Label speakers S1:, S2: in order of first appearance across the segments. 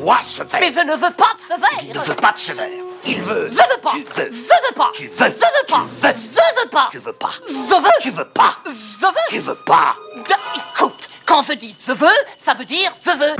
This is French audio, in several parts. S1: Bois ce verre.
S2: Mais je ne veux pas de ce
S1: Il
S2: verre
S1: ne veut pas de ce verre. Il veut.
S2: Je veux pas
S1: Tu veux.
S2: Je veux pas
S1: Tu veux.
S2: Je veux pas
S1: Tu veux.
S2: Je
S1: Tu
S2: veux pas
S1: veux pas.
S2: Je veux
S1: Tu veux pas.
S2: Je veux
S1: Tu veux pas.
S2: De- Écoute, quand je dis je veux, ça veut dire je veux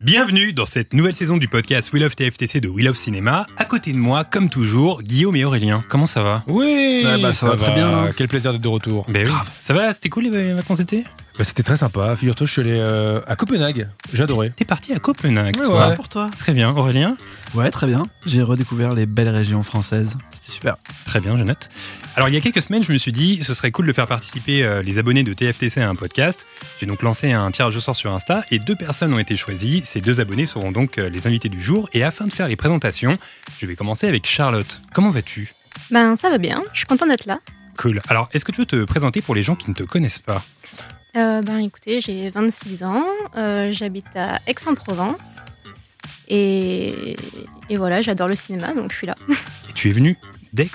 S3: Bienvenue dans cette nouvelle saison du podcast We Love TFTC de We Love Cinéma. À côté de moi, comme toujours, Guillaume et Aurélien. Comment ça va
S4: Oui,
S5: Ah bah, ça va très bien.
S4: Quel plaisir d'être de retour.
S3: Ben hein. oui. Ça va C'était cool les vacances d'été
S4: Bah, C'était très sympa. Figure-toi, je suis allé euh, à Copenhague. J'adorais.
S3: T'es parti à Copenhague.
S4: Ouais,
S3: toi.
S4: ouais.
S5: pour toi.
S3: Très bien, Aurélien.
S5: Ouais, très bien. J'ai redécouvert les belles régions françaises. C'était super.
S3: Très bien, je note. Alors, il y a quelques semaines, je me suis dit, ce serait cool de faire participer euh, les abonnés de TFTC à un podcast. J'ai donc lancé un tirage au sort sur Insta et deux personnes ont été choisies. Ces deux abonnés seront donc euh, les invités du jour. Et afin de faire les présentations, je vais commencer avec Charlotte. Comment vas-tu
S6: Ben ça va bien, je suis contente d'être là.
S3: Cool. Alors, est-ce que tu veux te présenter pour les gens qui ne te connaissent pas
S6: Euh, ben écoutez, j'ai 26 ans, euh, j'habite à Aix-en-Provence et, et voilà, j'adore le cinéma donc je suis là.
S3: Et tu es venu d'Aix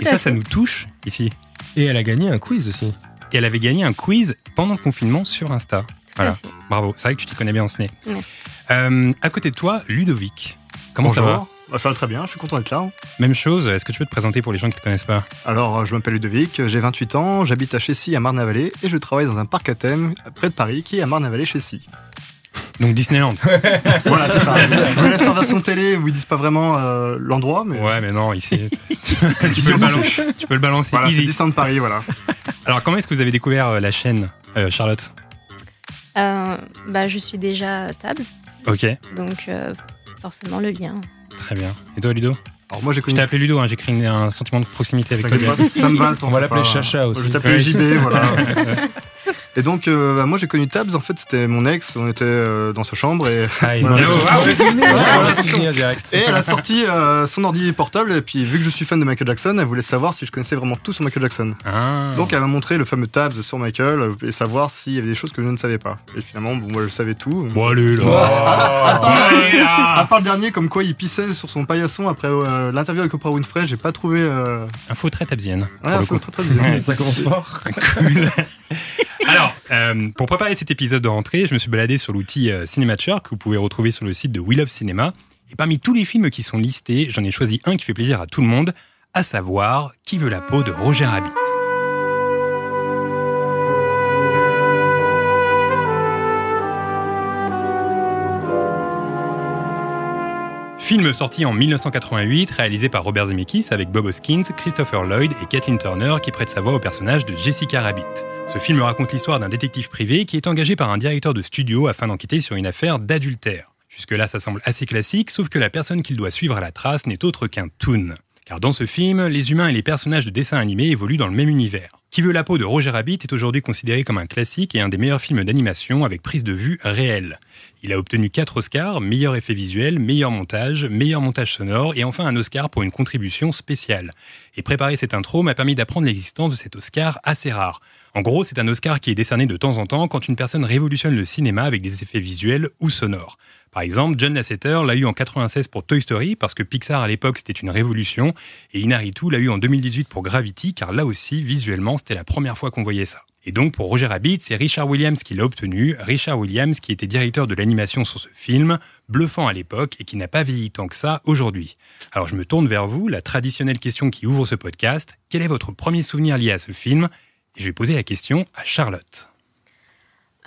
S3: Et
S6: à
S3: ça, ça
S6: fait.
S3: nous touche ici.
S4: Et elle a gagné un quiz aussi.
S3: Et elle avait gagné un quiz pendant le confinement sur Insta.
S6: Tout
S3: Voilà.
S6: à fait.
S3: Bravo. C'est vrai que tu t'y connais bien en ciné.
S6: Merci.
S3: Euh, à côté de toi, Ludovic. Comment ça va
S7: Bonjour. Bah, ça va très bien, je suis content d'être là.
S3: Même chose, est-ce que tu peux te présenter pour les gens qui ne te connaissent pas
S7: Alors, euh, je m'appelle Ludovic, j'ai 28 ans, j'habite à Chessy, à Marne-la-Vallée, et je travaille dans un parc à thème près de Paris qui est à Marne-la-Vallée, Chessy.
S3: Donc Disneyland.
S7: Voilà, c'est ça. Je voulais faire version télé où ils disent pas vraiment euh, l'endroit, mais
S3: ouais, mais non, ici. tu- tu, peux le balancer, tu peux le balancer
S7: voilà, c'est
S3: easy.
S7: distant de Paris, voilà.
S3: Alors, comment est-ce que vous avez découvert euh, la chaîne, euh, Charlotte
S6: Euh, ben, je suis déjà à Tabs
S3: Ok,
S6: donc euh, forcément le lien.
S3: très bien. Et toi, Ludo
S7: Alors, moi, j'ai
S3: Je
S7: connu.
S3: t'ai appelé Ludo, hein, j'ai créé une- un sentiment de proximité avec toi.
S7: T'inquiète pas, ça me va, t'en
S4: On va
S7: fais
S4: l'appeler
S7: pas.
S4: Chacha aussi.
S7: Je t'appelle
S3: Ouais.
S7: JB, voilà. Et donc, euh, bah, moi j'ai connu Tabs, en fait c'était mon ex, on était euh, dans sa chambre et,
S3: Ah, il-
S7: Voilà.
S3: Oh, ah ouais.
S4: Voilà, c'est génial, direct.
S7: et elle a sorti euh, son ordi portable. Et puis, vu que je suis fan de Michael Jackson, elle voulait savoir si je connaissais vraiment tout sur Michael Jackson.
S3: Ah.
S7: Donc elle m'a montré le fameux tabs sur Michael euh, et savoir s'il y avait des choses que je ne savais pas. Et finalement, bon, moi je savais tout.
S3: Bon, allez, là. Allez, là.
S7: À part le dernier, comme quoi il pissait sur son paillasson après euh, l'interview avec Oprah Winfrey, j'ai pas trouvé. Euh...
S3: Info très tabzienne. pour
S7: Ouais,
S3: le
S7: faut
S3: coup.
S7: très très bien.
S4: Ça commence fort.
S3: Alors, euh, pour préparer cet épisode de rentrée, je me suis baladé sur l'outil euh, Cinémature que vous pouvez retrouver sur le site de We Love Cinéma. Et parmi tous les films qui sont listés, j'en ai choisi un qui fait plaisir à tout le monde, à savoir Qui veut la peau de Roger Rabbit. Film sorti en 1988, réalisé par Robert Zemeckis avec Bob Hoskins, Christopher Lloyd et Kathleen Turner qui prête sa voix au personnage de Jessica Rabbit. Ce film raconte l'histoire d'un détective privé qui est engagé par un directeur de studio afin d'enquêter sur une affaire d'adultère. Jusque-là, ça semble assez classique, sauf que la personne qu'il doit suivre à la trace n'est autre qu'un toon. Car dans ce film, les humains et les personnages de dessins animés évoluent dans le même univers. Qui veut la peau de Roger Rabbit est aujourd'hui considéré comme un classique et un des meilleurs films d'animation avec prise de vue réelle. Il a obtenu 4 Oscars, meilleur effet visuel, meilleur montage, meilleur montage sonore et enfin un Oscar pour une contribution spéciale. Et préparer cette intro m'a permis d'apprendre l'existence de cet Oscar assez rare. En gros, c'est un Oscar qui est décerné de temps en temps quand une personne révolutionne le cinéma avec des effets visuels ou sonores. Par exemple, John Lasseter l'a eu en 96 pour Toy Story parce que Pixar à l'époque c'était une révolution et Inaritu l'a eu en 2018 pour Gravity car là aussi visuellement c'était la première fois qu'on voyait ça. Et donc pour Roger Rabbit, c'est Richard Williams qui l'a obtenu, Richard Williams qui était directeur de l'animation sur ce film, bluffant à l'époque et qui n'a pas vieilli tant que ça aujourd'hui. Alors je me tourne vers vous, la traditionnelle question qui ouvre ce podcast, quel est votre premier souvenir lié à ce film Et je vais poser la question à Charlotte.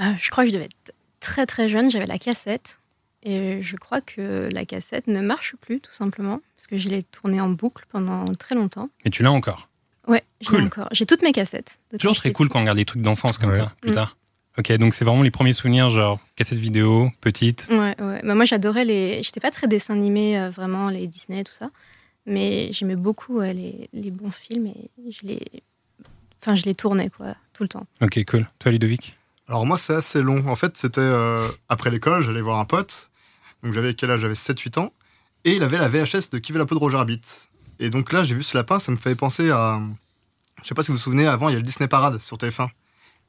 S6: Euh, je crois que je devais être très très jeune, j'avais la cassette et je crois que la cassette ne marche plus tout simplement parce que je l'ai tournée en boucle pendant très longtemps.
S3: Et tu l'as encore
S6: Ouais, j'ai
S3: Cool.
S6: encore. J'ai toutes mes cassettes. de quand
S3: Toujours très
S6: j'étais
S3: cool quand on regarde des trucs d'enfance comme
S4: Ouais.
S3: ça, plus
S6: Mm.
S3: tard. Ok, donc c'est vraiment les premiers souvenirs, genre cassette vidéo, petite.
S6: Ouais, ouais. Bah, moi, j'adorais les. J'étais pas très dessin animé, euh, vraiment, les Disney et tout ça. Mais j'aimais beaucoup ouais, les, les bons films et je les. Enfin, je les tournais, quoi, tout le temps.
S3: Ok, cool. Toi, Ludovic
S7: Alors moi, c'est assez long. En fait, c'était euh, après l'école, j'allais voir un pote. Donc j'avais quel âge J'avais 7-8 ans. Et il avait la VHS de Qui veut la peau de Roger Rabbit. Et donc là, j'ai vu ce lapin, ça me fait penser à... Je sais pas si vous vous souvenez, avant, il y a le Disney Parade sur TF1.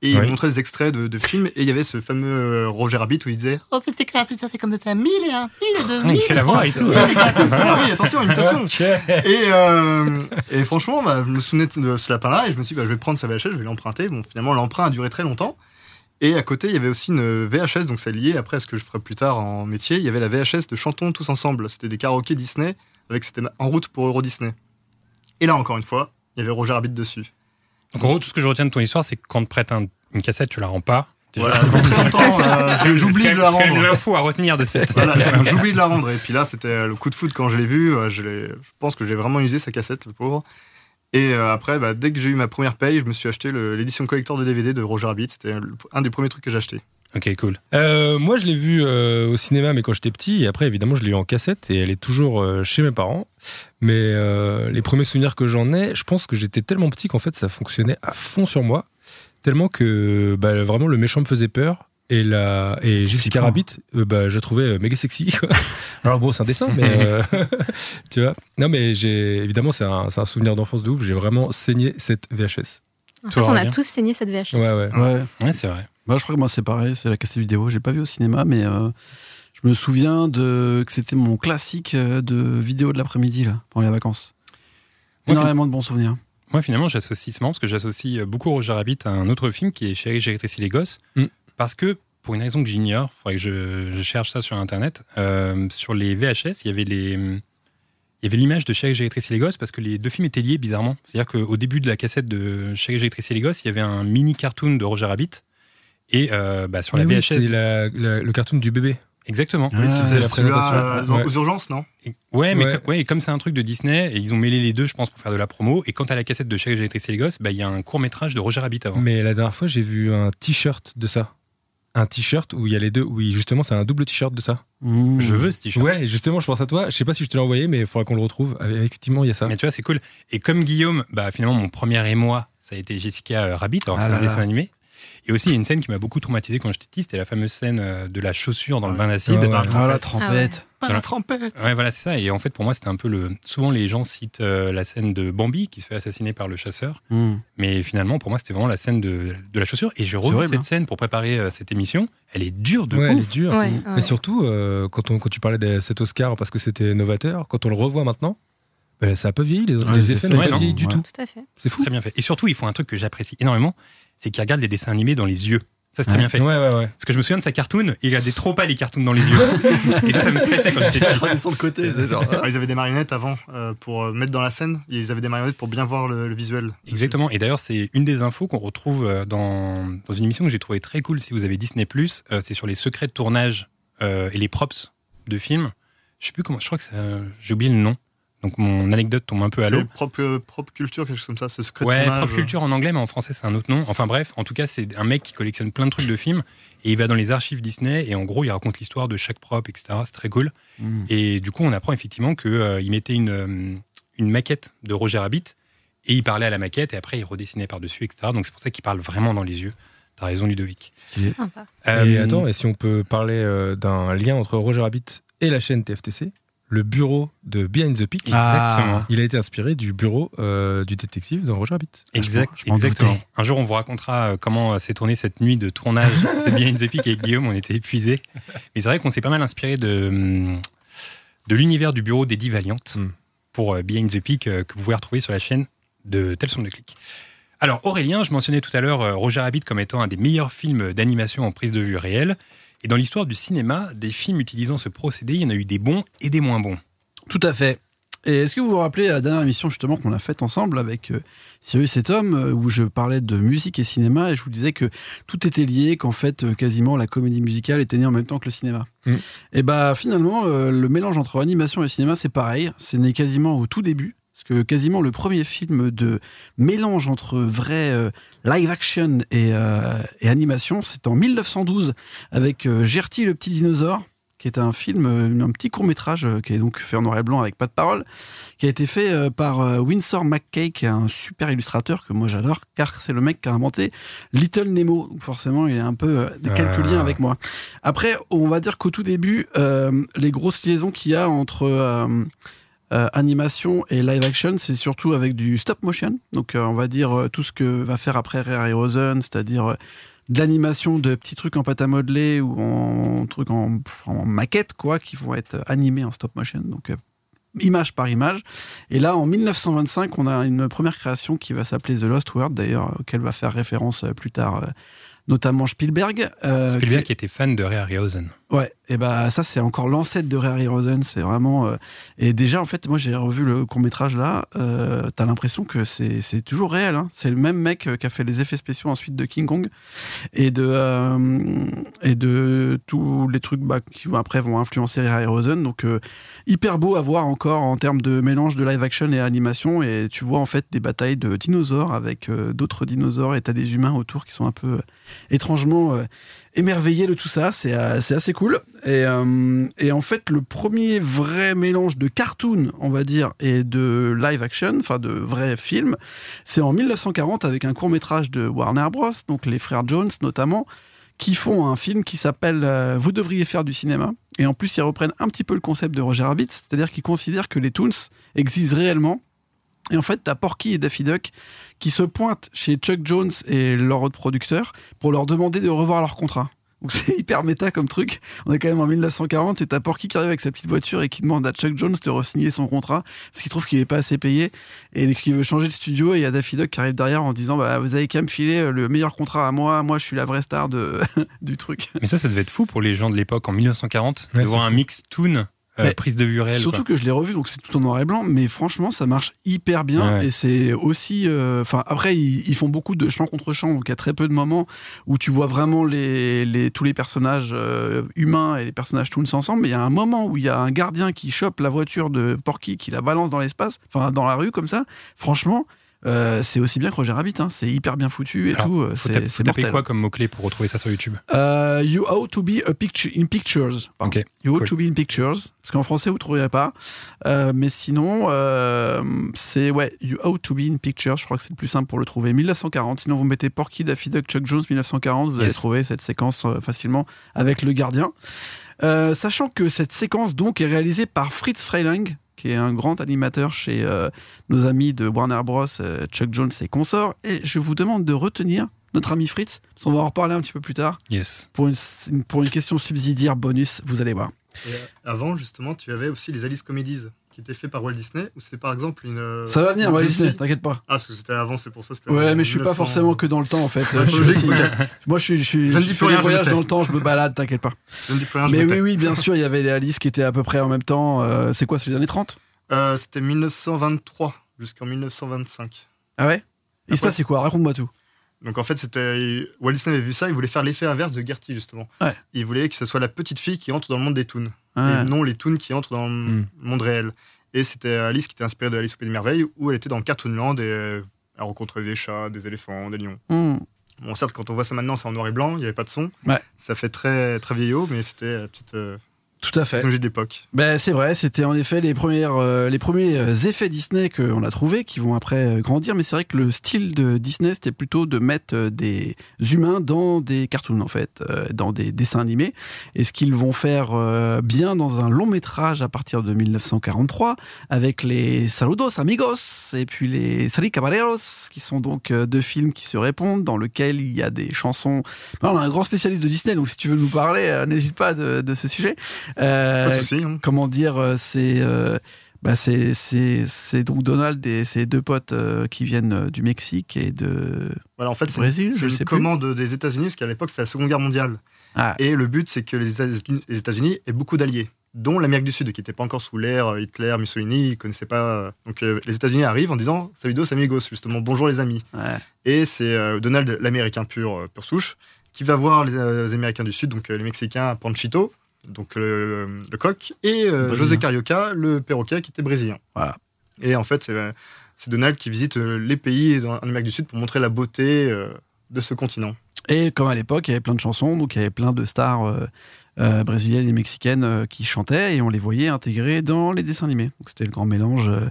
S7: Et il
S4: Oui.
S7: montrait des extraits de, de films. Et il y avait ce fameux euh, Roger Rabbit où il disait...
S8: Oh, c'est créatif, ça fait comme ça, 1000 et 1, 1000 et 2,
S7: Oui,
S8: mille
S7: Ah, il fait la voix et tout.
S8: trois, c'est-
S7: Ah oui, attention, imitation. Et, euh, et franchement, bah, je me souvenais de ce lapin-là et je me suis dit, bah, je vais prendre sa VHS, je vais l'emprunter. Bon, finalement, l'emprunt a duré très longtemps. Et à côté, il y avait aussi une VHS, donc c'est lié après à ce que je ferai plus tard en métier. Il y avait la VHS de Chantons tous ensemble. C'était des karaokés Disney, avec c'était en route pour Euro Disney. Et là, encore une fois, il y avait Roger Rabbit dessus.
S3: Donc en gros, tout ce que je retiens de ton histoire, c'est que quand on te prête un- une cassette, tu la rends pas.
S7: Voilà, dans très longtemps, euh, j'oublie
S3: C'est quand
S7: de la
S3: même- C'est quand même
S7: rendre.
S3: l'info à retenir de cette.
S7: Voilà, j'oublie de la rendre. Et puis là, c'était euh, le coup de foudre quand je l'ai vu. Euh, Je, l'ai- je pense que j'ai vraiment usé sa cassette, le pauvre. Et euh, après, bah, dès que j'ai eu ma première paye, je me suis acheté le- l'édition collector de DVD de Roger Rabbit. C'était le- un des premiers trucs que j'ai acheté.
S3: Ok, cool.
S4: Euh, moi, je l'ai vue euh, au cinéma, mais quand j'étais petit. Et après, évidemment, je l'ai eu en cassette et elle est toujours euh, chez mes parents. Mais euh, les premiers souvenirs que j'en ai, je pense que j'étais tellement petit qu'en fait, ça fonctionnait à fond sur moi. Tellement que bah, vraiment, le méchant me faisait peur. Et, la, et Jessica Rabbit, euh, bah, je la trouvais euh, méga sexy. quoi. Alors bon, c'est un dessin, mais euh, tu vois. Non, mais j'ai évidemment, c'est un, c'est un souvenir d'enfance de ouf. J'ai vraiment saigné cette VHS.
S6: En fait, on a tous saigné cette VHS.
S4: Ouais, ouais.
S5: Ouais,
S3: ouais c'est vrai.
S5: Bah, je crois que moi, c'est pareil, c'est la cassette vidéo. J'ai pas vu au cinéma, mais euh, je me souviens de... que c'était mon classique euh, de vidéo de l'après-midi, là, pendant les vacances.
S3: Moi,
S5: Énormément de bons souvenirs.
S3: Moi, finalement, j'associe, c'est marrant parce que j'associe euh, Beaucoup Roger Rabbit à un autre film qui est Chérie, j'ai rétréci les gosses.
S4: Mm.
S3: Parce que, pour une raison que j'ignore, faudrait que je, je cherche ça sur Internet, euh, sur les VHS, il y avait les. Il y avait l'image de Chérie, j'ai rétréci les gosses parce que les deux films étaient liés bizarrement. C'est-à-dire qu'au début de la cassette de Chérie, j'ai rétréci les gosses, il y avait un mini cartoon de Roger Rabbit. Et euh, bah, sur la
S4: Mais oui,
S3: VHS.
S4: c'est la- la- le cartoon du bébé.
S3: Exactement.
S5: Ah,
S7: Oui,
S4: c'est
S7: c'était
S4: la
S7: celui-là,
S4: présentation.
S7: euh, dans-
S4: Ouais.
S7: aux urgences, non
S3: Ouais, mais
S4: Ouais.
S3: co- ouais, et comme c'est un truc de Disney, et ils ont mêlé les deux, je pense, pour faire de la promo. Et quant à la cassette de Chérie, j'ai rétréci les gosses, bah, il y a un court métrage de Roger Rabbit avant.
S4: Mais la dernière fois, j'ai vu un t-shirt de ça. Un t-shirt où il y a les deux. Oui, justement, c'est un double t-shirt de ça.
S5: Mmh.
S3: Je veux ce t-shirt.
S4: Ouais, et justement, je pense à toi. Je sais pas si je te l'ai envoyé, mais il faudra qu'on le retrouve. Ah, Effectivement, il y a ça.
S3: Mais tu vois, c'est cool. Et comme Guillaume, bah, finalement, mon premier émoi, ça a été Jessica euh, Rabbit, alors que
S5: Ah
S3: c'est
S5: là
S3: un dessin
S5: là.
S3: animé. Et aussi, il y a une scène qui m'a beaucoup traumatisé quand j'étais petit, c'était la fameuse scène euh, de la chaussure dans le bain d'acide.
S4: Ouais, ouais.
S3: Dans le-
S5: Ah, la trempette.
S7: Pas la trompette
S3: Ouais, voilà, c'est ça. Et en fait, pour moi, c'était un peu le. Souvent, les gens citent euh, la scène de Bambi qui se fait assassiner par le chasseur.
S5: Mmh.
S3: Mais finalement, pour moi, c'était vraiment la scène de, de la chaussure. Et je revu
S5: horrible,
S3: cette
S5: hein.
S3: scène pour préparer euh, cette émission. Elle est dure de
S4: Ouais, elle
S3: ouf.
S4: est dure.
S6: Ouais, ouais.
S4: Mais surtout, euh, quand, on, quand tu parlais de cet Oscar parce que c'était novateur, quand on le revoit maintenant, ben, ça a pas vieilli. Les,
S5: Ouais,
S4: les
S5: les
S4: effets
S5: effets
S4: n'ont
S3: sont-
S4: pas vieilli du
S5: ouais.
S4: tout.
S6: Tout à fait.
S4: C'est
S3: C'est
S4: fou.
S3: très bien fait. Et surtout, ils font un truc que j'apprécie énormément c'est qu'ils regardent les dessins animés dans les yeux. Ça, c'est très
S5: Ouais.
S3: bien fait.
S4: Ouais, ouais, ouais.
S3: Parce que je me souviens de sa cartoon, il regardait trop pas les cartoons dans les yeux. et ça, ça me stressait quand j'étais petit.
S5: Ils sont de côté, c'est genre. hein.
S7: Ah, Ils avaient des marionnettes avant euh, pour euh, mettre dans la scène. Ils avaient des marionnettes pour bien voir le, le visuel.
S3: Exactement. Et d'ailleurs, c'est une des infos qu'on retrouve euh, dans, dans une émission que j'ai trouvée très cool si vous avez Disney. Euh, c'est sur les secrets de tournage euh, et les props de films. Je sais plus comment, je crois que ça- j'ai oublié le nom. Donc mon anecdote tombe un peu à l'eau.
S7: C'est propre, euh, propre culture, quelque chose comme ça. C'est secret de
S3: Ouais,
S7: tournage.
S3: propre
S4: euh.
S3: culture en anglais, mais en français, c'est un autre nom. Enfin bref, en tout cas, c'est un mec qui collectionne plein de trucs de films et il va dans les archives Disney et en gros, il raconte l'histoire de chaque prop, etc. C'est très cool.
S5: Mmh.
S4: Mm.
S3: Et du coup, on apprend effectivement qu'il mettait une, euh, une maquette de Roger Rabbit et il parlait à la maquette et après, il redessinait par-dessus, etc. Donc c'est pour ça qu'il parle vraiment dans les yeux. T'as raison, Ludovic.
S6: Sympa.
S4: Et
S3: Euh,
S4: attends, et si on peut parler euh, d'un lien entre Roger Rabbit et la chaîne TFTC, le bureau de Behind the Peak, Ah.
S3: Exactement.
S4: il a été inspiré du bureau euh, du détective dans Roger Rabbit.
S3: Exact,
S5: Ah, je m'en
S3: exactement.
S5: doutais.
S3: Un jour, on vous racontera euh, comment euh, s'est tournée cette nuit de tournage de Behind the Peak avec Guillaume. On était épuisés. Mais c'est vrai qu'on s'est pas mal inspiré de, hum, de l'univers du bureau d'Eddie Valiant
S5: Hmm.
S4: Mm.
S3: pour euh, Behind the Peak euh, que vous pouvez retrouver sur la chaîne de Tel Son de Clic. Alors, Aurélien, je mentionnais tout à l'heure euh, Roger Rabbit comme étant un des meilleurs films d'animation en prise de vue réelle. Et dans l'histoire du cinéma, des films utilisant ce procédé, il y en a eu des bons et des moins bons.
S5: Tout à fait. Et est-ce que vous vous rappelez la dernière émission justement qu'on a faite ensemble avec euh, Cyrus et Tom, euh, où je parlais de musique et cinéma et je vous disais que tout était lié, qu'en fait euh, quasiment la comédie musicale était née en même temps que le cinéma.
S4: Mm.
S5: Et bah finalement, euh, le mélange entre animation et cinéma c'est pareil, c'est né quasiment au tout début. Parce que quasiment le premier film de mélange entre vrai euh, live action et, euh, et animation, c'est en 1912 avec euh, Gertie le petit dinosaure, qui qui est un film, euh, un petit court métrage euh, qui est donc fait en noir et blanc avec pas de parole, qui a été fait euh, par euh, Winsor McKay, qui est un super illustrateur que moi j'adore, car c'est le mec qui a inventé Little Nemo. Donc forcément, il est un peu euh, des quelques
S4: Ah.
S5: liens avec moi. Après, on va dire qu'au tout début, euh, les grosses liaisons qu'il y a entre euh, euh, animation et live action, c'est surtout avec du stop motion. Donc, euh, on va dire euh, tout ce que va faire après Rare Erosion, c'est-à-dire euh, de l'animation de petits trucs en pâte à modeler ou en trucs en, pff, en maquette, quoi, qui vont être euh, animés en stop motion. Donc, euh, image par image. Et là, en 1925, on a une première création qui va s'appeler The Lost World, d'ailleurs, euh, auquel va faire référence euh, plus tard, euh, notamment Spielberg. euh,
S3: Spielberg qui était fan de Ray Harryhausen.
S5: Ouais, et bah ça c'est encore l'ancêtre de Ray Rosen, c'est vraiment. euh, Et déjà en fait, moi j'ai revu le court métrage là, euh, t'as l'impression que c'est c'est toujours réel. hein. C'est le même mec euh, qui a fait les effets spéciaux ensuite de King Kong et de euh, et de tous les trucs bah, qui vont- après vont influencer Ray Rosen. Donc euh, hyper beau à voir encore en termes de mélange de live action et animation. Et tu vois en fait des batailles de dinosaures avec euh, d'autres dinosaures et t'as des humains autour qui sont un peu euh, étrangement euh, émerveillé de tout ça, c'est euh, c'est assez cool. Et, euh, et en fait, le premier vrai mélange de cartoon, on va dire, et de live action, enfin de vrai film, c'est en 1940 avec un court métrage de Warner Bros, donc les frères Jones notamment, qui font un film qui s'appelle euh, Vous devriez faire du cinéma. Et en plus, ils reprennent un petit peu le concept de Roger Rabbit, c'est-à-dire qu'ils considèrent que les Toons existent réellement et en fait, t'as Porky et Daffy Duck qui se pointent chez Chuck Jones et leur autre producteur pour leur demander de revoir leur contrat. Donc c'est hyper méta comme truc. On est quand même en 1940 et t'as Porky qui arrive avec sa petite voiture et qui demande à Chuck Jones de re-signer son contrat parce qu'il trouve qu'il est pas assez payé et qu'il veut changer de studio. Et il y a Daffy Duck qui arrive derrière en disant bah, Vous avez qu'à me filer le meilleur contrat à moi, moi je suis la vraie star de, du truc.
S3: Mais ça, ça devait être fou pour les gens de l'époque en 1940
S4: Ouais,
S3: de voir
S4: c'est
S3: un
S4: fou.
S3: mix toon euh,
S5: Mais
S3: prise de vue réelle.
S5: Surtout
S3: quoi.
S5: que je l'ai revu, donc c'est tout en noir et blanc, mais franchement, ça marche hyper bien.
S3: Ouais, ouais.
S5: Et c'est aussi. euh, Enfin, après, ils, ils font beaucoup de champ contre champ, donc il y a très peu de moments où tu vois vraiment les, les- tous les personnages euh, humains et les personnages tous ensemble. Mais il y a un moment où il y a un gardien qui chope la voiture de Porky, qui la balance dans l'espace, enfin, dans la rue, comme ça. Franchement. euh, c'est aussi bien que Roger Rabbit, hein. c'est hyper bien foutu et
S3: Alors,
S5: tout. euh,
S3: faut
S5: C'est
S3: taper-
S5: c'est
S3: faut taper
S5: mortel.
S3: quoi comme mot-clé pour retrouver ça sur YouTube
S5: Euh, you ought to be a picture in pictures. Pardon.
S3: Ok,
S5: You ought
S3: cool.
S5: to be in pictures. Parce qu'en français, vous ne trouverez pas. Euh, mais sinon, euh, c'est ouais, You ought to be in pictures. Je crois que c'est le plus simple pour le trouver. 1940. Sinon, vous mettez Porky, Daffy Duck, Chuck Jones, 1940. Vous allez
S3: Yes.
S5: trouver cette séquence euh, facilement avec le gardien. Euh, sachant que cette séquence donc est réalisée par Fritz Freiling, qui est un grand animateur chez euh, nos amis de Warner Bros, euh, Chuck Jones et consorts. Et je vous demande de retenir notre ami Fritz, parce qu'on va en reparler un petit peu plus tard,
S3: Yes.
S5: pour une, une- pour une question subsidiaire bonus, vous allez voir.
S7: Et avant, justement, tu avais aussi les Alice Comedies qui étaient faits par Walt Disney, où c'était par exemple une. euh,
S5: Ça va venir,
S7: une
S5: ouais,
S7: jeune
S5: Disney,
S7: fille-
S5: t'inquiète pas.
S7: Ah, parce que c'était avant, c'est pour ça. c'était
S5: Ouais,
S7: en
S5: mais je suis pas
S7: 1900.
S5: forcément que dans le temps en fait.
S7: Ouais,
S5: Je suis
S7: logique,
S5: aussi-
S7: ok.
S5: moi je suis, je suis,
S7: Je ne
S5: je
S7: dis plus
S5: fais
S7: rien, je
S5: des voyages
S7: me tais.
S5: dans le temps, je me balade, t'inquiète pas.
S7: Je ne dis plus rien, je
S5: Mais
S7: me
S5: oui,
S7: tais.
S5: oui, bien sûr, il y avait les Alice qui étaient à peu près en même temps. euh, c'est quoi, c'est les années 30
S7: Euh, C'était 1923 jusqu'en 1925.
S5: Ah ouais Il se
S7: Après-
S5: passait quoi Raconte-moi tout.
S7: Donc en fait, c'était Walt Disney avait vu ça, il voulait faire l'effet inverse de Gertie justement.
S5: Ouais.
S7: Il voulait que ce soit la petite fille qui entre dans le monde des toons,
S5: Ouais.
S7: et non les toons qui entrent dans
S3: Hmm.
S7: le monde réel. Et c'était Alice qui était inspirée de Alice au pays des merveilles, où elle était dans Cartoonland et euh, elle rencontrait des chats, des éléphants, des lions.
S5: Hmm.
S7: Bon, certes, quand on voit ça maintenant, c'est en noir et blanc, il n'y avait pas de son.
S5: Ouais.
S7: Ça fait très, très vieillot, mais c'était la petite euh,
S5: Tout à fait.
S7: technologie d'époque.
S5: Ben, c'est vrai, c'était en effet les, premières, euh, les premiers euh, effets Disney qu'on a trouvés, qui vont après euh, grandir, mais c'est vrai que le style de Disney, c'était plutôt de mettre euh, des humains dans des cartoons, en fait, euh, dans des dessins animés. Et ce qu'ils vont faire euh, bien dans un long métrage à partir de 1943, avec les Saludos Amigos et puis les Sali Caballeros, qui sont donc euh, deux films qui se répondent, dans lequel il y a des chansons. Ben, on a un grand spécialiste de Disney, donc si tu veux nous parler, euh, n'hésite pas de, de ce sujet. Euh,
S7: Pas de souci. hein.
S5: comment dire, euh, c'est euh, bah, c'est- c'est c'est donc Donald et ses deux potes euh, qui viennent euh, du Mexique et de
S7: Voilà, en fait, c'est
S5: Brésil,
S7: c'est
S5: je
S7: une
S5: sais plus.
S7: commande des États-Unis, parce qu'à l'époque, c'était la Seconde Guerre mondiale.
S5: Ah,
S7: Et le but, c'est que les États-Unis les États-Unis aient beaucoup d'alliés, dont l'Amérique du Sud, qui n'était pas encore sous l'ère euh, Hitler, Mussolini, ils ne connaissaient pas. euh, Donc euh, les États-Unis arrivent en disant Saludos amigos, justement, bonjour les amis.
S5: ouais.
S7: Et c'est euh, Donald, l'Américain pur, euh, pure souche, qui va voir les, euh, les Américains du Sud, donc euh, les Mexicains à Panchito, donc euh, le coq, et euh,
S5: Brésilien.
S7: José Carioca, le perroquet, qui était brésilien.
S5: Voilà.
S7: Et en fait, c'est euh, c'est Donald qui visite euh, les pays dans- en Amérique du Sud pour montrer la beauté euh, de ce continent.
S5: Et comme à l'époque, il y avait plein de chansons, donc il y avait plein de stars euh, euh, brésiliennes et mexicaines euh, qui chantaient et on les voyait intégrés dans les dessins animés. Donc c'était le grand mélange euh,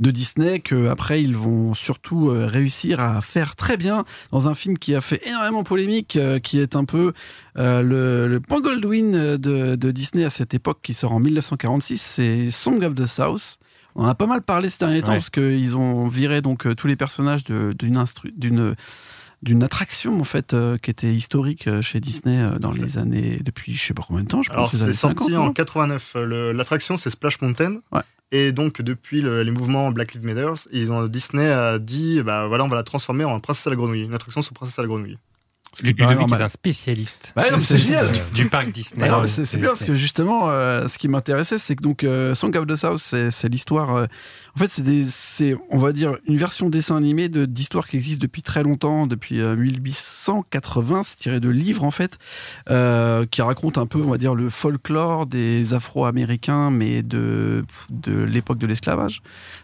S5: de Disney que après ils vont surtout euh, réussir à faire très bien dans un film qui a fait énormément polémique, euh, qui est un peu euh, le, le Pangoldwin de, de Disney à cette époque qui sort en 1946, c'est Song of the South. On en a pas mal parlé ces derniers temps
S4: Ouais.
S5: parce qu'ils ont viré donc euh, tous les personnages de- d'une instru- d'une d'une attraction en fait euh, qui était historique euh, chez Disney euh, dans les années depuis je sais pas combien de temps je pense
S7: Alors,
S5: Ah, les années hein.
S7: c'est
S5: 50,
S7: sorti en
S5: non
S7: 89. Le- L'attraction, c'est Splash Mountain. Et donc, depuis le- les mouvements Black Lives Matter, ils ont, Disney a dit bah, voilà, on va la transformer en Princesse à la grenouille. Une attraction sur Princesse à la grenouille.
S5: Ce qui est pas Ludovic normal. est un
S3: spécialiste
S5: Bah ouais, non, mais c'est génial.
S3: du parc Disney.
S5: Ah non, mais c'est c'est bien parce que justement, euh, ce qui m'intéressait, c'est que donc euh, Song of the South, c'est c'est l'histoire. euh, en fait, c'est des- c'est on va dire une version dessin animé de d'histoire qui existe depuis très longtemps, depuis euh, 1880. C'est tiré de livres en fait, euh, qui raconte un peu, on va dire, le folklore des Afro-Américains, mais de de l'époque de l'esclavage.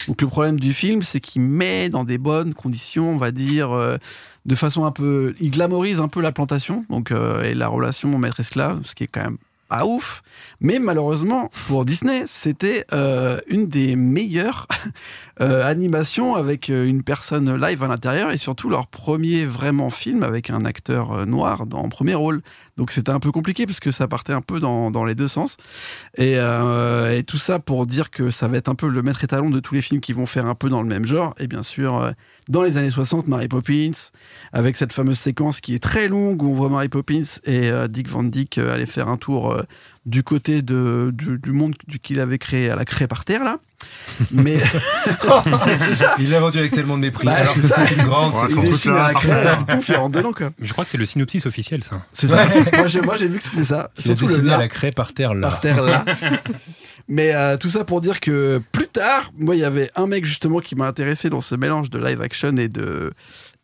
S5: Donc le problème du film, c'est qu'il met dans des bonnes conditions, on va dire. euh, de façon un peu. Il glamorise un peu la plantation donc, euh, et la relation maître-esclave, ce qui est quand même pas ouf. Mais malheureusement, pour Disney, c'était euh, une des meilleures euh, animations avec euh, une personne live à l'intérieur et surtout leur premier vraiment film avec un acteur euh, noir dans en premier rôle. Donc c'était un peu compliqué parce que ça partait un peu dans, dans les deux sens. Et, euh, et tout ça pour dire que ça va être un peu le maître étalon de tous les films qui vont faire un peu dans le même genre. Et bien sûr, euh, dans les années 60, Mary Poppins, avec cette fameuse séquence qui est très longue où on voit Mary Poppins et euh, Dick Van Dyke euh, aller faire un tour euh, du côté de, du, du monde du- qu'il avait créé à la craie par terre là. Mais c'est ça.
S9: Il l'a vendu avec tellement de mépris.
S5: Bah,
S9: alors
S5: c'est
S9: que
S5: ça.
S9: c'est une grande.
S5: Ouais,
S9: c'est-
S5: son
S9: il
S5: truc
S9: dessine
S5: là,
S9: un
S5: parfait.
S9: cratère.
S5: tout fait en deux noms, quoi.
S3: Je crois que c'est le synopsis officiel, ça.
S5: C'est ça. moi, j'ai, moi, j'ai vu que c'était ça.
S4: Il a
S5: Surtout le
S4: dessiné
S5: là.
S4: la craie par terre là.
S5: Par terre là. Mais euh, tout ça pour dire que plus tard, moi, il y avait un mec justement qui m'a intéressé dans ce mélange de live action et de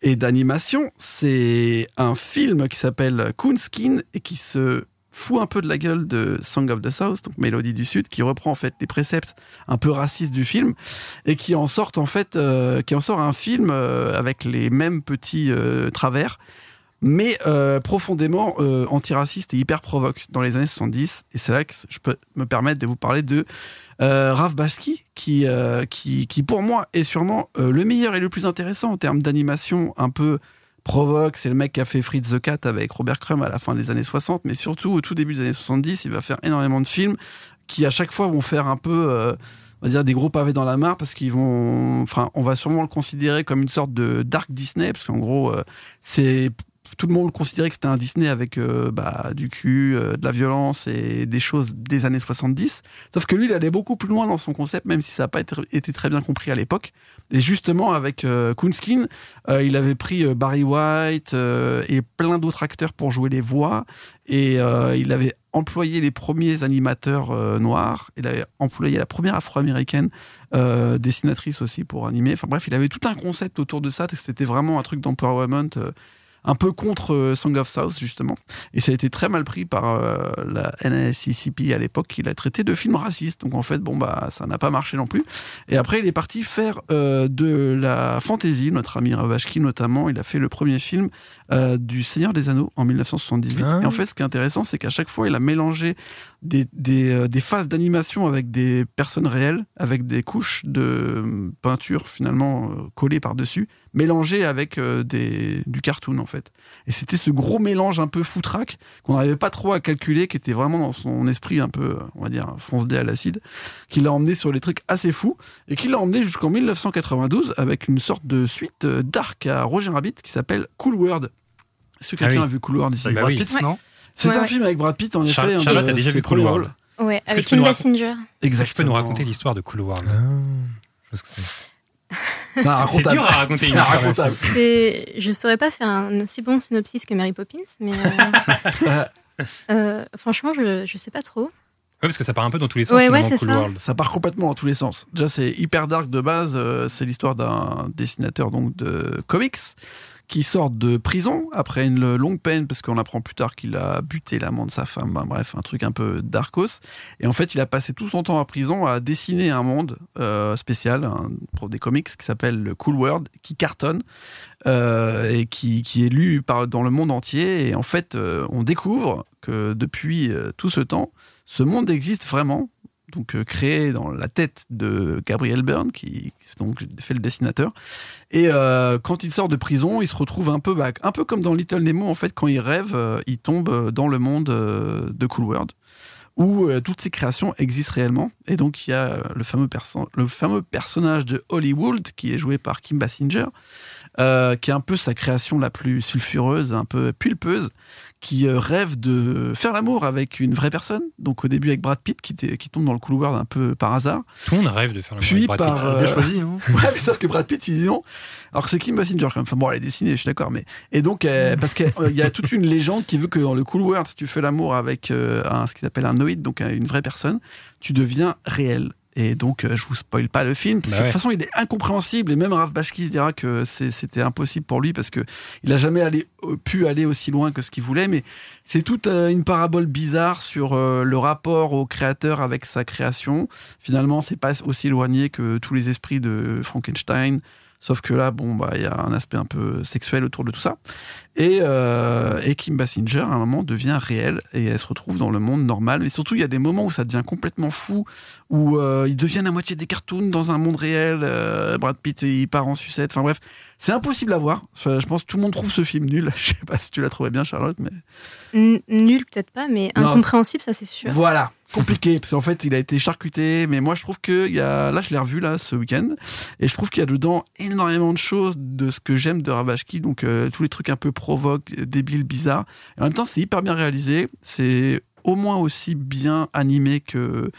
S5: et d'animation. C'est un film qui s'appelle Coonskin et qui se fout un peu de la gueule de Song of the South, donc Mélodie du Sud, qui reprend en fait les préceptes un peu racistes du film et qui en sort en fait, euh, qui en sort un film euh, avec les mêmes petits euh, travers mais euh, profondément euh, antiraciste et hyper provoque dans les années 70. Et c'est là que je peux me permettre de vous parler de euh, Rav Basky, qui, euh, qui, qui pour moi est sûrement euh, le meilleur et le plus intéressant en termes d'animation un peu provoque. C'est le mec qui a fait Fritz the Cat avec Robert Crumb à la fin des années 60, mais surtout au tout début des années 70, il va faire énormément de films qui à chaque fois vont faire un peu... euh, on va dire des gros pavés dans la mare parce qu'ils vont, enfin, on va sûrement le considérer comme une sorte de dark Disney parce qu'en gros, euh, c'est tout le monde considérait que c'était un Disney avec euh, bah, du cul, euh, de la violence et des choses des années 70. Sauf que lui, il allait beaucoup plus loin dans son concept, même si ça n'a pas été, été très bien compris à l'époque. Et justement, avec euh, Coonskin, euh, il avait pris euh, Barry White euh, et plein d'autres acteurs pour jouer les voix. Et euh, il avait employé les premiers animateurs euh, noirs. Il avait employé la première afro-américaine euh, dessinatrice aussi pour animer. Enfin bref, il avait tout un concept autour de ça. C'était vraiment un truc d'empowerment. euh, un peu contre euh, Song of South justement et ça a été très mal pris par euh, la NASCCP à l'époque qui l'a traité de film raciste donc en fait bon bah ça n'a pas marché non plus et après il est parti faire euh, de la fantasy notre ami Ravashki notamment il a fait le premier film euh, du Seigneur des Anneaux en 1978
S4: Ah.
S5: et en fait ce qui est intéressant c'est qu'à chaque fois il a mélangé des, des, euh, des phases d'animation avec des personnes réelles avec des couches de euh, peinture finalement euh, collées par dessus mélangé avec euh, des, du cartoon en fait. Et c'était ce gros mélange un peu foutraque qu'on n'arrivait pas trop à calculer, qui était vraiment dans son esprit un peu, euh, on va dire, foncedé à l'acide, qui l'a emmené sur les trucs assez fous et qui l'a emmené jusqu'en 1992 avec une sorte de suite euh, dark à Roger Rabbit qui s'appelle Cool World. Est-ce que
S3: Ah
S5: quelqu'un
S3: oui.
S5: a vu Cool World ici
S7: Avec Bah Brad oui. Pitt,
S6: Ouais. non
S5: C'est
S6: Ouais,
S5: un
S6: ouais.
S5: film avec Brad Pitt en
S3: Char-
S5: effet. un
S3: Charlotte
S5: de
S3: a déjà
S5: ses
S3: vu Cool
S5: premiers
S3: World.
S5: rôles.
S6: Ouais,
S3: Est-ce que
S6: avec
S3: tu peux nous
S6: Kim
S3: rac- Est-ce que
S6: Basinger.
S3: tu peux nous
S5: Exactement.
S3: raconter l'histoire de Cool World
S5: C'est un
S3: C'est
S5: racontable.
S3: dur à raconter
S5: C'est
S3: une
S5: un
S3: histoire.
S5: racontable.
S6: C'est, je saurais pas faire un aussi bon synopsis que Mary Poppins, mais
S3: hein.
S6: euh, euh, franchement, je, je sais pas trop.
S3: Ouais, parce que ça part un peu dans tous les sens.
S6: Ouais, ouais,
S3: finalement,
S6: c'est
S3: cool
S6: ça.
S3: World.
S5: Ça part complètement dans tous les sens. Déjà, c'est hyper dark de base. euh, c'est l'histoire d'un dessinateur donc de comics qui sort de prison après une longue peine, parce qu'on apprend plus tard qu'il a buté l'amant de sa femme, ben, bref, un truc un peu darkos. Et en fait, il a passé tout son temps à prison à dessiner un monde euh, spécial, un, pour des comics, qui s'appelle le Cool World, qui cartonne. Euh, et qui, qui, est lu par, dans le monde entier. Et en fait, euh, on découvre que depuis euh, tout ce temps, ce monde existe vraiment. Donc euh, créé dans la tête de Gabriel Byrne, qui donc fait le dessinateur. Et euh, quand il sort de prison, il se retrouve un peu, bah, un peu comme dans Little Nemo. En fait, quand il rêve, euh, il tombe dans le monde euh, de Cool World où euh, toutes ces créations existent réellement. Et donc, il y a euh, le fameux, perso le fameux personnage de Hollywood, qui est joué par Kim Basinger, euh, qui est un peu sa création la plus sulfureuse, un peu pulpeuse, qui euh, rêve de faire l'amour avec une vraie personne. Donc, au début, avec Brad Pitt, qui, qui tombe dans le couloir un peu par hasard.
S3: Tout le monde rêve de faire l'amour
S5: Puis
S3: avec Brad
S5: par,
S7: Pitt. Bien choisi, hein.
S5: ouais, mais sauf que Brad Pitt, il dit non. Alors que c'est Kim Basinger, quand même. Enfin, bon, elle est dessinée, je suis d'accord. Mais... Et donc, euh, parce qu'il y a toute une légende qui veut que dans le couloir, si tu fais l'amour avec euh, un, ce qu'ils appellent un donc euh, une vraie personne, tu deviens réel. Et donc, euh, je vous spoil pas le film, parce bah que ouais. de toute façon, il est incompréhensible. Et même Rav Bashki dira que c'était impossible pour lui, parce que il a jamais allé, euh, pu aller aussi loin que ce qu'il voulait. Mais c'est toute euh, une parabole bizarre sur euh, le rapport au créateur avec sa création. Finalement, c'est pas aussi éloigné que tous les esprits de Frankenstein. Sauf que là, bon, bah, il y a un aspect un peu sexuel autour de tout ça. Et, euh, et, Kim Basinger, à un moment, devient réelle et elle se retrouve dans le monde normal. Mais surtout, il y a des moments où ça devient complètement fou, où euh, ils deviennent à moitié des cartoons dans un monde réel. Euh, Brad Pitt, il part en sucette. Enfin bref, c'est impossible à voir. Enfin, je pense que tout le monde trouve ce film nul. Je sais pas si tu l'as trouvé bien, Charlotte, mais.
S6: N nul, peut-être pas, mais
S5: Non,
S6: incompréhensible, ça, c'est sûr.
S5: Voilà, compliqué, parce qu'en fait, il a été charcuté, mais moi, je trouve que il y a, là, je l'ai revu, là, ce week-end, et je trouve qu'il y a dedans énormément de choses de ce que j'aime de Ravashki, donc euh, tous les trucs un peu provoques, débiles, bizarres. Et en même temps, c'est hyper bien réalisé, c'est au moins aussi bien animé que,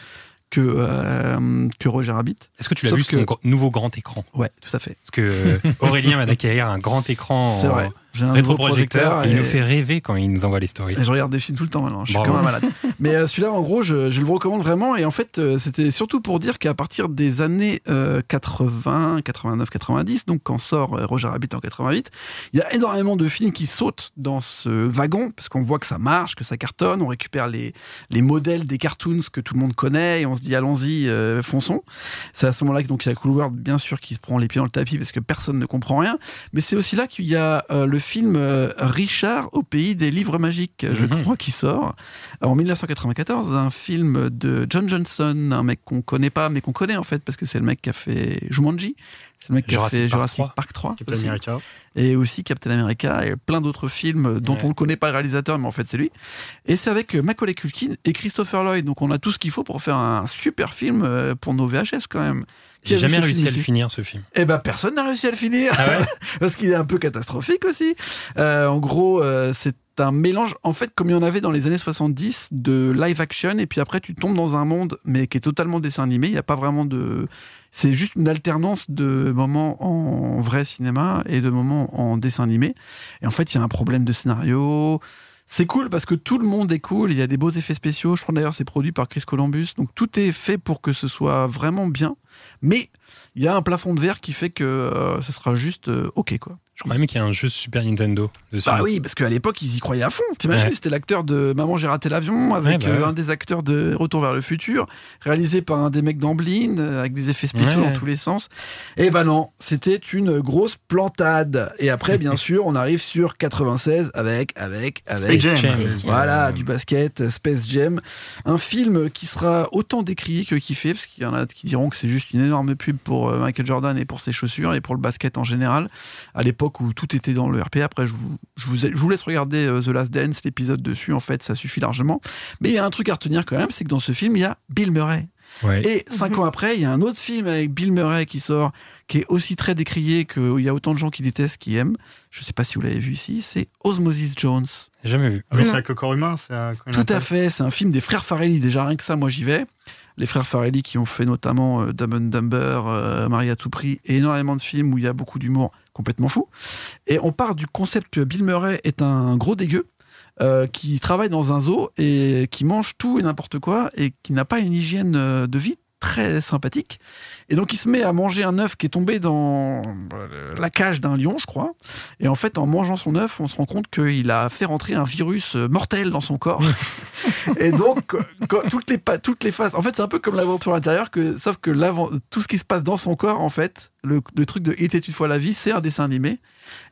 S5: que, euh, que Roger Rabbit.
S3: Est-ce que tu l'as
S5: Sauf
S3: vu sur
S5: que-
S3: ton gr- nouveau grand écran
S5: Ouais, tout à fait.
S3: Parce que Aurélien va d'acquérir un grand écran
S5: C'est
S3: en
S5: vrai. J'ai un nouveau
S3: Oh. rétroprojecteur.
S5: projecteur
S3: Et... Il
S5: et-
S3: nous fait rêver quand il nous envoie les stories.
S5: Et je regarde des films tout le temps maintenant, je suis
S3: Bravo.
S5: comme un malade. Mais euh, celui-là, en gros, je, je le recommande vraiment. Et en fait, euh, c'était surtout pour dire qu'à partir des années euh, 80, 89, 90, donc quand sort euh, Roger Rabbit en 88, il y a énormément de films qui sautent dans ce wagon, parce qu'on voit que ça marche, que ça cartonne, on récupère les, les modèles des cartoons que tout le monde connaît, et on se dit allons-y, euh, fonçons. C'est à ce moment-là que donc, il y a Cool World, bien sûr, qui se prend les pieds dans le tapis, parce que personne ne comprend rien. Mais c'est aussi là qu'il y a euh, le film euh, Richard au pays des livres magiques, je
S3: Mhm.
S5: crois, qui sort euh, en 1994. Un film de John Johnson, un mec qu'on connaît pas, mais qu'on connaît en fait, parce que c'est le mec qui a fait Jumanji, c'est le mec qui
S3: Jurassic
S5: a fait
S3: Park
S5: Jurassic
S3: 3.
S5: Park 3,
S7: Captain
S5: aussi.
S7: America.
S5: et aussi Captain America et plein d'autres films dont
S3: Ouais.
S5: on ne connaît pas le réalisateur, mais en fait c'est lui. Et c'est avec euh, Macaulay Culkin et Christopher Lloyd, donc on a tout ce qu'il faut pour faire un super film euh, pour nos VHS quand même. Qui
S3: J'ai
S5: a vu
S3: jamais
S5: ce
S3: réussi
S5: film
S3: à le
S5: ici
S3: finir, ce film.
S5: eh ben, personne n'a réussi à le finir. Parce qu'il est un peu catastrophique aussi. Euh, en gros, euh, c'est un mélange, en fait, comme il y en avait dans les années 70, de live action, et puis après, tu tombes dans un monde, mais qui est totalement dessin animé. Il n'y a pas vraiment de. C'est juste une alternance de moments en vrai cinéma et de moments en dessin animé. Et en fait, il y a un problème de scénario. C'est cool parce que tout le monde est cool. Il y a des beaux effets spéciaux. Je crois d'ailleurs c'est produit par Chris Columbus. Donc tout est fait pour que ce soit vraiment bien. Mais il y a un plafond de verre qui fait que euh, ce sera juste euh, OK, quoi.
S3: Je crois même qu'il y a un jeu Super Nintendo dessus.
S5: Bah oui, parce qu'à l'époque, ils y croyaient à fond. T'imagines,
S3: Ouais.
S5: c'était l'acteur de Maman, j'ai raté l'avion, avec
S3: Ouais, bah
S5: euh,
S3: ouais.
S5: un des acteurs de Retour vers le futur, réalisé par un des mecs d'Amblin, euh, avec des effets spéciaux
S3: Ouais.
S5: dans tous les sens. Et bah non, c'était une grosse plantade. Et après, bien sûr, on arrive sur 96 avec, avec, avec.
S7: Space Jam.
S6: Space Jam.
S5: Voilà, du basket, euh, Space Jam. Un film qui sera autant décrié que kiffé, parce qu'il y en a qui diront que c'est juste une énorme pub pour euh, Michael Jordan et pour ses chaussures et pour le basket en général, à l'époque où tout était dans le RP. Après, je vous, je vous, je vous laisse regarder euh, The Last Dance, l'épisode dessus, en fait, ça suffit largement. Mais il y a un truc à retenir quand même, c'est que dans ce film, il y a Bill Murray.
S4: Ouais.
S5: Et cinq ans après, il y a un autre film avec Bill Murray qui sort, qui est aussi très décrié, qu'il y a autant de gens qui détestent qui aiment. Je sais pas si vous l'avez vu ici, c'est Osmosis Jones.
S3: J'ai Jamais vu.
S7: Ah oui,
S6: Non.
S7: c'est avec le corps humain. c'est, euh, quand il
S5: Tout à
S7: entend.
S5: fait, c'est un film des frères Farelli. Déjà, rien que ça, moi j'y vais. Les frères Farelli qui ont fait notamment euh, Dumb and Dumber, euh, Marie à tout prix, et énormément de films où il y a beaucoup d'humour complètement fou. Et on part du concept que Bill Murray est un gros dégueu. euh, qui travaille dans un zoo et qui mange tout et n'importe quoi et qui n'a pas une hygiène euh, de vie très sympathique. Et donc, il se met à manger un œuf qui est tombé dans la cage d'un lion, je crois. Et en fait, en mangeant son œuf, on se rend compte qu'il a fait rentrer un virus euh, mortel dans son corps. et donc, quand- toutes, les, pa- toutes les phases. En fait, c'est un peu comme l'aventure intérieure, que, sauf que l'avant- tout ce qui se passe dans son corps, en fait, le, le truc de Il était une fois la vie, c'est un dessin animé.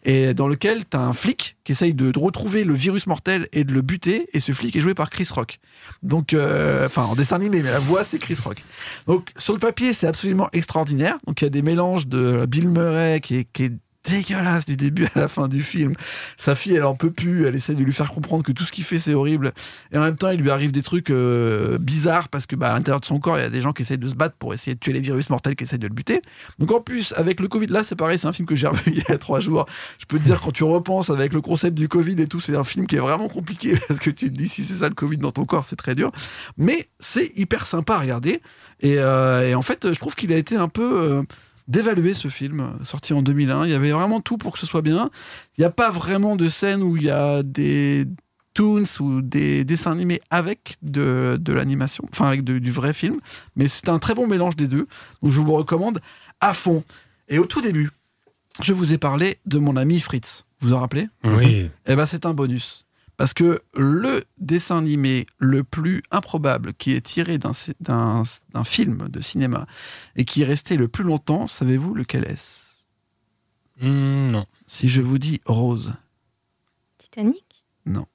S5: Et dans lequel tu as un flic qui essaye de, de retrouver le virus mortel et de le buter. Et ce flic est joué par Chris Rock. Donc, euh, enfin, en dessin animé, mais la voix, c'est Chris Rock. Donc, sur le papier, c'est absolument extraordinaire. Donc, il y a des mélanges de Bill Murray qui est- qui est dégueulasse du début à la fin du film. Sa fille, elle en peut plus, elle essaie de lui faire comprendre que tout ce qu'il fait, c'est horrible. Et en même temps, il lui arrive des trucs euh, bizarres parce que bah, à l'intérieur de son corps, il y a des gens qui essayent de se battre pour essayer de tuer les virus mortels qui essayent de le buter. Donc en plus, avec le Covid, là, c'est pareil, c'est un film que j'ai revu il y a trois jours. Je peux te dire, quand tu repenses avec le concept du Covid et tout, c'est un film qui est vraiment compliqué parce que tu te dis, si c'est ça le Covid dans ton corps, c'est très dur. Mais c'est hyper sympa à regarder. Et, euh, et en fait, je trouve qu'il a été un peu... euh, d'évaluer ce film sorti en 2001. Il y avait vraiment tout pour que ce soit bien. Il n'y a pas vraiment de scène où il y a des toons ou des dessins animés avec de, de l'animation, enfin avec de- du vrai film. Mais c'est un très bon mélange des deux. Donc je vous recommande à fond. Et au tout début, je vous ai parlé de mon ami Fritz. Vous vous en rappelez
S4: Oui.
S5: Eh ben c'est un bonus. Parce que le dessin animé le plus improbable qui est tiré d'un ci- d'un- d'un film de cinéma et qui est resté le plus longtemps, savez-vous lequel est-ce
S3: Mhm. Hmm,
S4: Non.
S5: Si je vous dis Rose.
S6: Titanic
S5: Non.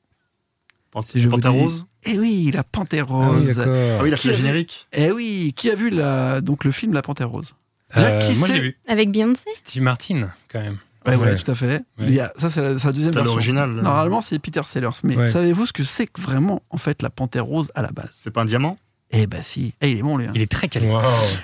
S7: Si je vous Panthère dis- Rose
S5: Eh oui, la Panthère
S7: Ah oui,
S5: Rose.
S7: d'accord. Ah oui, il a fait
S5: Qui
S7: le
S5: vu-
S7: générique.
S5: Eh oui, qui a vu la, donc le film La Panthère Rose
S3: Euh,
S5: Jacques, qui
S3: moi, je
S5: sait
S3: l'ai vu.
S6: Avec Beyoncé
S3: Steve Martin, quand même.
S5: Ouais, ouais, tout à fait.
S3: Ouais.
S5: Il y a- ça, c'est la, c'est la deuxième
S7: T'as
S5: version.
S7: l'original, là.
S5: Normalement, c'est Peter Sellers. Mais
S3: Ouais.
S5: savez-vous ce que c'est que vraiment, en fait, la panthère rose à la base
S7: C'est pas un diamant
S5: Eh ben si. Eh, il est bon, lui. hein.
S3: Il est très calé.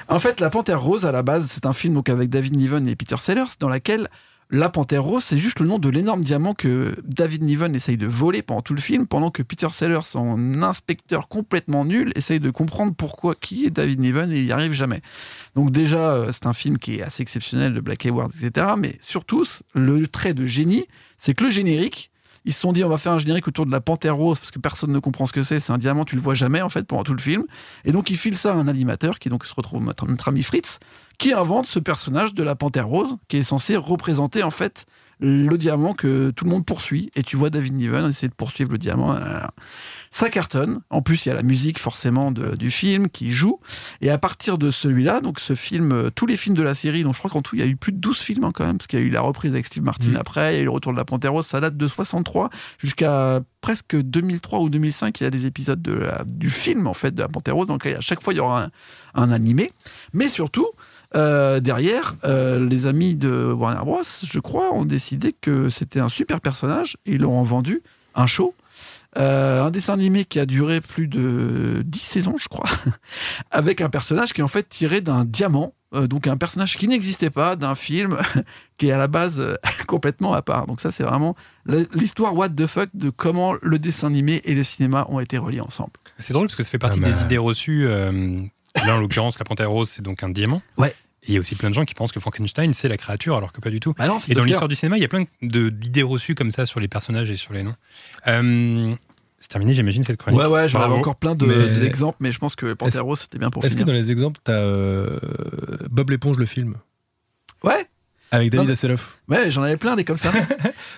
S5: En fait, La Panthère Rose, à la base, c'est un film donc, avec David Niven et Peter Sellers, dans laquelle La Panthère Rose, c'est juste le nom de l'énorme diamant que David Niven essaye de voler pendant tout le film, pendant que Peter Sellers, en inspecteur complètement nul, essaye de comprendre pourquoi qui est David Niven et il n'y arrive jamais. Donc déjà, euh, c'est un film qui est assez exceptionnel de Black Hayward, etc. Mais surtout, c- le trait de génie, c'est que le générique, ils se sont dit on va faire un générique autour de la panthère rose parce que personne ne comprend ce que c'est, c'est un diamant, tu le vois jamais en fait pendant tout le film. Et donc ils filent ça à un animateur qui donc se retrouve notre, notre ami Fritz qui invente ce personnage de la panthère rose qui est censé représenter en fait le diamant que tout le monde poursuit et tu vois David Niven essayer de poursuivre le diamant. blablabla. Ça cartonne. En plus, il y a la musique forcément de- du film qui joue. Et à partir de celui-là, donc ce film, euh, tous les films de la série, donc je crois qu'en tout, il y a eu plus de 12 films hein, quand même, parce qu'il y a eu la reprise avec Steve Martin après, il y a eu le retour de la Panthère Rose, ça date de 63 jusqu'à presque 2003 ou 2005, il y a des épisodes de la- du film en fait de la Panthère Rose, donc à chaque fois il y aura un, un animé. Mais surtout, euh, derrière, euh, les amis de Warner Bros, je crois, ont décidé que c'était un super personnage et ils l'ont vendu un show. Euh, un dessin animé qui a duré plus de 10 saisons, je crois, avec un personnage qui est en fait tiré d'un diamant, euh, donc un personnage qui n'existait pas, d'un film qui est à la base euh, complètement à part. Donc ça, c'est vraiment la- l'histoire what the fuck de comment le dessin animé et le cinéma ont été reliés ensemble.
S3: C'est drôle parce que ça fait partie
S4: Ah, mais-
S5: bah.
S3: des idées reçues. euh, là, en l'occurrence, la panthère rose, c'est donc un diamant.
S5: Ouais.
S3: Et il y a aussi plein de gens qui pensent que Frankenstein, c'est la créature, alors que pas du tout.
S5: Bah non, c'est
S3: et dans
S5: Docteur.
S3: l'histoire du cinéma, il y a plein de- d'idées reçues comme ça sur les personnages et sur les noms. Euh, c'est terminé, j'imagine, cette chronique.
S5: Ouais, ouais, j'en avais
S3: Bravo.
S5: encore plein de-
S4: Mais-
S5: d'exemples, mais... je pense que
S4: Est-ce-
S5: Pantero, c'était bien pour
S4: Est-ce que
S5: finir.
S4: dans les exemples, t'as euh, Bob l'éponge, le film
S5: Ouais,
S4: Avec
S5: Non,
S4: David
S5: mais-
S4: Hasselhoff.
S5: ouais, j'en avais plein des comme ça.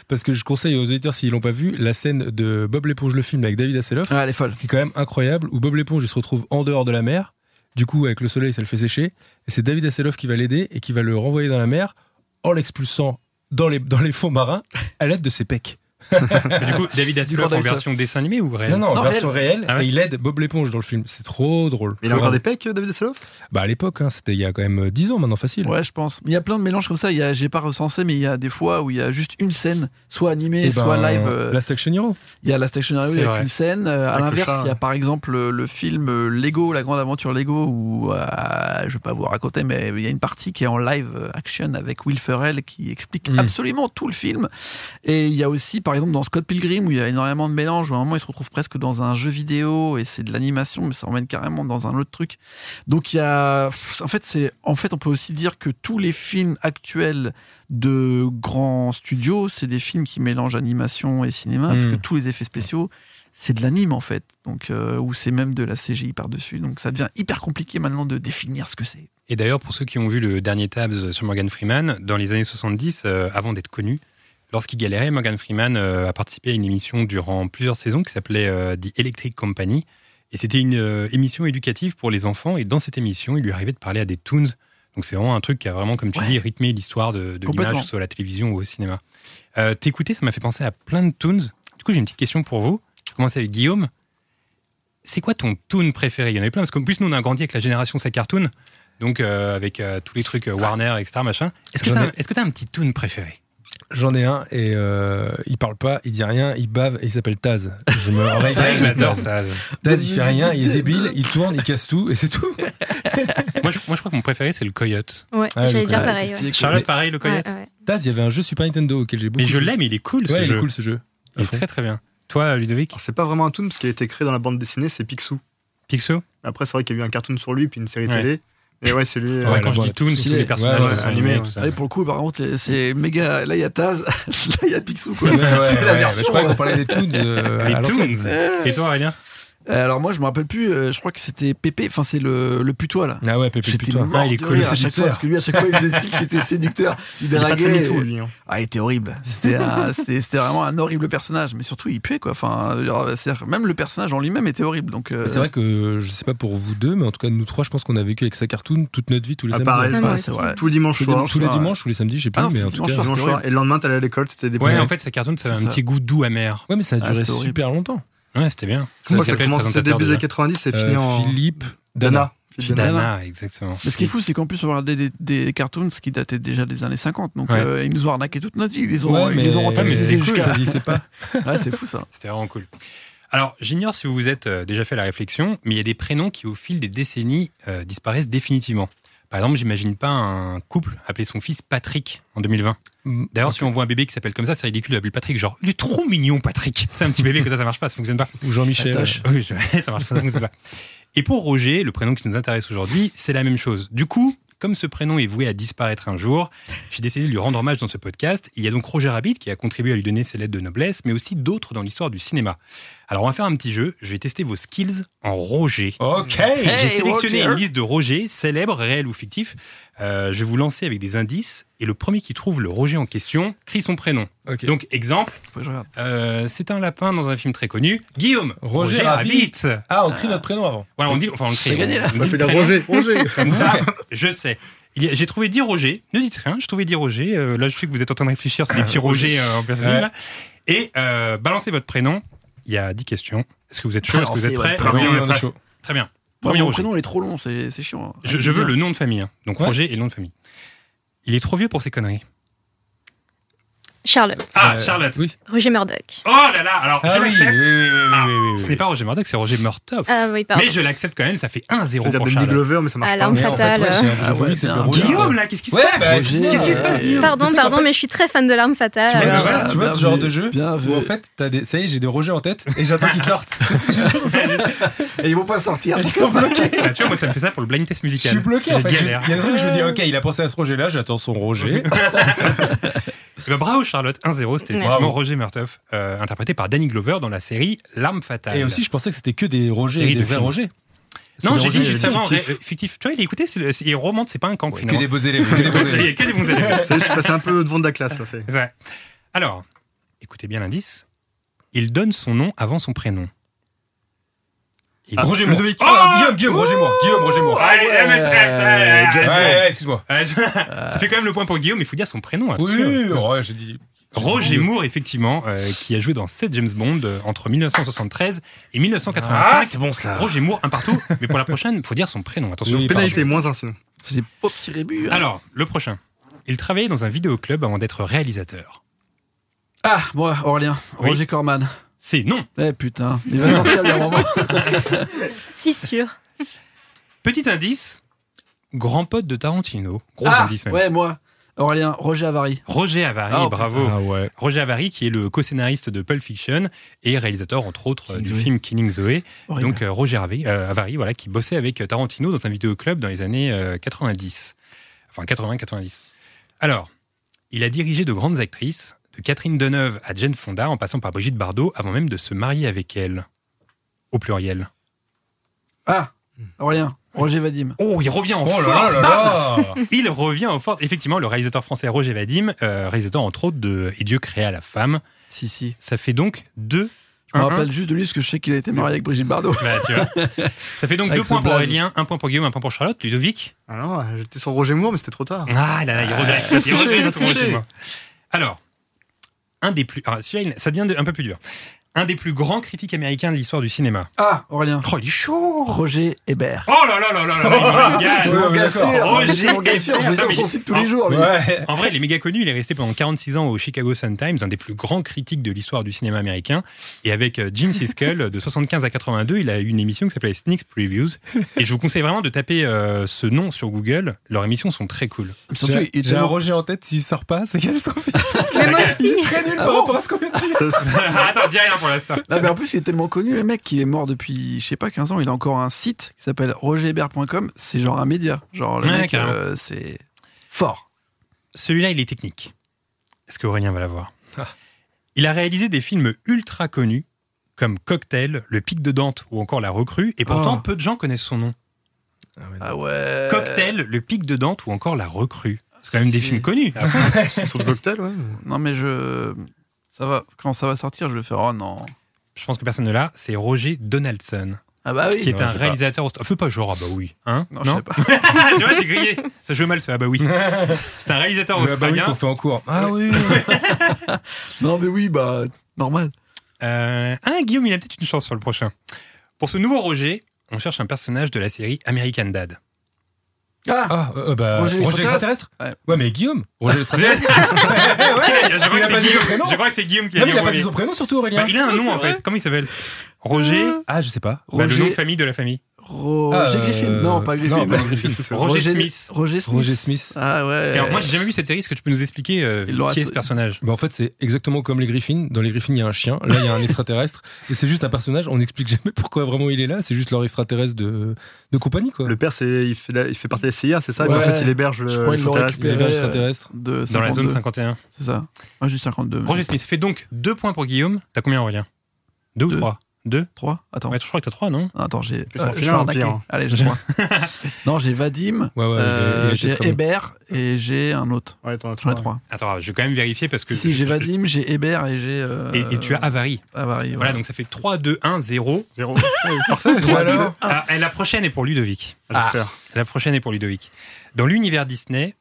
S4: Parce que je conseille aux auditeurs, s'ils l'ont pas vu, la scène de Bob l'éponge, le film avec David Hasselhoff,
S5: Ah, elle est folle.
S4: qui est quand même incroyable, où Bob l'éponge, il se retrouve en dehors de la mer. Du coup, avec le soleil, ça le fait sécher. Et c'est David Hasselhoff qui va l'aider et qui va le renvoyer dans la mer en l'expulsant dans les, dans les fonds marins à l'aide de ses pecs.
S3: Mais du coup, David Hasselhoff en
S5: David
S3: version dessin animé ou réel
S4: Non, non,
S5: Non,
S4: version réelle.
S3: Ah ouais.
S4: Et il aide Bob l'éponge dans le film. C'est trop drôle.
S7: Mais il a encore des pecs, euh, David Hasselhoff
S4: Bah à l'époque, hein, c'était il y a quand même 10 ans maintenant, facile.
S5: Ouais, je pense. Il y a plein de mélanges comme ça. Il y a, j'ai pas recensé, mais il y a des fois où il y a juste une scène, soit animée,
S4: Et
S5: soit
S4: ben,
S5: live. euh,
S4: Last Action Hero.
S5: Il y a la Stationary
S3: C'est
S5: avec
S3: vrai.
S5: une scène. euh, à
S7: Avec le
S5: l'inverse,
S7: chat.
S5: il y a par exemple euh, le film euh, Lego, la grande aventure Lego, où euh, je vais pas vous raconter, mais il y a une partie qui est en live euh, action avec Will Ferrell qui explique
S4: Mm.
S5: absolument tout le film. Et il y a aussi, par exemple, dans Scott Pilgrim, où il y a énormément de mélanges, où à un moment, il se retrouve presque dans un jeu vidéo et c'est de l'animation, mais ça emmène carrément dans un autre truc. Donc il y a. pff, En fait, c'est... en fait, on peut aussi dire que tous les films actuels de grands studios, c'est des films qui mélangent animation et cinéma, parce
S4: Mm.
S5: que tous les effets spéciaux, c'est de l'anime en fait, donc euh, ou c'est même de la CGI par-dessus. Donc ça devient hyper compliqué maintenant de définir ce que c'est.
S3: Et d'ailleurs, pour ceux qui ont vu le dernier Tabs sur Morgan Freeman, dans les années 70, euh, avant d'être connu, lorsqu'il galérait, Morgan Freeman euh, a participé à une émission durant plusieurs saisons qui s'appelait euh, The Electric Company. Et c'était une euh, émission éducative pour les enfants. Et dans cette émission, il lui arrivait de parler à des toons. Donc c'est vraiment un truc qui a vraiment, comme tu
S5: Ouais.
S3: dis, rythmé l'histoire de, de
S5: Complètement.
S3: l'image, que ce soit à la télévision ou au cinéma. Euh, T'écouter, ça m'a fait penser à plein de toons. Du coup, j'ai une petite question pour vous. Je commence avec Guillaume. C'est quoi ton toon préféré Il y en a eu plein, parce qu'en plus, nous, on a grandi avec la génération sa cartoon. Donc, euh, avec euh, tous les trucs euh, Warner, etc., machin. Est-ce que
S4: J'en
S3: t'as
S4: ai-
S3: est-ce que t'as un petit toon préféré
S4: J'en ai un et euh, il parle pas, il dit rien, il bave et il s'appelle Taz. Je me
S3: C'est vrai que je
S4: rappelle.
S3: l'adore, Taz.
S4: Taz, il fait rien, il est débile, il tourne, il casse tout et c'est tout.
S3: moi, je, moi, je crois que mon préféré, c'est le coyote.
S6: Ouais,
S4: Ah,
S6: j'allais
S4: le
S6: dire
S4: coyote.
S6: pareil. ouais.
S3: Charlotte, pareil, le coyote.
S6: Ouais, ouais.
S4: Taz, il y avait un jeu Super Nintendo auquel j'ai beaucoup.
S3: Mais je
S4: joué.
S3: l'aime, il est cool, ce
S4: Ouais, il
S3: jeu.
S4: est cool ce jeu.
S3: Il est
S4: À fond.
S3: très, très bien. Toi, Ludovic,
S7: Alors, c'est pas vraiment un toon parce qu'il a été créé dans la bande dessinée, c'est Picsou.
S3: Picsou
S7: Après, c'est vrai qu'il y a eu un cartoon sur lui puis une série
S3: Ouais.
S7: télé. Et ouais, c'est lui.
S3: Ouais,
S7: euh,
S3: quand je
S4: ouais,
S3: dis Toons,
S4: c'est
S3: tous
S4: bah, stylé.
S3: les personnages
S7: Ouais, ouais,
S3: sont
S7: animés,
S3: animés,
S7: ouais.
S3: tout ça.
S5: Allez, pour le coup, par contre, c'est méga. Là, il y a Taz, là, il y a Picsou. Quoi.
S4: Ouais, ouais,
S5: C'est la
S4: ouais,
S5: version, hein.
S4: mais je croyais
S5: ouais.
S4: qu'on parlait des Toons. euh, à
S3: hein. Les
S4: l'ancienne.
S3: Toons Et toi, Aurélien
S5: Euh, Alors, moi, je me rappelle plus, euh, je crois que c'était Pépé, enfin, c'est le, le putois, là.
S4: Ah ouais, Pépé
S5: J'étais
S4: Putois.
S5: mort
S3: Ah, il est
S5: de
S3: cool,
S4: le
S5: rire à chaque
S4: séducteur.
S5: fois, parce que lui, à chaque fois, il faisait style qui était séducteur. Il
S7: Il est pas très
S5: draguait.
S7: mytho, lui. hein.
S5: Ah, il était horrible. C'était un- c'était c'était vraiment un horrible personnage, mais surtout, il puait, quoi. Enfin, euh, c'est-à-dire, même le personnage en lui-même était horrible. Donc, euh,
S4: C'est vrai que je sais pas pour vous deux, mais en tout cas, nous trois, je pense qu'on a vécu avec sa cartoon toute notre vie, tous les
S7: Ah,
S4: samedis.
S7: pareil.
S6: Ouais, moi
S5: c'est
S6: aussi.
S5: vrai.
S7: Tous les dimanches
S5: Tous les
S7: soirs.
S4: Tous les
S5: Ouais.
S4: dimanches, tous les samedis, je sais plus,
S5: Ah non,
S4: mais
S5: c'était
S4: en tout
S5: dimanche
S4: cas.
S5: soir.
S7: Dimanche
S5: c'est
S7: soir.
S5: horrible.
S7: Et le lendemain, t'allais à l'école, c'était des
S3: Ouais,
S7: premiers.
S3: en fait, sa cartoon, ça avait
S5: C'est
S3: un
S5: ça.
S3: petit goût doux amer.
S4: Ouais, mais ça a
S5: Ah,
S4: duré
S5: c'était horrible.
S4: super longtemps.
S3: Ouais, c'était bien.
S7: Moi, ça
S3: s'appelait le
S7: commence
S3: présentateur
S7: début des
S3: déjà
S7: années 90, c'est
S4: Euh,
S7: fini en.
S4: Philippe Dana.
S7: Dana. Philippe Dana.
S3: Dana, exactement.
S5: Mais ce qui est fou, c'est qu'en plus, on regardait des, des cartoons qui dataient déjà des années 50. Donc,
S3: Ouais.
S5: euh, ils nous ont arnaqué toute notre vie. Ils les ont,
S4: Ouais,
S5: ils les ont rentabilisés
S3: c'est cool,
S5: jusqu'à.
S4: ça, il sait pas.
S5: Ouais, c'est fou, ça.
S3: C'était vraiment cool. Alors, j'ignore si vous vous êtes euh, déjà fait la réflexion, mais il y a des prénoms qui, au fil des décennies, euh, disparaissent définitivement. Par exemple, j'imagine pas un couple appeler son fils Patrick en 2020.
S4: Mm.
S3: D'ailleurs, si on voit un bébé qui s'appelle comme ça, c'est ridicule d'appeler Patrick. Genre, il est trop mignon, Patrick. C'est un petit bébé que ça, ça marche pas, ça fonctionne pas.
S4: Ou Jean-Michel.
S5: Attache.
S3: Oui, je- ça marche pas, ça fonctionne pas. Et pour Roger, le prénom qui nous intéresse aujourd'hui, c'est la même chose. Du coup, comme ce prénom est voué à disparaître un jour, j'ai décidé de lui rendre hommage dans ce podcast. Il y a donc Roger Rabbit qui a contribué à lui donner ses lettres de noblesse, mais aussi d'autres dans l'histoire du cinéma. Alors on va faire un petit jeu, je vais tester vos skills en Roger.
S4: Ok.
S3: j'ai sélectionné une liste de Roger, célèbre, réel ou fictif. Euh, je vais vous lancer avec des indices, et le premier qui trouve le Roger en question crie son prénom.
S4: Ok.
S3: Donc exemple,
S5: Faut que je regarde.
S3: euh, c'est un lapin dans un film très connu, Guillaume.
S4: Roger
S3: Rabbit.
S4: Ah, on
S5: Euh,
S4: crie notre prénom avant.
S3: Voilà, on dit, enfin, on le crée.
S5: gagné, là.
S3: On
S7: On
S3: dit le
S7: fait dire
S3: prénom,
S7: Roger. Roger.
S3: Comme ça, je sais. Il y a- J'ai trouvé 10 Roger. Ne dites rien, j'ai trouvé 10 Roger. Euh, là, je sais que vous êtes en train de réfléchir sur des petits Roger euh, en personnel.
S4: Ouais.
S3: là. Et euh, balancez votre prénom. Il y a 10 questions. Est-ce que vous êtes chaud Est-ce que vous êtes
S5: Balancez
S3: prêt
S7: votre prénom.
S3: Balancez votre
S4: on est
S7: après.
S4: chaud.
S3: Très bien.
S5: Ouais,
S3: Premier
S5: mon
S3: Roger.
S5: prénom, il est trop long, c'est c'est chiant.
S3: Je, je veux le nom de famille. hein. Donc
S4: Ouais.
S3: Roger et le nom de famille. Il est trop vieux pour ses conneries.
S6: Charlotte.
S3: Ah,
S4: Ça-
S3: Charlotte.
S4: Oui.
S6: Roger Murdoch.
S3: Oh là là Alors, je
S4: oui, oui, oui,
S3: l'accepte.
S4: oui,
S3: Ah,
S4: oui, oui,
S3: Ce
S4: oui.
S3: n'est pas Roger Murdoch, c'est Roger Murtoff.
S6: Ah oui, pardon.
S3: Mais je l'accepte quand même, ça fait 1-0
S7: Je veux dire
S3: pour
S7: Danny
S3: Charlotte.
S7: Glover, mais ça marche
S6: Ah,
S7: pas.
S6: l'arme
S4: Mais en fait,
S6: fatale.
S4: ouais, j'ai un jeu
S5: Ah
S4: connu
S5: ouais,
S4: qui s'appelle
S5: putain.
S4: Roger.
S3: Guillaume, là, qu'est-ce qui se
S4: Ouais, bah,
S3: passe Qu'est-ce qui se passe, Guillaume
S6: Pardon,
S4: Tu sais qu'en
S6: pardon,
S4: fait-
S6: mais je suis très fan de l'arme fatale.
S3: Tu vois,
S6: alors,
S3: tu vois,
S6: euh,
S4: Tu vois
S5: Bien
S4: ce genre
S5: vu.
S4: de jeu
S5: Bien
S4: où en
S5: vu.
S4: fait, t'as des... ça y est, j'ai des Roger en tête et j'attends qu'ils sortent. Parce que je-
S5: Et ils vont pas sortir. Ils sont bloqués.
S3: Bah, tu vois, moi, ça me fait ça pour le blind test
S4: Je
S3: musical.
S4: suis bloqué en
S3: J'ai
S4: fait. Je- Il y
S3: galère.
S4: a des trucs que je me dis, ok, il a pensé à ce Roger-là, j'attends son Roger. Ah,
S3: Eh ben, bravo, Charlotte. 1-0, c'était
S6: Merci.
S3: effectivement Roger Murtoff, euh, interprété par Danny Glover dans la série L'arme fatale.
S4: Et aussi, je pensais que c'était que des Roger
S3: Série
S4: et des
S3: de
S4: vrais
S3: films.
S4: Roger.
S3: non,
S4: C'est
S3: j'ai
S4: des
S3: dit
S4: Roger
S3: juste avant,
S4: fictifs.
S3: euh, fictif. Tu vois, il est écouté, c'est le- c'est- il remonte, c'est pas un camp
S4: Que des
S3: finalement.
S4: beaux élèves. que des beaux
S3: Il y a
S4: élèves.
S3: que des bons élèves.
S7: Ça y est, Je suis passé un peu devant de la classe, là. ça y est.
S3: C'est vrai. Alors, écoutez bien l'indice. Il donne son nom avant son prénom. Il-
S7: Ah,
S4: Roger Moore.
S7: Ludovic.
S4: Oh, Guillaume, Guillum, Roger Moore. Guillaume, Roger Moore.
S3: Allez, MSS, allez,
S4: Ouais,
S3: allez,
S4: ouais, excuse-moi.
S3: allez. Ouais, je- Ça fait quand même le point pour Guillaume, mais il faut dire son prénom. attention.
S4: Oui, ouais, j'ai dit.
S3: Roger Moore, effectivement, euh, qui a joué dans 7 James Bond euh, entre 1973 et 1985.
S4: Ah, bon ça.
S3: Roger Moore, un partout. Mais pour la prochaine, il faut dire son prénom. Attention.
S4: Oui, pardon.
S7: Pénalité, moins un sinon.
S5: C'est des pauvres petits rébus. hein.
S3: Alors, le prochain. Il travaillait dans un vidéoclub avant d'être réalisateur.
S5: Ah, moi, Aurélien.
S3: Oui.
S5: Roger Corman.
S3: C'est non.
S5: Eh putain, il va sortir il y a un moment.
S6: Si sûr.
S3: Petit indice. Grand pote de Tarantino. Gros
S5: ah,
S3: indice même.
S5: ouais, moi. Aurélien, Roger Avary.
S3: Roger Avary,
S5: Ah, oh,
S3: bravo.
S4: Ah ouais.
S3: Roger Avary, qui est le co-scénariste de Pulp Fiction et réalisateur, entre autres, euh,
S5: Killing
S3: du
S5: Zoe.
S3: film Killing Zoe.
S5: Horrible.
S3: Donc euh, Roger Avary, euh, Avary, voilà, qui bossait avec euh, Tarantino dans un vidéoclub dans les années euh, 90. Enfin 80-90. Alors, il a dirigé de grandes actrices, de Catherine Deneuve à Jane Fonda en passant par Brigitte Bardot avant même de se marier avec elle. Au pluriel.
S5: Ah Aurélien, Roger Vadim.
S3: Oh, il revient en
S5: Oh là
S3: force.
S5: là là là
S3: Il revient en force. Effectivement, le réalisateur français Roger Vadim, euh, réalisateur entre autres de Et Dieu créa la femme.
S5: Si, si.
S3: Ça fait donc deux.
S5: Je me
S3: un, un.
S5: rappelle juste de lui parce que je sais qu'il a été marié avec Brigitte Bardot.
S3: Bah, tu vois. Ça fait donc
S5: Avec
S3: deux
S5: ce
S3: points pour
S5: blaze.
S3: Aurélien, un point pour Guillaume, un point pour Charlotte. Ludovic
S7: Alors, euh, j'étais sur Roger Moore, mais c'était trop tard.
S3: Ah là là, il regrette. Il
S7: Triché,
S3: regrette son
S7: triché.
S3: Roger Moore. Alors, un des plus. alors, celui-là, il- ça devient de- un peu plus dur. Un des plus grands critiques américains de l'histoire du cinéma.
S5: Ah, Aurélien.
S3: Oh, il est chaud
S5: Roger Hébert.
S3: Oh là là là là là, là, il m'engage.
S5: C'est mon gars sûr.
S3: Roger
S5: C'est mon gars sûr. Je vais
S3: Ebert.
S5: sur
S3: Non,
S5: son
S3: mais- ah,
S5: site tous les jours, lui.
S4: Ouais.
S3: En vrai, il est méga connu. Il est resté pendant 46 ans au Chicago Sun-Times, un des plus grands critiques de l'histoire du cinéma américain. Et avec euh, Gene Siskel, de 75 à 82, il a eu une émission qui s'appelait Sneaks Previews. Et je vous conseille vraiment de taper euh, ce nom sur Google. Leurs émissions sont très cool.
S5: Surtout, il est
S4: J'ai un
S5: tellement-
S4: Roger en tête, s'il sort pas, c'est catastrophique.
S6: Mais moi aussi.
S4: Très nul par rapport à ce qu'on vient de dire.
S7: Ça, c'est-
S3: Attends, dis rien pour l'instant.
S5: Non, mais en plus, il est tellement connu, le mec, qu'il est mort depuis, je sais pas, 15 ans. Il a encore un site qui s'appelle rogerbert.com. C'est genre un média. Genre, le
S3: Ouais,
S5: mec,
S3: carrément.
S5: euh, c'est fort.
S3: Celui-là, il est technique. Est-ce que Aurélien va l'avoir
S4: Ah.
S3: Il a réalisé des films ultra connus, comme Cocktail, Le Pic de Dante ou encore La Recrue, et pourtant
S5: Oh.
S3: peu de gens connaissent son nom.
S5: Ah ouais.
S3: Cocktail, Le Pic de Dante ou encore La Recrue. C'est quand même des
S5: Si. Ah
S3: films connus. à fond.
S7: sur le cocktail, ouais.
S5: Non, mais je. Ça va. Quand ça va sortir, je vais faire. Oh non.
S3: Je pense que personne ne l'a. C'est Roger Donaldson,
S5: Ah bah oui.
S3: qui est
S4: Non,
S3: un
S4: je sais pas.
S3: réalisateur. aust- Fais pas genre, ah bah oui. Hein
S5: Non, je sais pas.
S3: Tu vois, j'ai grillé. Ça joue mal ce ah bah oui. C'est un
S5: Ah
S3: réalisateur
S4: Le bah oui
S3: australien.
S4: qu'on fait en cours. Ah oui.
S5: non, mais oui, bah, normal.
S3: Euh, ah, Guillaume, il a peut-être une chance sur le prochain. Pour ce nouveau Roger, on cherche un personnage de la série American Dad.
S5: Ah,
S4: Ah, euh, bah,
S5: Roger
S4: Roger,
S5: l'extraterrestre
S4: l'extraterrestre
S5: Ouais.
S4: ouais. mais Guillaume. Roger l'extraterrestre.
S3: Je crois
S4: Il
S3: que
S4: a
S3: c'est
S4: pas dit son
S3: Guillaume-
S4: prénom.
S3: je crois que c'est Guillaume qui
S4: Non,
S3: a
S4: mais
S3: dit
S4: il a
S3: en
S4: pas dit
S3: premier.
S4: son prénom, surtout, Aurélien.
S3: Bah, il a un nom en fait. Comment il s'appelle Roger.
S4: Ah, je sais pas.
S3: Bah, le
S5: Roger- Oh,
S3: nom de famille de la famille.
S5: Roger
S4: Ah, euh,
S5: Griffin. Non, pas Griffin.
S4: Non, pas Griffin.
S7: C'est
S3: Roger Smith.
S5: Roger Smith.
S4: Roger Smith.
S5: Ah ouais.
S3: Et alors, moi,
S4: Euh.
S3: j'ai jamais vu cette série. Est-ce que tu peux nous expliquer euh,
S5: Il l'aura
S3: qui est
S5: sou-
S3: ce personnage
S4: Bah en fait, c'est exactement comme les Griffins. Dans les Griffins, il y a un chien. Là, il y a un extraterrestre. Et c'est juste un personnage. On n'explique jamais pourquoi vraiment il est là. C'est juste leur extraterrestre de, de compagnie, quoi.
S7: Le père, c'est, il, fait la- il fait partie de la CIA, c'est ça Et puis,
S5: Ouais.
S7: En fait, il héberge le
S5: Je crois qu'il l'aurait
S7: l'extraterrestre.
S4: Il est
S5: récupéré,
S4: extraterrestre.
S5: de
S3: Dans la zone
S5: 52.
S3: 51.
S5: C'est ça. Moi, j'ai 52. mais-
S3: Roger Smith fait donc deux points pour Guillaume. T'as combien, Aurélien Deux ou
S5: Deux.
S3: trois Deux
S5: Trois Attends.
S3: Ouais, je crois que t'as trois, non
S5: Non, Attends, j'ai. euh,
S7: Puis t'en
S5: je
S7: files
S5: suis
S7: un, au
S5: arnaqué.
S7: pire.
S5: Allez, je crois. non, j'ai Vadim,
S4: Ouais, ouais, il est-
S5: euh,
S4: il est
S5: j'ai
S4: très bon.
S5: Hébert et j'ai un autre.
S7: Ouais, t'en as
S5: J'en
S7: trois.
S5: ai trois.
S3: Attends, je vais quand même vérifier parce que.
S5: Si,
S3: je-
S5: j'ai
S3: je-
S5: Vadim, j'ai Hébert et j'ai. euh,
S3: Et, et tu as Avari.
S5: Avary, ouais.
S3: Voilà, donc ça fait 3, 2, 1, 0.
S7: Zéro. Ouais, Parfait.
S4: Et alors
S3: Ah, et la prochaine est pour Ludovic.
S7: Ah, J'espère.
S3: La prochaine est pour Ludovic. Dans l'univers Disney,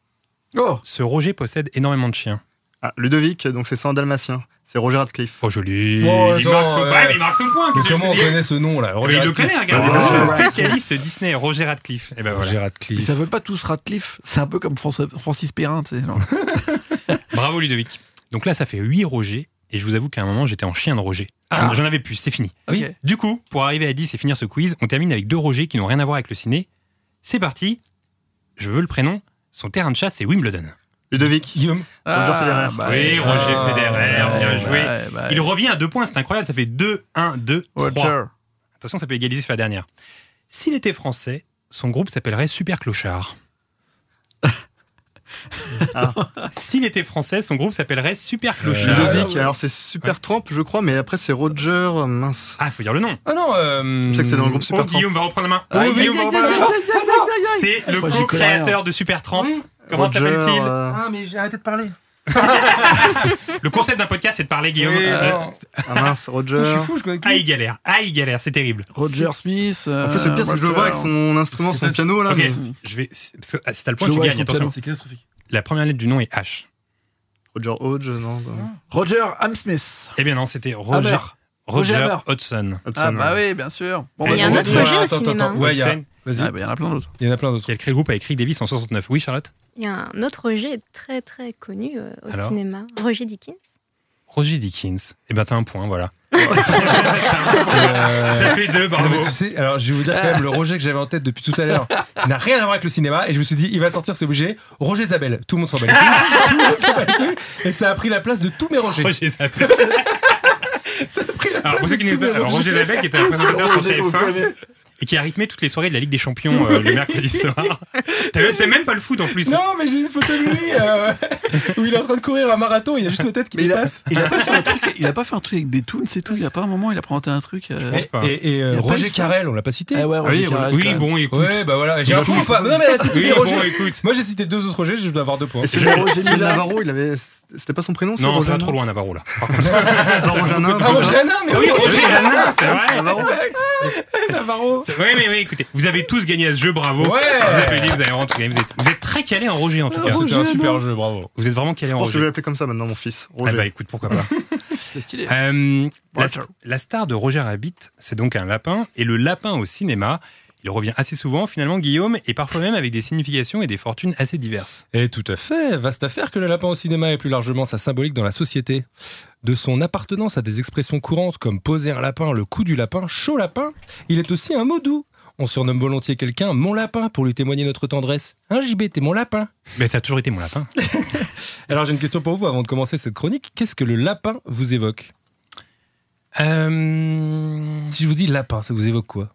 S5: Oh
S3: ce Roger possède énormément de chiens.
S7: Ah, Ludovic, donc c'est ça en dalmatin. C'est Roger Radcliffe.
S3: Oh, joli.
S4: Oh,
S3: il,
S4: attends,
S3: marque son...
S4: ouais.
S3: Ouais, mais il marque son point.
S4: Mais
S3: qu'est-ce que
S4: comment on
S3: je te dis
S4: connaît ce nom, là
S3: Eh ben, il le connaît, regardez.
S7: Ah,
S3: c'est un
S5: Radcliffe.
S3: spécialiste Disney, Roger Radcliffe. Et ben voilà.
S4: Roger
S5: Mais
S4: Radcliffe.
S5: ça veut pas tous Ratcliffe. C'est un peu comme François- Francis Perrin, tu sais. genre.
S3: Bravo Ludovic. Donc là, ça fait 8 Roger. Et je vous avoue qu'à un moment, j'étais en chien de Roger.
S5: Ah.
S3: J'en- J'en avais plus, c'est fini.
S5: Ok.
S3: Du coup, pour arriver à 10 et finir ce quiz, on termine avec deux Roger qui n'ont rien à voir avec le ciné. C'est parti. Je veux le prénom. Son terrain de chasse, c'est Wimbledon.
S7: Ludovic.
S4: Guillaume.
S7: Roger Federer.
S5: bah,
S3: Oui,
S5: euh,
S3: Roger Federer,
S5: ouais,
S3: bien joué.
S5: ouais, bah,
S3: Il revient à deux points, c'est incroyable. Ça fait 2, 1, 2, 3.
S5: Roger.
S3: Attention, ça peut égaliser sur la dernière. S'il était français, son groupe s'appellerait Super Clochard.
S7: Ah.
S3: S'il était français, son groupe s'appellerait Super Clochard.
S7: Ludovic, alors c'est Super Trump, je crois, mais après c'est Roger. euh, Mince.
S3: Ah, faut dire le nom.
S4: Ah non. Euh...
S7: Je sais que c'est dans le groupe
S3: Oh,
S7: Super Trump. Ah,
S3: Guillaume va reprendre la main. Oh,
S5: Aïe, aïe,
S3: Guillaume va
S5: aïe,
S3: reprendre la
S5: aïe,
S3: main.
S5: aïe, aïe, aïe, aïe, aïe.
S3: C'est le
S5: Moi, j'y connais
S3: co-créateur de Supertramp. Comment
S7: Roger,
S3: s'appelle-t-il
S7: euh,
S4: Ah, mais j'ai arrêté de parler.
S3: Le concept d'un podcast, c'est de parler, Guillaume.
S4: Oui,
S3: Euh,
S4: non.
S7: Ah mince, Roger.
S4: Je suis fou, je connais
S3: Ah, il
S4: qui
S3: galère. Ah, il galère. C'est terrible.
S5: Roger Smith. euh,
S7: En fait, le pire, c'est que je le vois avec son instrument, son
S4: C'est-
S7: piano là.
S3: Ok,
S7: mais-
S3: je vais. Parce que ah, si t'as le point, tu gagnes. Attention.
S4: C'est catastrophique.
S3: La première lettre du nom est H.
S7: Roger Hodge, non. non.
S5: Roger Ham Smith.
S3: Eh bien non, c'était Roger.
S5: Hammer.
S3: Roger
S5: Roger Hammer.
S3: Hudson.
S7: Hudson,
S5: Ah bah
S7: ouais.
S5: oui, bien sûr. Bon,
S6: Il
S5: bah,
S6: y a un
S5: bon,
S6: autre
S5: bon,
S6: Roger au
S4: attends,
S6: cinéma,
S4: attends,
S6: hein.
S4: Ouais, il y a.
S3: Hudson,
S4: Vas-y.
S5: Ah bah, il y en a plein d'autres.
S4: Il y en a plein d'autres.
S3: qui a créé le groupe avec Rick Davis en 69. Oui, Charlotte
S6: Il y a un autre Roger très très connu euh, au
S3: Alors
S6: cinéma, Roger Dickens.
S3: Roger Dickens. Eh bien, t'as un point, voilà.
S4: Euh,
S3: Ça fait deux,
S4: Non,
S3: bravo.
S4: mais tu sais, alors je vais vous dire quand même le Roger que j'avais en tête depuis tout à l'heure, qui n'a rien à voir avec le cinéma, et je me suis dit, il va sortir, c'est obligé. Roger Zabel, tout le monde s'en bat les couilles, tout le monde s'en bat les couilles, et ça a pris la place de tous mes Rogers.
S3: Roger Zabel.
S4: Ça a pris la
S3: Alors,
S4: place
S3: pour ceux
S4: de
S3: qui ne
S4: tous mes
S3: savent pas, alors,
S4: Rogers.
S3: Roger Zabel, qui était un présentateur sur TF1,
S10: et qui a rythmé toutes les soirées de la Ligue des Champions euh, le mercredi soir. T'as même- t'as même pas le foot en plus.
S4: Non, mais j'ai une photo de lui euh, où il est en train de courir un marathon, il y a juste sa tête qui dépasse.
S5: Il a, pas fait un truc, il a pas fait un truc avec des toons, c'est tout. Il a pas un moment, il a présenté un truc. euh,
S3: Et- Et, et, euh,
S5: il a pas
S3: Roger
S5: eu ça.
S3: Carrel, on l'a pas cité.
S5: Ah ouais, Roger Carrel, Ah, quand même.
S3: Ouais, bah voilà. J'ai un coup ou pas Non, mais là, c'était Roger. Moi, j'ai cité deux autres Roger, je dois avoir deux points.
S7: Et celui celui de Navarro, il avait. C'était pas son prénom
S10: Non,
S7: c'est
S10: ça va
S7: Roger
S10: trop loin, Navarro, là. Par contre.
S7: Roger Hanin,
S10: Ah, Roger
S4: Hanin, mais oui,
S10: Roger
S4: Roger
S10: Hanin,
S4: Hanin,
S10: c'est vrai.
S4: c'est Exact. Navarro.
S10: C'est- Oui, mais oui, écoutez, vous avez tous gagné à ce jeu, bravo.
S4: Ouais.
S10: Vous avez dit, vous avez vraiment tout gagné. Vous êtes, vous êtes très calé en Roger, en tout cas.
S3: C'était un super jeu, bravo.
S10: Vous êtes vraiment calé
S7: Je
S10: en
S7: pense que je vais
S10: Roger.
S7: l'appeler comme ça maintenant, mon fils.
S10: Ah
S7: Roger.
S10: bah écoute, pourquoi pas.
S5: C'était stylé.
S10: Euh, la,
S7: Roger.
S10: la star de Roger Rabbit, c'est donc un lapin, et le lapin au cinéma, il revient assez souvent, finalement, Guillaume, et parfois même avec des significations et des fortunes assez diverses.
S3: Et tout à fait, vaste affaire que le lapin au cinéma et plus largement sa symbolique dans la société. De son appartenance à des expressions courantes comme poser un lapin, le coup du lapin, chaud lapin, il est aussi un mot doux. On surnomme volontiers quelqu'un mon lapin pour lui témoigner notre tendresse. Hein JB, t'es mon lapin
S10: Mais t'as toujours été mon lapin.
S3: Alors j'ai une question pour vous avant de commencer cette chronique. Qu'est-ce que le lapin vous évoque Euh, Si je vous dis lapin, ça vous évoque quoi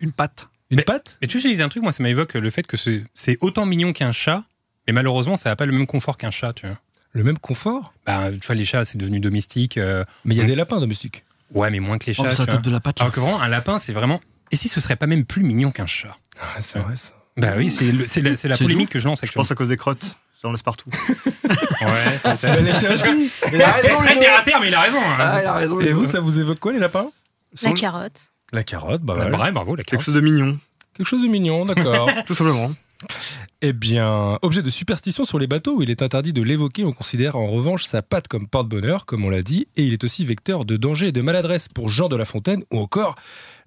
S5: Une patte.
S3: Une patte
S10: Mais tu sais, je lisais un truc, moi, ça m'évoque le fait que ce- c'est autant mignon qu'un chat, mais malheureusement, ça n'a pas le même confort qu'un chat, tu vois.
S3: Le même confort
S10: Bah, tu vois, les chats, c'est devenu domestique. euh,
S3: Mais il y a des lapins domestiques.
S10: Ouais, mais moins que les
S3: Oh,
S10: chats.
S3: ça
S10: tu
S3: tape
S10: vois.
S3: de la patte,
S5: Ah.
S10: Alors que vraiment, un lapin, c'est vraiment. Et si ce serait pas même plus mignon qu'un chat
S3: Ah, c'est vrai ça.
S10: Bah oui, c'est le- c'est la, c'est la
S7: C'est
S10: polémique
S7: doux.
S10: que je lance
S7: Je pense à cause des crottes. Ça en laisse partout.
S10: Ouais, peut-être.
S7: Mais les chats aussi. Il a
S10: C'est
S7: raison,
S10: très
S7: Ludo.
S10: terre à terre, mais il a raison. hein.
S7: Ah, il a raison,
S3: Et vous, ça vous évoque quoi les lapins
S6: La carotte.
S3: La carotte,
S10: Bah,
S3: bah voilà.
S10: bravo, bravo, la
S7: Quelque
S10: carotte.
S7: chose de mignon.
S3: Quelque chose de mignon, d'accord.
S7: Tout simplement.
S3: Eh bien, objet de superstition sur les bateaux où il est interdit de l'évoquer, on considère en revanche sa patte comme porte-bonheur, comme on l'a dit, et il est aussi vecteur de danger et de maladresse pour Jean de la Fontaine ou encore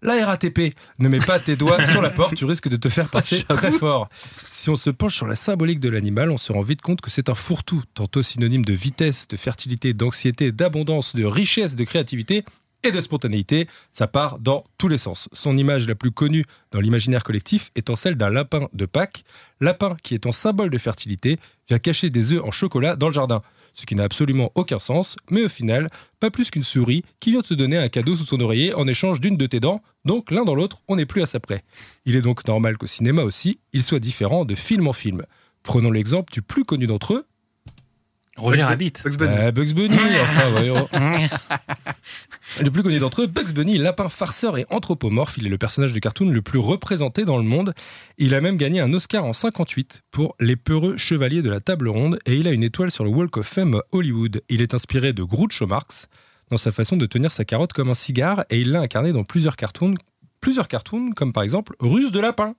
S3: la RATP. Ne mets pas tes doigts sur la porte, tu risques de te faire passer très fort. Si on se penche sur la symbolique de l'animal, on se rend vite compte que c'est un fourre-tout, tantôt synonyme de vitesse, de fertilité, d'anxiété, d'abondance, de richesse, de créativité, et de spontanéité, ça part dans tous les sens. Son image la plus connue dans l'imaginaire collectif étant celle d'un lapin de Pâques, lapin qui étant symbole de fertilité, vient cacher des œufs en chocolat dans le jardin, ce qui n'a absolument aucun sens, mais au final, pas plus qu'une souris qui vient te donner un cadeau sous son oreiller en échange d'une de tes dents, donc l'un dans l'autre, on n'est plus à ça près. Il est donc normal qu'au cinéma aussi, il soit différent de film en film. Prenons l'exemple du plus connu d'entre eux,
S10: Roger Rabbit.
S7: Bugs Bunny.
S3: ah, Bugs Bunny, enfin, voyons. Le plus connu d'entre eux, Bugs Bunny, lapin farceur et anthropomorphe, il est le personnage de cartoon le plus représenté dans le monde. Il a même gagné un Oscar en 58 pour Les Peureux Chevaliers de la Table Ronde et il a une étoile sur le Walk of Fame à Hollywood. Il est inspiré de Groucho Marx dans sa façon de tenir sa carotte comme un cigare et il l'a incarné dans plusieurs cartoons, plusieurs cartoons comme par exemple Ruse de lapin.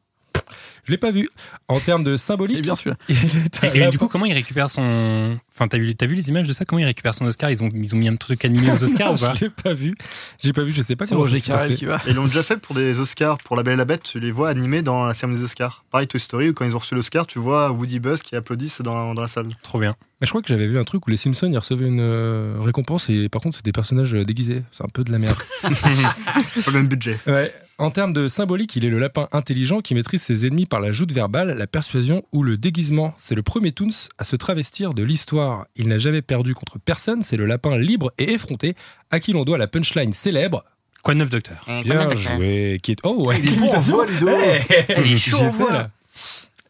S3: Je l'ai pas vu. En termes de symbolique,
S5: bien celui-là.
S3: il est un
S10: Eh Et, et
S3: lapin.
S10: du coup, comment il récupère son. Enfin, t'as vu, t'as vu les images de ça Comment il récupère son Oscar ils ont, ils ont mis un truc animé aux Oscars ou pas
S3: Je l'ai pas vu. J'ai pas vu, je sais pas
S5: C'est
S3: comment ça
S5: Roger
S3: s'est passé.
S5: Carrel qui va.
S7: Et ils l'ont déjà fait pour des Oscars, pour La Belle et la Bête, tu les vois animés dans la cérémonie des Oscars. Pareil, Toy Story, où quand ils ont reçu l'Oscar, tu vois Woody Buzz qui applaudissent dans, dans la salle.
S10: Trop bien.
S3: Mais je crois que j'avais vu un truc où les Simpsons ils recevaient une euh, récompense et par contre c'est des personnages euh, déguisés. C'est un peu de la merde.
S7: Pas le même budget.
S3: Ouais. En termes de symbolique, il est le lapin intelligent qui maîtrise ses ennemis par la joute verbale, la persuasion ou le déguisement. C'est le premier Toons à se travestir de l'histoire. Il n'a jamais perdu contre personne, c'est le lapin libre et effronté à qui l'on doit la punchline célèbre.
S10: Quoi de neuf, docteur
S3: Bien joué, qui est. Oh, ouais,
S5: Il est bon, on voit, Ludo.
S3: Hey,
S10: Il est
S3: j'ai
S10: chaud, on
S3: fait,
S10: voit.
S3: là.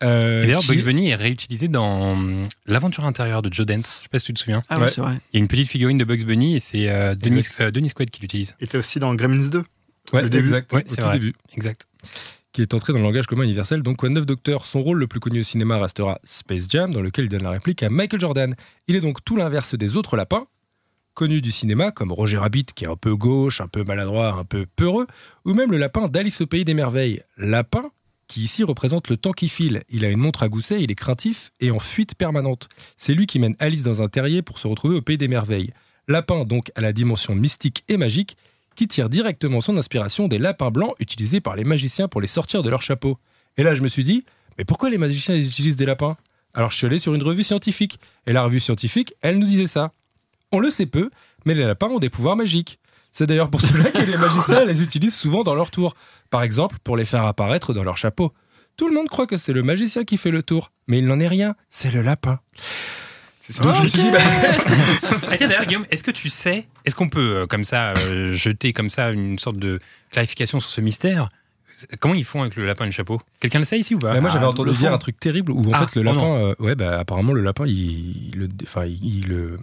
S3: Euh,
S10: Et d'ailleurs,
S3: qui-
S10: Bugs Bunny est réutilisé dans hum, L'aventure intérieure de Joe Dent. Je sais pas si tu te souviens.
S5: Ah ouais,
S3: Ouais.
S5: c'est vrai.
S10: Il y a une petite figurine de Bugs Bunny et c'est euh, Denis,
S3: Exact.
S10: euh, Denis Quaid qui l'utilise.
S7: Et t'es aussi dans Gremlins 2.
S3: Ouais,
S7: le début.
S3: exact.
S10: Ouais,
S3: au
S10: c'est
S3: tout
S10: vrai.
S3: début.
S10: Exact.
S3: qui est entré dans le langage commun universel. Donc, One 9 Docteur, son rôle le plus connu au cinéma restera Space Jam, dans lequel il donne la réplique à Michael Jordan. Il est donc tout l'inverse des autres lapins, connus du cinéma, comme Roger Rabbit, qui est un peu gauche, un peu maladroit, un peu peureux, ou même le lapin d'Alice au Pays des Merveilles. Lapin qui ici représente le temps qui file. Il a une montre à gousset, il est craintif et en fuite permanente. C'est lui qui mène Alice dans un terrier pour se retrouver au Pays des Merveilles. Lapin donc à la dimension mystique et magique, qui tire directement son inspiration des lapins blancs utilisés par les magiciens pour les sortir de leur chapeau. Et là, je me suis dit, mais pourquoi les magiciens ils utilisent des lapins Alors, je suis allé sur une revue scientifique, et la revue scientifique, elle nous disait ça. On le sait peu, mais les lapins ont des pouvoirs magiques. C'est d'ailleurs pour cela que les magiciens les utilisent souvent dans leur tour. Par exemple, pour les faire apparaître dans leur chapeau. Tout le monde croit que c'est le magicien qui fait le tour, mais il n'en est rien, c'est le lapin.
S4: Ah, je me suis dit, bah- Ah, tiens, d'ailleurs, Guillaume, est-ce que tu sais, est-ce qu'on peut, euh, comme ça, euh, jeter comme ça une sorte de clarification sur ce mystère C'est- Comment ils font avec le lapin et le chapeau Quelqu'un le sait ici ou pas
S3: Bah, moi, j'avais
S4: Ah,
S3: entendu
S4: le
S3: dire
S4: fond.
S3: un truc terrible où en
S4: Ah,
S3: fait le
S4: oh non.
S3: lapin, euh, ouais, bah apparemment le lapin, il, il le, enfin, il, il le.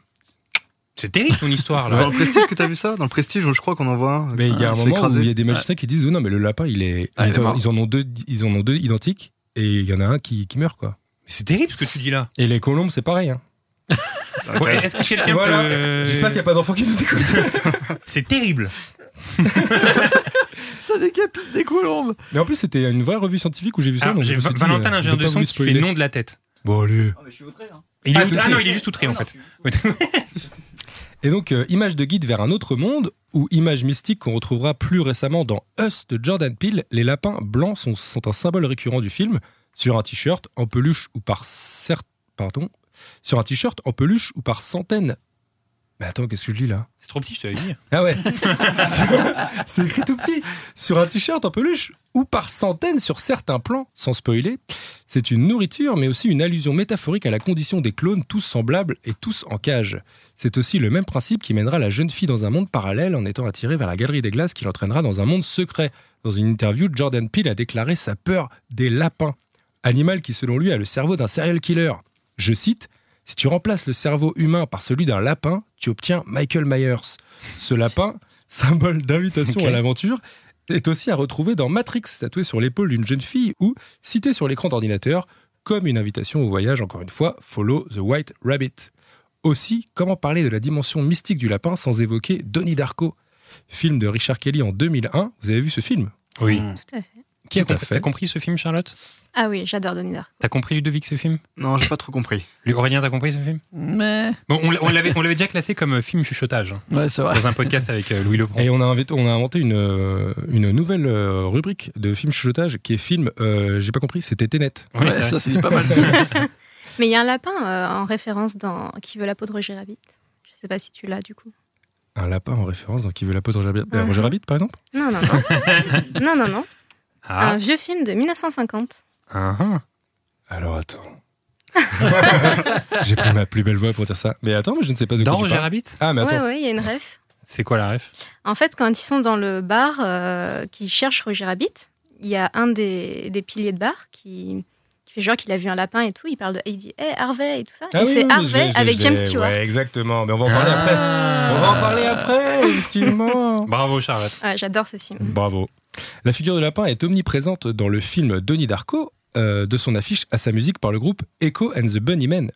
S4: C'est terrible ton histoire
S7: C'est Dans le prestige que t'as vu ça Dans le prestige, je crois qu'on en voit un. Euh,
S3: Mais Ah, il y a
S7: qui
S3: un
S7: se fait
S3: moment où
S7: écraser.
S3: il y a des magiciens qui disent, oh, non, mais le lapin, il est.
S7: Ah, il
S3: ils,
S7: est
S3: en,
S7: mort.
S3: ils en ont deux, ils en ont deux identiques et il y en a un qui, qui meurt quoi.
S4: Mais c'est terrible ce que tu dis là.
S3: Et les colombes, c'est pareil. Hein.
S4: Ouais, Est-ce que quelqu'un
S3: Voilà.
S4: peut.
S3: J'espère qu'il n'y a pas d'enfant qui nous écoute.
S4: C'est terrible.
S5: Ça décapite des colombes.
S3: Mais en plus, c'était une vraie revue scientifique où j'ai vu ça.
S4: Alors,
S3: donc
S4: Ah, J'ai
S3: je me suis
S4: Va-
S3: dit,
S4: Valentin,
S3: euh,
S4: l'ingénieur
S3: j'ai
S4: de
S3: pas
S4: son,
S3: voulu
S4: qui fait
S3: spoiler.
S4: non de la tête.
S3: Bon, allez.
S4: Il est
S3: Ah,
S4: out-
S3: tout
S4: ah non,
S3: fait.
S4: il est juste outré en fait.
S3: Et donc, euh, image de guide vers un autre monde, ou image mystique qu'on retrouvera plus récemment dans Us de Jordan Peele, les lapins blancs sont, sont un symbole récurrent du film, sur un t-shirt, en peluche ou par cer- Pardon Sur un t-shirt, en peluche ou par centaines. Mais attends, qu'est-ce que je lis là
S4: C'est trop petit, je t'avais dit.
S3: Ah ouais Sur- C'est écrit tout petit. Sur un t-shirt en peluche ou par centaines sur certains plans, sans spoiler, c'est une nourriture mais aussi une allusion métaphorique à la condition des clones tous semblables et tous en cage. C'est aussi le même principe qui mènera la jeune fille dans un monde parallèle en étant attirée vers la galerie des glaces qui l'entraînera dans un monde secret. Dans une interview, Jordan Peele a déclaré sa peur des lapins, animal qui selon lui a le cerveau d'un serial killer. Je cite si tu remplaces le cerveau humain par celui d'un lapin, tu obtiens Michael Myers. Ce lapin, symbole d'invitation
S4: Ok.
S3: à l'aventure, est aussi à retrouver dans Matrix, tatoué sur l'épaule d'une jeune fille ou cité sur l'écran d'ordinateur comme une invitation au voyage, encore une fois, follow the white rabbit. Aussi, comment parler de la dimension mystique du lapin sans évoquer Donnie Darko Film de Richard Kelly en 2001. Vous avez vu ce film
S4: Oui.
S6: Tout à fait.
S4: Qui a
S3: Tout à
S4: compris-
S3: fait.
S4: T'as compris ce film, Charlotte
S6: Ah oui, j'adore Donnie Darko.
S4: T'as compris Ludovic ce film
S7: Non, j'ai pas trop compris.
S4: Lui- Aurélien, t'as compris ce film
S5: Mais.
S4: Bon, on l'a- on l'avait on l'avait déjà classé comme euh, film chuchotage. hein,
S5: Ouais, c'est vrai.
S4: Dans un podcast avec euh, Louis Lebrun.
S3: Et on a, invité- on a inventé une, euh, une nouvelle euh, rubrique de film chuchotage qui est film, euh, j'ai pas compris, c'était Tenet.
S4: Oui,
S5: Ouais,
S4: c'est vrai.
S5: ça, c'est pas mal.
S6: Mais il y a un lapin euh, en référence dans Qui veut la peau de Roger Rabbit. Je sais pas si tu l'as du coup.
S3: Un lapin en référence, donc qui veut la peau de Roger, Rabbit- euh,
S6: Mhm.
S3: Roger Rabbit, par exemple
S6: Non, non, non. non, non, non.
S4: Ah,
S6: Un vieux film de 1950.
S4: ah, ah.
S3: Alors attends. j'ai pris ma plus belle voix pour dire ça. Mais attends, mais je ne sais pas de
S4: Dans
S3: quoi tu
S4: Roger
S3: parles.
S4: Rabbit
S3: Ah, mais
S6: Ouais,
S3: attends.
S6: ouais, il y a une ref.
S4: C'est quoi la ref
S6: En fait, quand ils sont dans le bar euh, qui cherche Roger Rabbit, il y a un des, des piliers de bar qui, qui fait genre qu'il a vu un lapin et tout. Il parle de. Il dit Hey, Harvey et tout ça.
S3: Ah
S6: et
S3: oui,
S6: c'est
S3: oui, oui, je
S6: Harvey
S3: l'ai, je l'ai,
S6: avec
S3: je
S6: James
S3: l'ai.
S6: Stewart. Ah.
S3: Ouais, exactement. Mais on va en parler après. On va en parler après, effectivement.
S4: Bravo, Charlotte.
S6: Ouais, J'adore ce film.
S3: Bravo. La figure de lapin est omniprésente dans le film Denis Darko, euh, de son affiche à sa musique par le groupe Echo and the Bunnymen.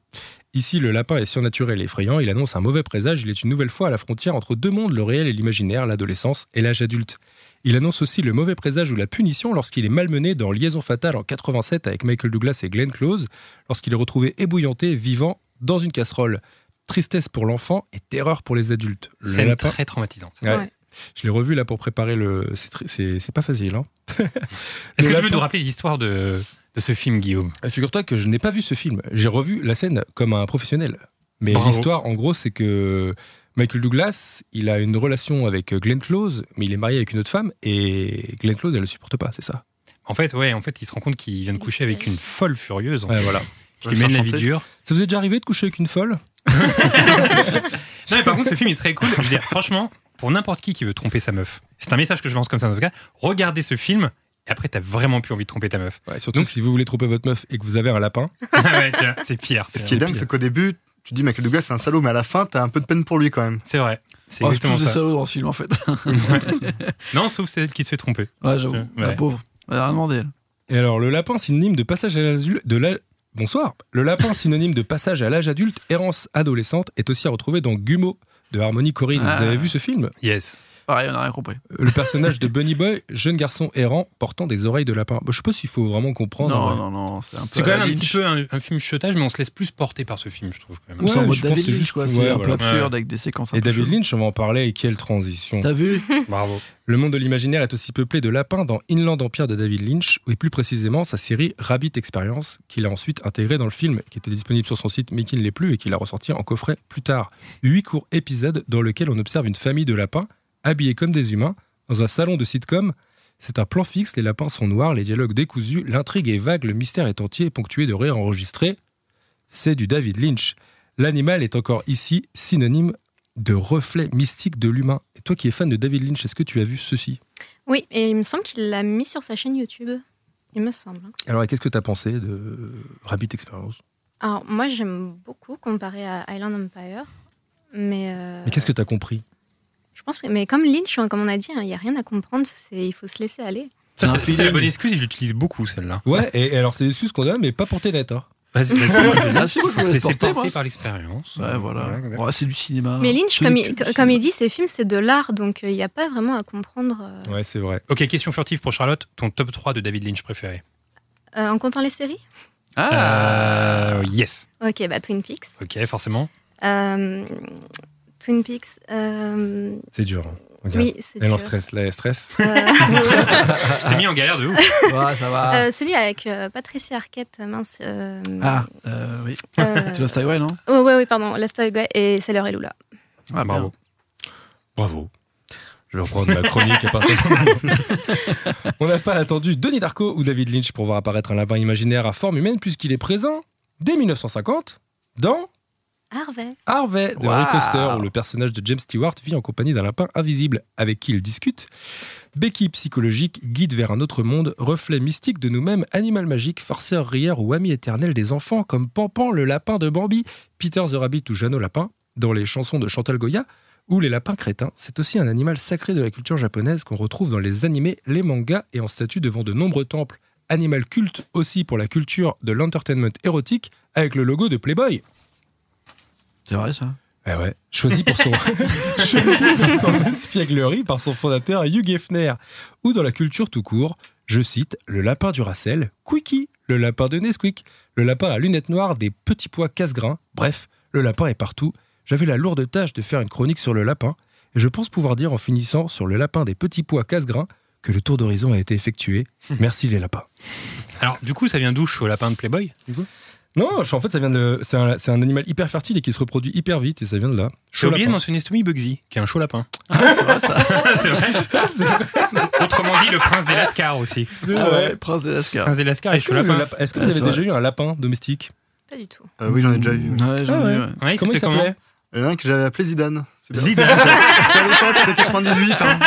S3: Ici, le lapin est surnaturel et effrayant, il annonce un mauvais présage, il est une nouvelle fois à la frontière entre deux mondes, le réel et l'imaginaire, l'adolescence et l'âge adulte. Il annonce aussi le mauvais présage ou la punition lorsqu'il est malmené dans Liaison fatale en 87 avec Michael Douglas et Glenn Close, lorsqu'il est retrouvé ébouillanté, vivant, dans une casserole. Tristesse pour l'enfant et terreur pour les adultes. Le
S4: Scène
S3: lapin-
S4: très traumatisante.
S3: Ouais.
S6: Ouais.
S3: Je l'ai revu là pour préparer le. c'est tr- C'est c'est pas facile. Hein.
S4: Est-ce que tu peux
S3: Le lapin-
S4: nous rappeler l'histoire de, de ce film, Guillaume
S3: Figure-toi que je n'ai pas vu ce film. J'ai revu la scène comme un professionnel. Mais
S4: Bravo.
S3: l'histoire, en gros, c'est que Michael Douglas, il a une relation avec Glenn Close, mais il est marié avec une autre femme et Glenn Close, elle le supporte pas, c'est ça.
S4: En fait, ouais, en fait, il se rend compte qu'il vient de coucher avec une folle furieuse. en
S3: Ouais,
S4: fait,
S3: voilà.
S4: Qui
S7: Je
S4: lui
S7: vais
S4: mène la
S7: faire
S4: vie
S7: chanter.
S4: dure.
S3: Ça vous est déjà arrivé de coucher avec une folle
S4: Non, mais par contre, ce film est très cool. Je veux dire, franchement, pour n'importe qui qui veut tromper sa meuf, c'est un message que je lance comme ça, en tout cas. Regardez ce film et après, t'as vraiment plus envie de tromper ta meuf.
S3: ouais, Surtout
S4: Donc-
S3: si vous voulez tromper votre meuf et que vous avez un lapin.
S4: Ah ouais, tiens, c'est pire.
S7: Ce qui est dingue, c'est qu'au début, tu dis Michael Douglas, c'est un salaud, mais à la fin, t'as un peu de peine pour lui quand même.
S4: C'est vrai. C'est
S5: Oh, c'est
S4: exactement
S5: tous des
S4: ça.
S5: salauds dans ce film, en fait.
S4: Non, sauf celle qui se fait tromper.
S5: Ouais, j'avoue.
S4: Ouais.
S5: La pauvre. Elle a rien demandé, elle.
S3: Et alors, le lapin synonyme de passage à l'âge adulte- de la... Bonsoir. Le lapin synonyme de passage à l'âge adulte, errance adolescente, est aussi à retrouver dans Gumo de Harmony Corinne.
S5: Ah.
S3: Vous avez vu ce film
S4: Yes.
S5: Pareil, on a rien compris.
S3: Euh, Le personnage de Bunny Boy, jeune garçon errant portant des oreilles de lapin. Bah, je sais pas s'il faut vraiment comprendre. hein.
S5: non,
S3: Ouais.
S5: non, non, c'est un peu.
S4: C'est quand même
S5: à
S4: un
S5: la
S4: petit
S5: Lynch.
S4: peu un, un film chuchotage, mais on se laisse plus porter par ce film, je trouve. Quand même.
S5: Ou c'est en
S3: Ouais,
S5: euh, mode
S3: je pense que
S5: David
S3: c'est
S5: Lynch,
S3: juste-
S5: quoi.
S3: ouais,
S5: C'est un peu
S3: voilà.
S5: absurde avec des séquences un
S3: Et
S5: peu.
S3: David
S5: cheloues.
S3: Lynch, on va en parler. Et quelle transition
S5: T'as vu
S4: Bravo.
S3: Le monde de l'imaginaire est aussi peuplé de lapins dans Inland Empire de David Lynch, et plus précisément sa série Rabbit Experience, qu'il a ensuite intégrée dans le film, qui était disponible sur son site mais qui ne l'est plus et qu'il a ressorti en coffret plus tard. Huit courts épisodes dans lesquels on observe une famille de lapins habillés comme des humains dans un salon de sitcom. C'est un plan fixe, les lapins sont noirs, les dialogues décousus, l'intrigue est vague, le mystère est entier, ponctué de rires enregistrés. C'est du David Lynch. L'animal est encore ici synonyme de reflet mystique de l'humain. Et toi qui es fan de David Lynch, est-ce que tu as vu ceci
S6: Oui, et il me semble qu'il l'a mis sur sa chaîne YouTube. Il me semble. hein.
S3: Alors, et qu'est-ce que tu as pensé de Rabbit Experience
S6: Alors, moi, j'aime beaucoup comparé à Island Empire. Mais, euh,
S3: Mais qu'est-ce que tu as compris
S6: je pense que- mais comme Lynch, hein, comme on a dit, hein, il y n'y a rien à comprendre, c'est- il faut se laisser aller.
S4: Ça,
S3: C'est un
S4: C'est
S3: feeling.
S4: la bonne excuse, je l'utilise beaucoup celle-là.
S3: Ouais, et, et alors c'est l'excuse qu'on a, mais pas pour Tenet. Hein.
S4: Vas-y, vas-y.
S5: Ah, si,
S4: On
S5: moi, je
S4: se
S5: laisse
S4: laisser
S5: porter,
S4: porter
S5: moi.
S4: par l'expérience.
S5: Ouais, voilà.
S4: exactement.
S5: Ouais, c'est du cinéma.
S3: Ah,
S6: mais Lynch,
S5: Ce
S6: comme
S5: n'est
S6: il,
S5: que du
S6: co-
S5: cinéma.
S6: comme il dit, ses films, c'est de l'art, donc euh, il n'y a pas vraiment à comprendre euh,
S3: Ouais, c'est vrai.
S4: Ok, question furtive pour Charlotte. Ton top 3 de David Lynch préféré
S6: euh, en comptant les séries.
S5: Ah,
S4: Euh, Yes.
S6: Ok, bah Twin Peaks.
S4: Ok, forcément.
S6: Euh, Twin Peaks. euh,
S3: C'est dur. hein. Regarde.
S6: oui, c'est
S3: Elle en
S6: dur.
S3: stress, là, elle stress.
S4: je t'ai mis en galère de ouf.
S5: Ouais, ça va.
S4: Ah.
S6: Euh, celui avec euh, Patricia Arquette, mince. euh,
S5: Ah, euh, oui.
S6: Euh,
S5: Tu l'as Highway, non
S6: Ouais, ouais, ouais, pardon, Last of Us et Sailor et Lula.
S5: Ah,
S3: Bravo.
S5: bien.
S3: Bravo. Je vais reprendre ma chronique à partir de maintenant. On n'a pas attendu Denis Darko ou David Lynch pour voir apparaître un lapin imaginaire à forme humaine puisqu'il est présent dès 1950 dans
S6: Harvey.
S3: Harvey de
S5: Waouh.
S3: Rick Oster, où le personnage de James Stewart vit en compagnie d'un lapin invisible avec qui il discute. Becky psychologique, guide vers un autre monde, reflet mystique de nous-mêmes, animal magique, farceur rieur ou ami éternel des enfants comme Pampan le lapin de Bambi, Peter the Rabbit ou Jeannot Lapin, dans les chansons de Chantal Goya, ou les lapins crétins, c'est aussi un animal sacré de la culture japonaise qu'on retrouve dans les animés, les mangas et en statue devant de nombreux temples. Animal culte aussi pour la culture de l'entertainment érotique avec le logo de Playboy.
S5: C'est vrai, ça.
S3: Eh ouais, choisi pour son, choisi pour son espièglerie par son fondateur Hugh Geffner, ou dans la culture tout court, je cite le lapin du Racel, Quickie, le lapin de Nesquik, le lapin à lunettes noires des petits pois casse-grains, bref, le lapin est partout. J'avais la lourde tâche de faire une chronique sur le lapin, et je pense pouvoir dire en finissant sur le lapin des petits pois casse-grains que le tour d'horizon a été effectué. Merci les lapins.
S4: Alors, du coup, ça vient d'où au lapin de Playboy
S3: Non, je- en fait, ça vient de. C'est un, c'est un animal hyper fertile et qui se reproduit hyper vite, et ça vient de là.
S4: J'ai
S3: Chaud
S4: oublié de
S3: lapin. Ah,
S4: mentionner Stomy Bugsy, qui est un chaud lapin. c'est vrai, Autrement dit, le prince des Lascars aussi.
S5: Ah ouais, Prince des
S4: Le
S5: Lascars.
S4: prince des Lascars et
S3: Est-ce que,
S4: chaud
S3: le
S4: lapin.
S3: lap- est-ce que
S5: Ah,
S3: vous avez
S5: c'est
S3: déjà eu un lapin domestique
S6: Pas du tout.
S7: Euh, oui, j'en ai déjà vu. oui.
S5: Ouais, j'en ai vu, ouais.
S4: Ah Ouais, il
S3: Comment il
S4: s'appelait
S3: s'appelait
S7: Il y en a un que j'avais appelé Zidane. C'est bien.
S4: Zidane.
S7: C'était à l'époque, c'était 98. hein.
S3: Ah,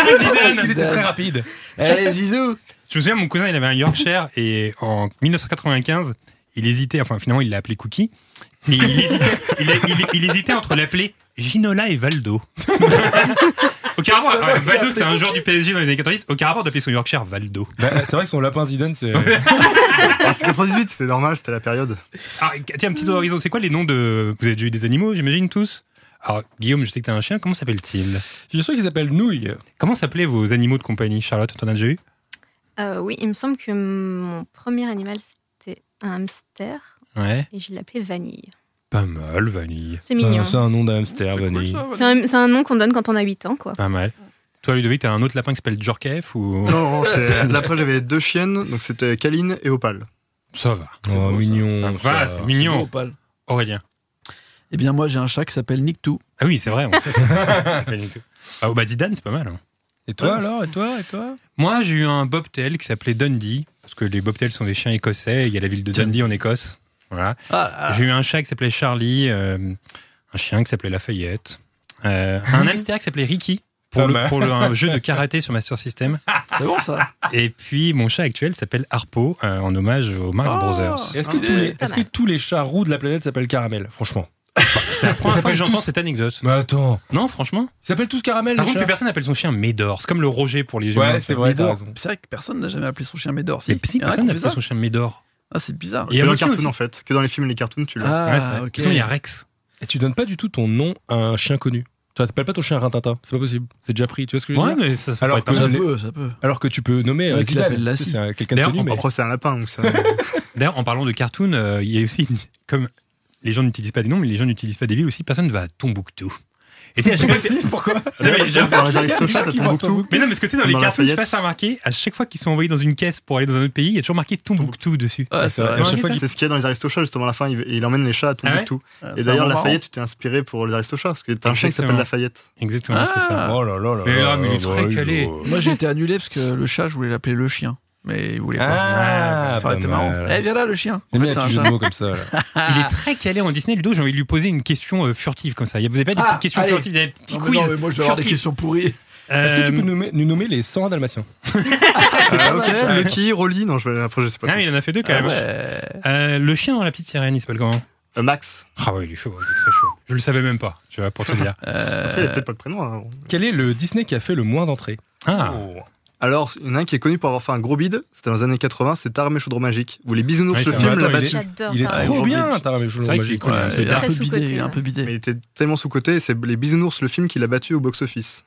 S3: Parce qu'il était très rapide.
S5: Allez, Zizou
S4: Je me souviens, mon cousin, il avait un Yorkshire et en 1995, il hésitait, enfin finalement, il l'a appelé Cookie. Et il hésitait, il a- il- il hésitait entre l'appeler Ginola et Valdo. Aucun rapport. ouais, Valdo, c'était un joueur du PSG dans les années 90. Aucun rapport d'appeler son Yorkshire Valdo.
S3: Bah, c'est vrai que son lapin Zidane, c'est.
S7: Ah, C'était 98, c'était normal, c'était la période.
S4: Ah, tiens, un petit tour d'horizon. C'est quoi les noms de. Vous avez déjà eu des animaux, j'imagine, tous Alors, Guillaume, je sais que t'as un chien. Comment s'appelle-t-il
S3: Je suis sûr qu'il s'appelle Nouille.
S4: Comment s'appelaient vos animaux de compagnie, Charlotte T'en as déjà eu
S6: Euh, oui, il me semble que mon premier animal, c'était un hamster,
S4: Ouais.
S6: et je l'appelais Vanille.
S4: Pas mal, Vanille.
S6: C'est mignon.
S3: C'est un nom d'un hamster, Vanille.
S6: C'est un, c'est un nom qu'on donne quand on a 8 ans, quoi.
S4: Pas mal. Toi, Ludovic, t'as un autre lapin qui s'appelle Jorkef
S3: Oh,
S4: ou.
S7: Non, non, c'est- là, après j'avais deux chiennes, donc c'était Kaline et Opal.
S4: Ça va.
S3: oh, mignon.
S4: Ça va, c'est
S5: Mignon.
S4: mignon. Aurélien.
S5: Eh bien, moi, j'ai un chat qui s'appelle Nick Too.
S4: Ah oui, c'est vrai, on sait ça. Pas du tout. Ah, au Bazidane, c'est pas mal. hein.
S3: Et toi alors Et toi Et toi
S4: Moi, j'ai eu un bobtail qui s'appelait Dundee, parce que les bobtails sont des chiens écossais, et il y a la ville de Dundee en Écosse. Voilà.
S5: Ah,
S4: J'ai eu un chat qui s'appelait Charlie, euh, un chien qui s'appelait Lafayette, euh, un hamster qui s'appelait Ricky, pour,
S3: Pas
S4: le,
S3: mal.
S4: pour le- un jeu de karaté sur Master System.
S5: c'est bon, ça
S4: Et puis, mon chat actuel s'appelle Harpo, euh, en hommage aux Mars
S5: Ah.
S6: Oh,
S4: Brothers.
S3: Est-ce que,
S5: Ah,
S3: tous les,
S6: pas
S3: est-ce que
S6: mal.
S3: tous les chats roux de la planète s'appellent Caramel Franchement.
S4: C'est la première fois que
S3: s'appellent
S4: j'entends
S3: tous-
S4: cette anecdote.
S3: Mais attends.
S4: Non, franchement.
S3: Ils s'appellent tous Caramel,
S4: Par
S3: les
S4: contre, plus
S3: chats
S4: personne n'appelle son chien Médor. C'est comme le Roger pour les humains.
S3: Ouais,
S4: ça.
S3: c'est vrai, t'as
S5: Médor.
S3: raison.
S5: C'est vrai que personne n'a jamais appelé son chien Médor.
S4: Mais si,
S5: Il y en a qui
S4: personne
S5: ont fait
S4: n'appelle
S5: ça.
S4: son chien Médor.
S5: Ah, c'est bizarre.
S4: Et
S7: Que dans les
S4: Monkey
S7: cartoons
S4: aussi.
S7: en fait, que dans les films et les cartoons, tu l'as.
S4: Ouais, c'est vrai.
S5: Ah,
S4: De
S5: ok.
S4: toute façon, il y a Rex.
S3: Et tu donnes pas du tout ton nom à un chien connu. Tu t'appelles pas ton chien Rintata, c'est pas possible. C'est déjà pris, tu vois ce que je veux
S4: Ouais,
S3: dire
S4: mais ça, ça
S3: Alors
S4: pourrait être pas
S3: que-
S4: mal.
S3: les-
S5: Ça peut, ça peut.
S3: Alors que tu peux nommer euh,
S5: Ouais, qu'il
S3: Zidane,
S5: l'appelle
S3: tu sais,
S5: Lassie.
S3: c'est un- quelqu'un de
S4: D'ailleurs,
S3: connu. Mais...
S7: Après, c'est un lapin, donc ça.
S4: D'ailleurs, en parlant de cartoon, euh, il y a aussi, une- comme les gens n'utilisent pas des noms, mais les gens n'utilisent pas des villes aussi, personne ne va à Tombouctou. Et c'est à chaque fois. que-
S3: pourquoi
S4: Non, mais j'ai-
S7: Dans les aristochats,
S3: Des gens qui
S7: t'as
S3: vont à
S7: beaucoup.
S4: Mais non, mais ce que tu sais, dans, les
S7: Dans
S4: cartoons, je sais pas
S7: Lafayette.
S4: si t'as remarqué, à chaque fois qu'ils sont envoyés dans une caisse pour aller dans un autre pays, il y a toujours marqué Tombouctou dessus.
S5: Ouais, Ah, c'est vrai.
S3: À chaque fois
S7: C'est ce qu'il y a dans les aristochats, justement, à la fin, il, il emmène les chats à Tombouctou.
S5: Ah,
S7: et
S5: c'est
S7: d'ailleurs,
S5: un moment
S7: Lafayette, tu t'es inspiré pour les aristochats, parce que t'as un chien qui s'appelle
S4: Exactement.
S7: Lafayette.
S4: Exactement, c'est ça.
S5: Ah.
S3: Oh là là là.
S4: Mais
S3: là,
S4: là, mais il est
S3: bah,
S4: très
S3: il
S4: calé.
S3: doit-
S5: euh, marrant. Moi, j'ai été annulé parce que le chat, je voulais l'appeler le chien. mais il voulait pas.
S4: Ah,
S5: ça aurait été
S4: pas mal.
S5: marrant. Eh, viens là, le chien. En
S4: J'aime
S5: fait,
S4: bien
S5: c'est un
S4: les petits jeux de
S5: chat.
S4: mots comme ça. là.
S3: Il est très calé en Disney, Ludo. J'ai envie de lui poser une question euh, furtive comme ça. Vous n'avez pas des
S5: Ah,
S3: petites questions
S5: allez.
S3: furtives, des petits
S5: Non, mais
S3: quiz
S5: non, mais moi, je vais avoir des
S3: furtifs.
S5: questions pourries.
S4: Est-ce que tu peux
S3: Euh,
S4: nous, nommer- nous nommer les 101 Dalmatiens
S7: Ah, ok,
S3: ça.
S7: Lucky, Rolly, non, je, vais- après je sais pas.
S3: Ah, il en a fait deux quand
S7: Ah
S3: même. Euh, le chien dans la petite sirène, il s'appelle comment
S7: Euh, Max.
S3: Ah ouais, il est chaud, il est très chaud. Je le savais même pas, tu vois, pour te dire.
S7: Après, il a peut-être pas de prénom. hein.
S4: Quel est le Disney qui a fait le moins d'entrées
S3: Ah.
S7: Alors, il y en a un qui est connu pour avoir fait un gros bide, c'était dans les années 80, c'est Taram et Chaudron Magique, où les bisounours,
S4: Ouais,
S7: le
S4: c'est
S7: film
S4: vrai.
S7: l'a
S3: Ah
S4: Attends, il est-
S7: battu.
S6: J'adore.
S4: Il est
S6: Taram et
S4: trop
S7: Chaudron
S4: bien,
S7: Magique.
S4: Taram et Chaudron
S3: C'est vrai qu'il est
S4: Magique.
S3: cool,
S4: ouais.
S3: hein.
S5: Ouais, il est un
S6: Très
S5: peu
S6: sous-coté,
S5: bidé, il est un
S6: ouais.
S5: peu bidé.
S7: Mais il était tellement sous-coté, c'est les bisounours, le film, qui l'a battu au box-office.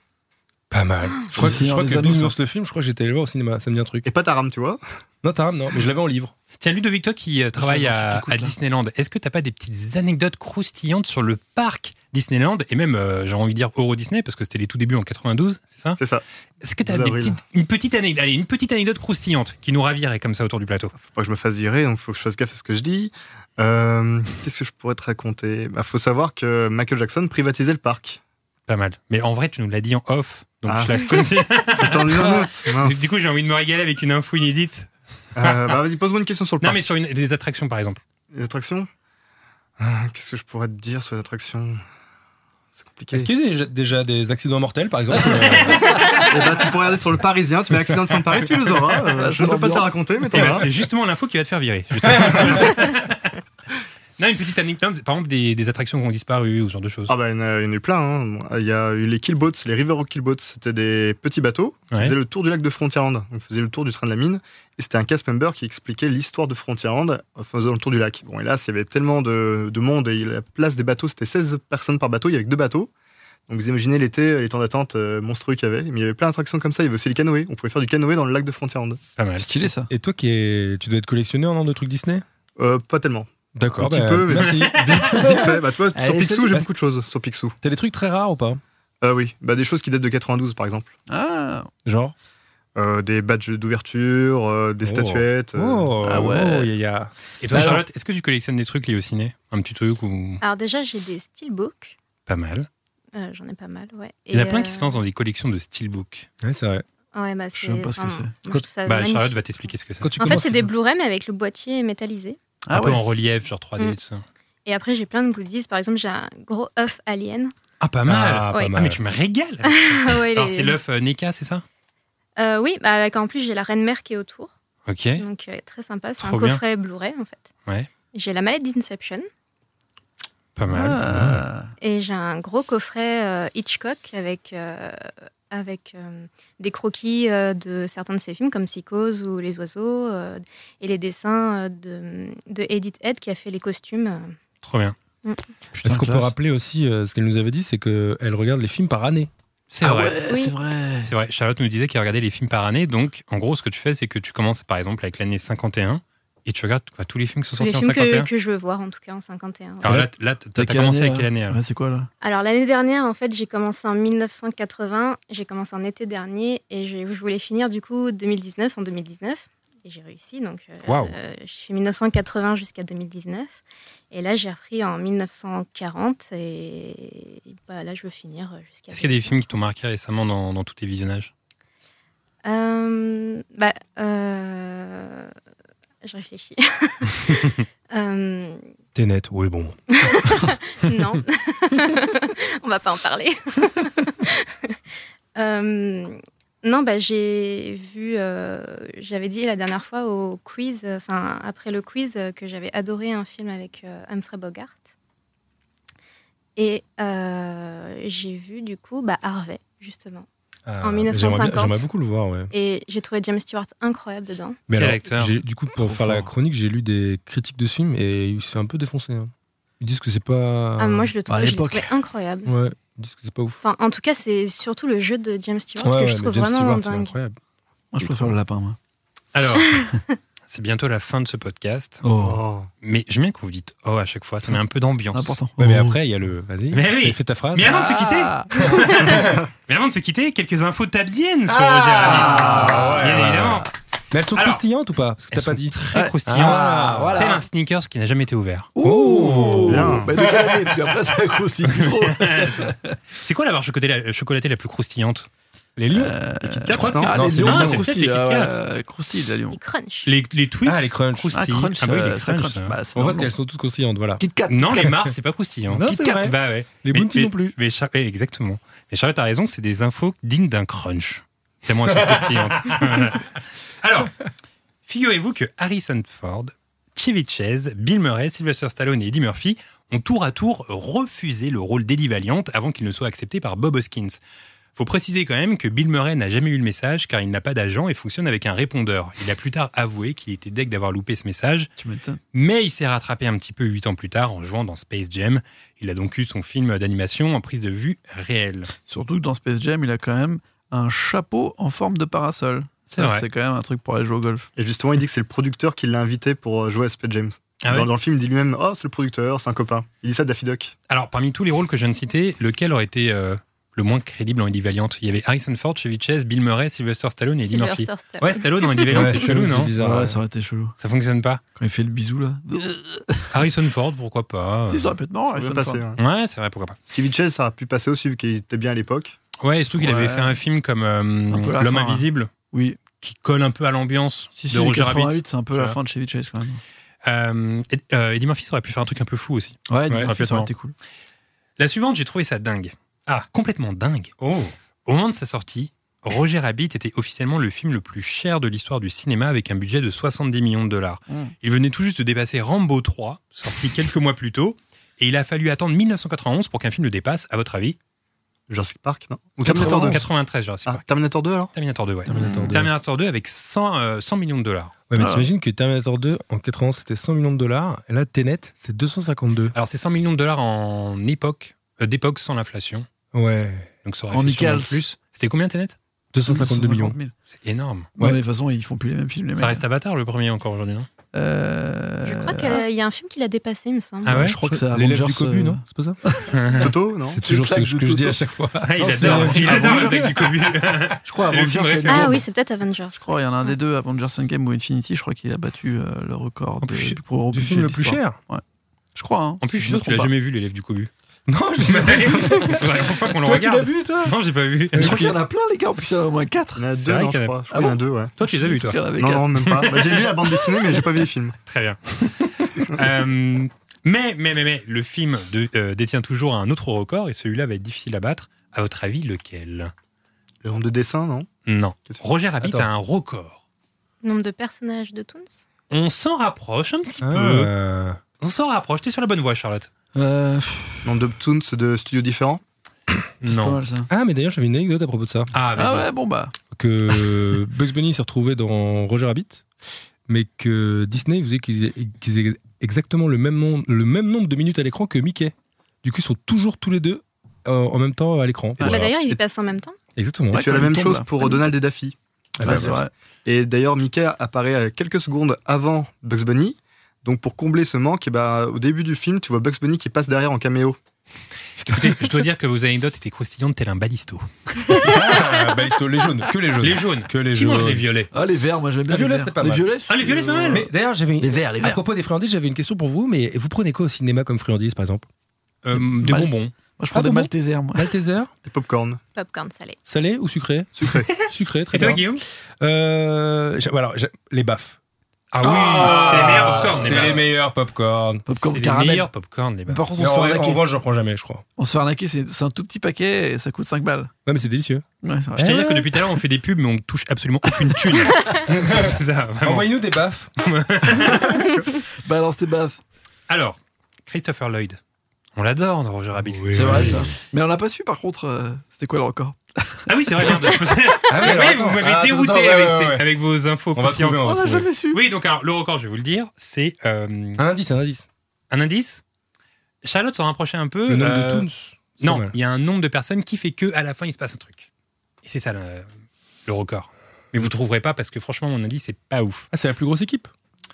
S4: Pas mal. Je crois,
S5: Le
S4: que- je
S5: Seigneur
S4: crois
S5: des
S4: que
S5: Anneaux,
S4: Bisounours le film, je crois que j'étais allé le voir au cinéma, ça me dit un truc.
S7: Et pas Taram, tu vois.
S4: Non, Taram, non, mais je l'avais en livre.
S3: Tiens, Ludovic, toi qui euh, travaille
S5: vois,
S3: à,
S5: tu t'écoutes,
S3: à
S5: là.
S3: Disneyland, est-ce que t'as pas des petites anecdotes croustillantes sur le parc Disneyland et même, euh, j'ai envie de dire Euro Disney, parce que c'était les tout débuts en 92, c'est ça
S7: C'est ça.
S3: Est-ce que t'as
S7: 12
S3: des
S7: avril.
S3: petites, une, petite anecdote, allez, une petite anecdote croustillante qui nous ravirait comme ça autour du plateau
S7: Faut pas que je me fasse virer, donc faut que je fasse gaffe à ce que je dis. Euh, Qu'est-ce que je pourrais te raconter bah, Faut savoir que Michael Jackson privatisait le parc.
S3: Pas mal. Mais en vrai, tu nous l'as dit en off, donc
S7: Ah.
S3: je la connais.
S7: Je t'en lis un autre. mince.
S3: du coup, j'ai envie de me régaler avec une info inédite.
S7: Euh, bah, Vas-y, pose-moi une question sur le
S3: Non,
S7: parc.
S3: mais sur une, des attractions, par exemple.
S7: Les attractions Euh, Qu'est-ce que je pourrais te dire sur les attractions C'est compliqué.
S4: Est-ce qu'il y a eu déjà, déjà des accidents mortels, par exemple euh,
S7: Eh ben, tu pourrais aller sur le Parisien, tu mets accident de Saint-Paris, tu les auras. Euh,
S5: Ah,
S7: je ne peux pas te
S5: l'ambiance.
S7: raconter, mais t'en
S3: Bah, Eh ben,
S7: as.
S3: c'est justement l'info qui va te faire virer. justement. non, une petite anecdote, par exemple, des, des attractions qui ont disparu ou ce genre de choses.
S7: Ah bah, il y en a, il y en a eu plein. hein. Il y a eu les killboats, les river rock killboats. C'était des petits bateaux qui
S3: Ouais.
S7: faisaient le tour du lac de Frontierland. On faisait le tour du train de la mine. Et c'était un cast member qui expliquait l'histoire de Frontierland en faisant le tour du lac. Bon, et là, il y avait tellement de, de monde et la place des bateaux, c'était 16 personnes par bateau. Il y avait que deux bateaux. Donc vous imaginez l'été, les temps d'attente euh, monstrueux qu'il y avait. Mais il y avait plein d'attractions comme ça. Il y avait aussi les canoës. On pouvait faire du canoë dans le lac de Frontierland.
S3: Pas mal.
S5: Stylé ça.
S4: Et toi, qui es- tu dois être collectionneur, non, de trucs Disney
S7: Euh, pas tellement.
S4: D'accord.
S7: Un petit
S4: bah,
S7: peu, mais
S4: merci.
S7: Vite fait. Bah, tu vois, sur
S5: Allez,
S7: Picsou,
S5: c'est-
S7: j'ai beaucoup de choses sur Picsou.
S4: T'as des trucs très rares ou pas
S7: Ah oui, bah, des choses qui datent de 92 par exemple.
S5: Ah,
S4: Genre
S7: Euh, des badges d'ouverture, euh, des
S4: Oh.
S7: statuettes. euh.
S5: ah ouais.
S4: oh, y a- y a-
S3: Et
S5: Bah,
S3: toi,
S4: Alors-
S3: Charlotte, est-ce que tu collectionnes des trucs liés au ciné Un petit truc ou
S6: Alors déjà, j'ai des steelbooks.
S3: pas mal
S6: Euh, J'en ai pas mal, ouais.
S3: Il y en a
S6: Et,
S3: plein qui se
S6: euh,
S3: lancent dans des collections de steelbook.
S4: Ouais, c'est vrai.
S6: Ouais, bah,
S5: Je sais même pas ce que c'est.
S6: c'est.
S3: Bah, Charlotte va t'expliquer ce que c'est.
S4: Quand tu
S6: En fait,
S4: commences-
S6: c'est des Blu-ray mais avec le boîtier métallisé.
S3: Un
S5: Ah
S3: peu
S5: ouais.
S3: en relief, genre 3D et
S6: Mm.
S3: tout ça.
S6: Et après, j'ai plein de goodies. Par exemple, j'ai un gros œuf alien.
S3: Ah, pas mal
S4: Ah,
S6: Ouais.
S4: pas
S3: Ah,
S4: mal.
S3: mais tu me régales
S6: Ah ouais,
S3: Alors,
S6: les-
S3: c'est l'œuf euh, NECA, c'est ça
S6: Euh, oui, bah, avec en plus, j'ai la reine mère qui est autour.
S3: Ok.
S6: Donc, euh, très sympa. C'est un
S3: Trop bien.
S6: coffret Blu-ray, en fait.
S3: Ouais.
S6: J'ai la mallette d'Inception.
S3: Pas mal.
S5: Ah.
S6: Et j'ai un gros coffret euh, Hitchcock avec, euh, avec euh, des croquis euh, de certains de ses films, comme Psychose ou Les Oiseaux, euh, et les dessins euh, de, de Edith Head qui a fait les costumes. euh.
S3: Trop bien. Mmh.
S5: Putain,
S4: Est-ce qu'on peut
S5: classe.
S4: rappeler aussi euh, ce qu'elle nous avait dit C'est qu'elle regarde les films par année.
S3: C'est
S5: Ah
S3: vrai.
S5: ouais,
S6: Oui.
S5: c'est vrai.
S3: C'est vrai. Charlotte nous disait qu'elle regardait les films par année. Donc, en gros, ce que tu fais, c'est que tu commences par exemple avec l'année 51 et tu regardes quoi, tous les films qui sont
S6: les
S3: sortis en
S6: films
S3: 51.
S6: que, que je veux voir, en tout cas, en 51. ouais.
S3: Alors là, t- là t- t'as
S5: T'as
S3: commencé
S5: année,
S3: avec quelle année alors
S5: Ouais, C'est quoi là
S6: Alors l'année dernière, en fait, j'ai commencé en 1980, j'ai commencé en été dernier et j'ai- je voulais finir du coup 2019 en 2019 et j'ai réussi donc euh,
S3: Waouh.
S6: euh, j'ai fait 1980 jusqu'à 2019 et là j'ai repris en 1940 et bah, là je veux finir jusqu'à.
S3: Est-ce qu'il y a des films qui t'ont marqué récemment dans, dans tous tes visionnages
S6: Euh, bah, euh, je réfléchis. Euh,
S4: T'es net, oui, bon.
S6: Non. On va pas en parler. Euh, non, bah, j'ai vu, euh, j'avais dit la dernière fois au quiz, euh, enfin après le quiz, euh, que j'avais adoré un film avec euh, Humphrey Bogart. Et euh, j'ai vu du coup bah, Harvey, justement.
S4: Ah,
S6: En
S4: mais j'aimerais bien-
S6: 1950.
S4: J'aimerais beaucoup le voir, ouais.
S6: Et j'ai trouvé James Stewart incroyable dedans.
S4: Mais
S3: Quel
S4: alors,
S3: acteur
S4: j'ai- Du coup, pour
S5: Trop
S4: faire la
S5: fort.
S4: chronique, j'ai lu des critiques de ce film et il se fait un peu défoncer. hein. Ils disent que c'est pas.
S6: Ah, moi, je le
S5: à
S6: trouve, je l'ai
S5: l'époque.
S6: trouvé incroyable.
S4: Ouais, ils disent que c'est pas ouf.
S6: Enfin, en tout cas, c'est surtout le jeu de James Stewart
S4: Ouais,
S6: que
S4: ouais,
S6: je
S4: mais
S6: trouve
S4: James
S6: vraiment
S4: Stewart, il est
S6: dingue.
S4: incroyable.
S5: Moi, je préfère le lapin, moi.
S3: Alors, c'est bientôt la fin de ce podcast.
S5: Oh,
S7: Oh.
S3: Mais j'aime bien que vous dites oh à chaque fois, ça met un peu d'ambiance.
S5: important.
S4: Ouais, mais après, il y a le. Vas-y,
S3: Mais oui.
S4: fais ta phrase.
S3: Mais avant de se
S5: Ah.
S3: quitter, mais avant de se quitter, quelques infos tabziennes sur
S9: Ah.
S3: Roger Rabbit.
S4: Ah, ouais,
S3: Bien
S4: ouais, ouais.
S3: évidemment,
S4: Mais elles sont
S3: Alors,
S4: croustillantes ou pas Parce que
S3: elles
S4: t'as
S3: sont
S4: pas dit.
S3: très
S5: Ouais.
S3: croustillantes,
S5: Ah, voilà.
S3: tel un sneakers qui n'a jamais été ouvert.
S5: Oh
S7: Bien.
S5: Bah, de quelle année Puis après, ça croustille plus trop.
S3: euh, C'est quoi la barre chocolatée la, chocolatée la plus croustillante Euh,
S4: Les lions
S5: Les Kit
S4: Kats,
S5: Kats,
S4: non
S5: Ah,
S4: Non,
S5: les
S4: c'est
S5: lions,
S4: les
S5: c'est
S4: lions.
S5: croustille.
S4: Les Kit Kats.
S5: ah ouais, Croustille, la lion.
S6: Crunch.
S3: Les, les Twix
S4: Ah, les crunch.
S5: Ah, crunch,
S3: Ah oui,
S5: euh,
S3: les
S5: ça
S3: crunch.
S5: crunch. Bah, c'est
S4: en fait,
S5: normal.
S4: elles sont toutes croustillantes, voilà.
S5: Kit Kat.
S3: Non,
S5: Kit
S3: les
S5: Kat.
S3: Mars, c'est pas croustillant.
S4: Non,
S5: Kit
S4: c'est
S5: Kat.
S4: vrai.
S3: Bah ouais.
S4: Les
S3: Mais-
S4: Bounty
S3: mais-
S4: non plus.
S3: Mais Char- ouais, exactement. Mais Charlotte a raison, c'est des infos dignes d'un crunch. Tellement elles sont croustillantes. Voilà. Alors, figurez-vous que Harrison Ford, Chevy Chase, Bill Murray, Sylvester Stallone et Eddie Murphy ont tour à tour refusé le rôle d'Eddie Valiant avant qu'il ne soit accepté par Bob Hoskins. Faut préciser quand même que Bill Murray n'a jamais eu le message car il n'a pas d'agent et fonctionne avec un répondeur. Il a plus tard avoué qu'il était deg d'avoir loupé ce message
S5: Tu m'étonnes.
S3: mais il s'est rattrapé un petit peu huit ans plus tard en jouant dans Space Jam. Il a donc eu son film d'animation en prise de vue réelle.
S5: Surtout que dans Space Jam, il a quand même un chapeau en forme de parasol.
S3: C'est
S5: Ça,
S3: vrai.
S5: C'est quand même un truc pour aller jouer au golf.
S7: Et justement, il dit que c'est le producteur qui l'a invité pour euh, jouer à Spade James.
S3: Ah ouais
S7: dans, dans le film, il dit lui-même Oh, c'est le producteur, c'est un copain. Il dit ça de Daffy Duck.
S3: Alors, parmi tous les rôles que je viens de citer, lequel aurait été euh, le moins crédible en Eddie Valiant Il y avait Harrison Ford, Chevy Chase, Bill Murray, Sylvester Stallone et Eddie
S6: Sylvester
S3: Murphy.
S6: Stallone.
S3: Ouais, Stallone en Eddie Valiant,
S4: Ouais,
S3: c'est
S4: Stallone,
S3: chelou,
S4: c'est
S3: non
S4: bizarre.
S5: Ah
S4: ouais.
S5: ouais, ça aurait été chelou.
S3: Ça fonctionne pas.
S5: Quand il fait le bisou là.
S3: Harrison Ford, pourquoi pas euh.
S5: Si, Oh, ça aurait pu être marrant.
S7: Ça
S5: Harrison
S7: peut passer.
S5: Ford.
S7: hein.
S3: Ouais, c'est vrai, pourquoi pas.
S7: Stevie Chase, ça a pu passer aussi, vu qu'il était bien à l'époque.
S3: Ouais, et surtout qu'il avait
S5: Ouais.
S3: fait un film comme euh,
S5: peu la
S3: L'homme
S5: fin, hein.
S3: invisible,
S5: Oui.
S3: qui colle un peu à l'ambiance
S5: Si,
S3: de
S5: si, le
S3: Roger
S5: 88,
S3: Rabbit.
S5: c'est un peu
S3: Tu
S5: la
S3: vois.
S5: fin de Chevy Chase quand même.
S3: Euh, Ed- euh, Eddie Murphy, ça aurait pu faire un truc un peu fou aussi.
S5: Ouais,
S3: Ouais,
S5: ouais ça
S3: complètement.
S5: aurait été cool.
S3: La suivante, j'ai trouvé ça dingue.
S4: Ah.
S3: complètement dingue.
S4: Oh.
S3: Au moment de sa sortie, Roger Rabbit était officiellement le film le plus cher de l'histoire du cinéma avec un budget de 70 millions de dollars.
S5: Mm.
S3: Il venait tout juste de dépasser Rambo 3, sorti quelques mois plus tôt, et il a fallu attendre 1991 pour qu'un film le dépasse, à votre avis
S7: Jurassic Park, non Ou Terminator 2
S3: 93, Jurassic
S7: Ah,
S3: Park.
S7: Terminator 2 alors
S3: Terminator 2, ouais.
S4: Terminator 2.
S3: Terminator 2 avec 100, euh, 100 millions de dollars.
S4: Ouais, mais
S5: Ah.
S4: t'imagines que Terminator 2, en 91, c'était 100 millions de dollars. Et là, Tenet, c'est 252.
S3: Alors, c'est 100 millions de dollars en époque, euh, d'époque sans l'inflation.
S4: Ouais.
S3: Donc, ça aurait
S5: En
S3: fait sûrement
S5: nickels.
S3: plus. C'était combien, Tenet
S4: 252 millions.
S5: 000.
S3: C'est énorme.
S5: Non,
S4: Ouais.
S5: mais de toute façon, ils font plus les mêmes films, les
S3: Ça
S5: mecs.
S3: reste Avatar le premier encore aujourd'hui, non
S5: Euh,
S6: Je crois qu'il y a un film qui l'a dépassé, il me semble.
S3: Ah ouais
S5: je crois que c'est
S4: L'élève du
S5: Avengers,
S4: cobu,
S5: euh,
S4: non C'est pas ça
S7: Toto, non
S4: C'est toujours ce que,
S7: Les
S4: ce
S7: plaques
S4: que
S7: de
S4: je dis à
S7: Toto.
S4: chaque fois.
S3: Ah, il
S5: Non, c'est
S3: adore,
S5: le-
S3: il adore le
S5: Avengers.
S3: mec du cobu.
S5: Je crois
S3: C'est le film
S5: Avengers
S3: référence.
S5: Endgame.
S6: Ah oui, c'est peut-être Avengers.
S5: Je crois qu'il y en a un des deux, Avengers Endgame ou Infinity, je crois qu'il a battu euh, le record
S4: En
S5: de,
S4: plus,
S5: du plus gros
S4: Du
S5: budget
S4: film le
S5: de
S4: plus
S5: l'histoire.
S4: cher
S5: Je crois. hein.
S3: En plus, je suis
S5: me
S3: sûr que tu l'as
S5: trompe
S3: jamais vu, l'élève du cobu.
S4: Non, je sais pas.
S3: Il faudrait enfin qu'on le
S5: pas. Toi, tu l'as
S3: regarde.
S5: vu, toi
S3: Non, j'ai pas vu.
S5: Je crois qu'il y en a plein, les gars. En plus, il y Ah en a au moins 4.
S7: Il y en a deux,
S3: vrai
S7: non,
S3: qu'il y
S7: je
S3: en a-
S7: crois. Je crois qu'il y en a deux, ouais.
S3: Toi, tu les as vus, toi.
S5: Il y en avait
S7: Non,
S5: quatre.
S7: non, même pas. Bah, j'ai lu la bande dessinée, mais j'ai pas vu les films.
S3: Très bien. Euh, mais, mais, mais, mais, le film de- euh, détient toujours un autre record et celui-là va être difficile à battre. À votre avis, lequel
S7: Le nombre de dessins, non
S3: Non.
S7: Qu'est-ce que-
S3: Roger Rabbit
S4: Attends.
S3: a un record.
S6: Nombre de personnages de Toons
S3: On s'en rapproche un petit peu.
S4: Euh,
S3: On s'en rapproche. T'es sur la bonne voie, Charlotte.
S5: Euh, pff,
S7: Nombre de toons de studios différents
S5: c'est pas
S3: Non.
S5: mal, ça.
S4: Ah, mais d'ailleurs, j'avais une anecdote à propos de ça.
S3: Ah, vas-y.
S5: Ah ouais, bon, bah.
S4: Que Bugs Bunny s'est retrouvé dans Roger Rabbit, mais que Disney faisait qu'ils aient, qu'ils aient exactement le même, nom- le même nombre de minutes à l'écran que Mickey. Du coup, ils sont toujours tous les deux euh, en même temps à l'écran.
S3: Ah,
S6: Bah,
S4: Voilà.
S6: D'ailleurs, ils y passent en même temps.
S4: Exactement.
S7: Et
S5: Ouais,
S7: tu as la
S5: quand il
S7: même
S5: tombe,
S7: chose
S5: là.
S7: pour Donald et Daffy.
S4: Ah,
S5: Ouais,
S4: bah,
S5: c'est
S4: bah,
S5: vrai.
S7: Et d'ailleurs, Mickey apparaît à quelques secondes avant Bugs Bunny. Donc, pour combler ce manque, eh ben, au début du film, tu vois Bugs Bunny qui passe derrière en caméo.
S3: Écoutez, je dois dire que vos anecdotes étaient croustillantes tel un balisto.
S4: Ah, bah, ils sont les jaunes, que les jaunes.
S3: Les jaunes.
S4: Que les
S3: Qui mange
S4: jaunes.
S3: les violets
S5: Ah, les verts, moi, j'aime bien.
S4: Ah, violet,
S5: les verts.
S4: c'est pas
S5: Les
S4: mal.
S5: violets,
S3: Ah, les violets, c'est pas mal.
S4: Mais d'ailleurs, j'avais
S5: Les
S4: une...
S5: verts, les
S4: à
S5: verts.
S4: propos des friandises, j'avais une question pour vous, mais vous prenez quoi au cinéma comme friandise, par exemple
S3: Euh, Des
S5: Mal-
S3: bonbons.
S5: Moi, je prends
S4: Ah,
S5: des
S4: bon
S5: Maltesers, moi.
S4: Malteser,
S7: Les popcorn.
S6: Popcorn salé.
S4: salé ou sucré
S7: Sucré.
S4: Sucré, très
S3: Et toi,
S4: bien.
S3: Guillaume
S4: Euh, j'a- alors, j'a- les baffes.
S3: Ah oui, c'est les meilleurs popcorn.
S4: C'est les meilleurs popcorn.
S5: Popcorn
S3: C'est les
S5: caramel.
S3: meilleurs popcorn, les
S5: Mais
S3: bars.
S5: Par contre, on
S4: Mais
S5: se
S4: en,
S5: fait
S4: vrai- en
S5: arnaquer.
S4: revanche, j'en prends jamais, je crois.
S5: On se fait arnaquer, c'est c'est un tout petit paquet et ça coûte 5 balles.
S4: Ouais, mais c'est délicieux.
S5: Ouais, c'est vrai.
S3: Je tiens à dire
S4: Eh
S3: que
S4: ouais.
S3: depuis tout à l'heure, on fait des pubs, mais on touche absolument aucune thune. c'est ça, vraiment.
S4: Envoyez-nous des baffes.
S5: Balance tes baffes.
S3: Alors, Christopher Lloyd. On l'adore dans Roger Rabbit.
S5: C'est vrai, ça. Mais on n'a pas su, par contre, euh, c'était quoi le record
S3: Ah oui, c'est vrai, merde. je pensais-
S4: Ah
S3: Oui,
S4: oui, alors, attends.
S3: vous m'avez
S4: Ah, attends,
S3: dérouté
S4: attends, ouais,
S3: avec,
S4: ouais,
S3: ces-
S4: ouais.
S3: avec vos infos
S4: On va
S3: croustillantes.
S4: trouver, on
S5: On
S4: va
S5: l'a
S4: trouver.
S5: jamais su.
S3: Oui, donc alors, le record, je vais vous le dire, c'est euh,
S4: Un indice, un indice.
S3: un indice. Charlotte s'en rapprochait un peu.
S4: Le nombre
S3: euh,
S4: de toons. c'est pas
S3: Non,
S4: mal.
S3: il y a un nombre de personnes qui fait que à la fin il se passe un truc. Et c'est ça le, le record. Mais vous trouverez pas parce que franchement mon indice c'est pas ouf.
S4: Ah, c'est la plus grosse équipe.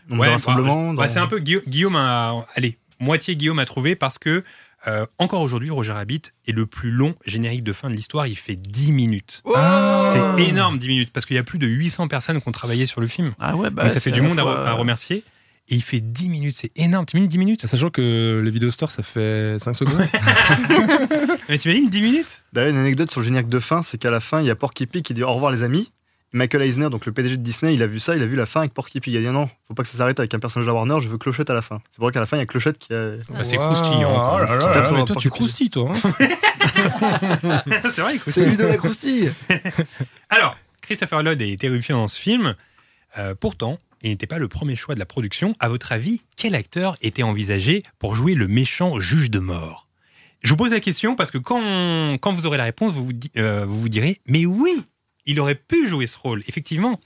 S7: Nombre
S3: Ouais,
S7: de
S3: bah,
S7: rassemblements.
S3: bah,
S7: dans-
S3: c'est un peu Guilla- Guillaume a allez moitié Guillaume a trouvé parce que euh, encore aujourd'hui Roger Rabbit est le plus long générique de fin de l'histoire. Il fait 10 minutes.
S4: Ah.
S3: C'est énorme 10 minutes parce qu'il y a plus de 800 personnes qui ont travaillé sur le film.
S5: Ah ouais, bah
S3: Donc ça
S5: c'est
S3: fait
S5: à
S3: du
S5: la
S3: monde à,
S5: fois,
S3: re- à
S5: euh,
S3: remercier. Et il fait 10 minutes, c'est énorme. Tu 10 minutes
S4: Sachant que les vidéos store, ça fait 5 secondes.
S3: Mais t'imagines 10 minutes
S7: D'ailleurs, une anecdote sur le générique de fin, c'est qu'à la fin, il y a Porky Pig qui dit au revoir les amis. Michael Eisner, donc le PDG de Disney, il a vu ça, il a vu la fin avec Porky Pig. Il a dit non, faut pas que ça s'arrête avec un personnage à Warner, je veux Clochette à la fin. C'est pour ça qu'à la fin, il y a Clochette qui a.
S3: Ah, c'est croustillant, quand même.
S4: Qui tape sur
S7: un
S4: Mais toi, tu
S7: Porky Pig.
S4: croustilles, toi. hein.
S3: c'est vrai, il coûte-
S5: C'est lui de la croustille.
S3: Alors, Christopher Lloyd est terrifiant dans ce film. Euh, pourtant, il n'était pas le premier choix de la production. À votre avis, quel acteur était envisagé pour jouer le méchant juge de mort Je vous pose la question parce que quand, quand vous aurez la réponse, vous vous, di- euh, vous vous direz Mais oui, il aurait pu jouer ce rôle. Effectivement,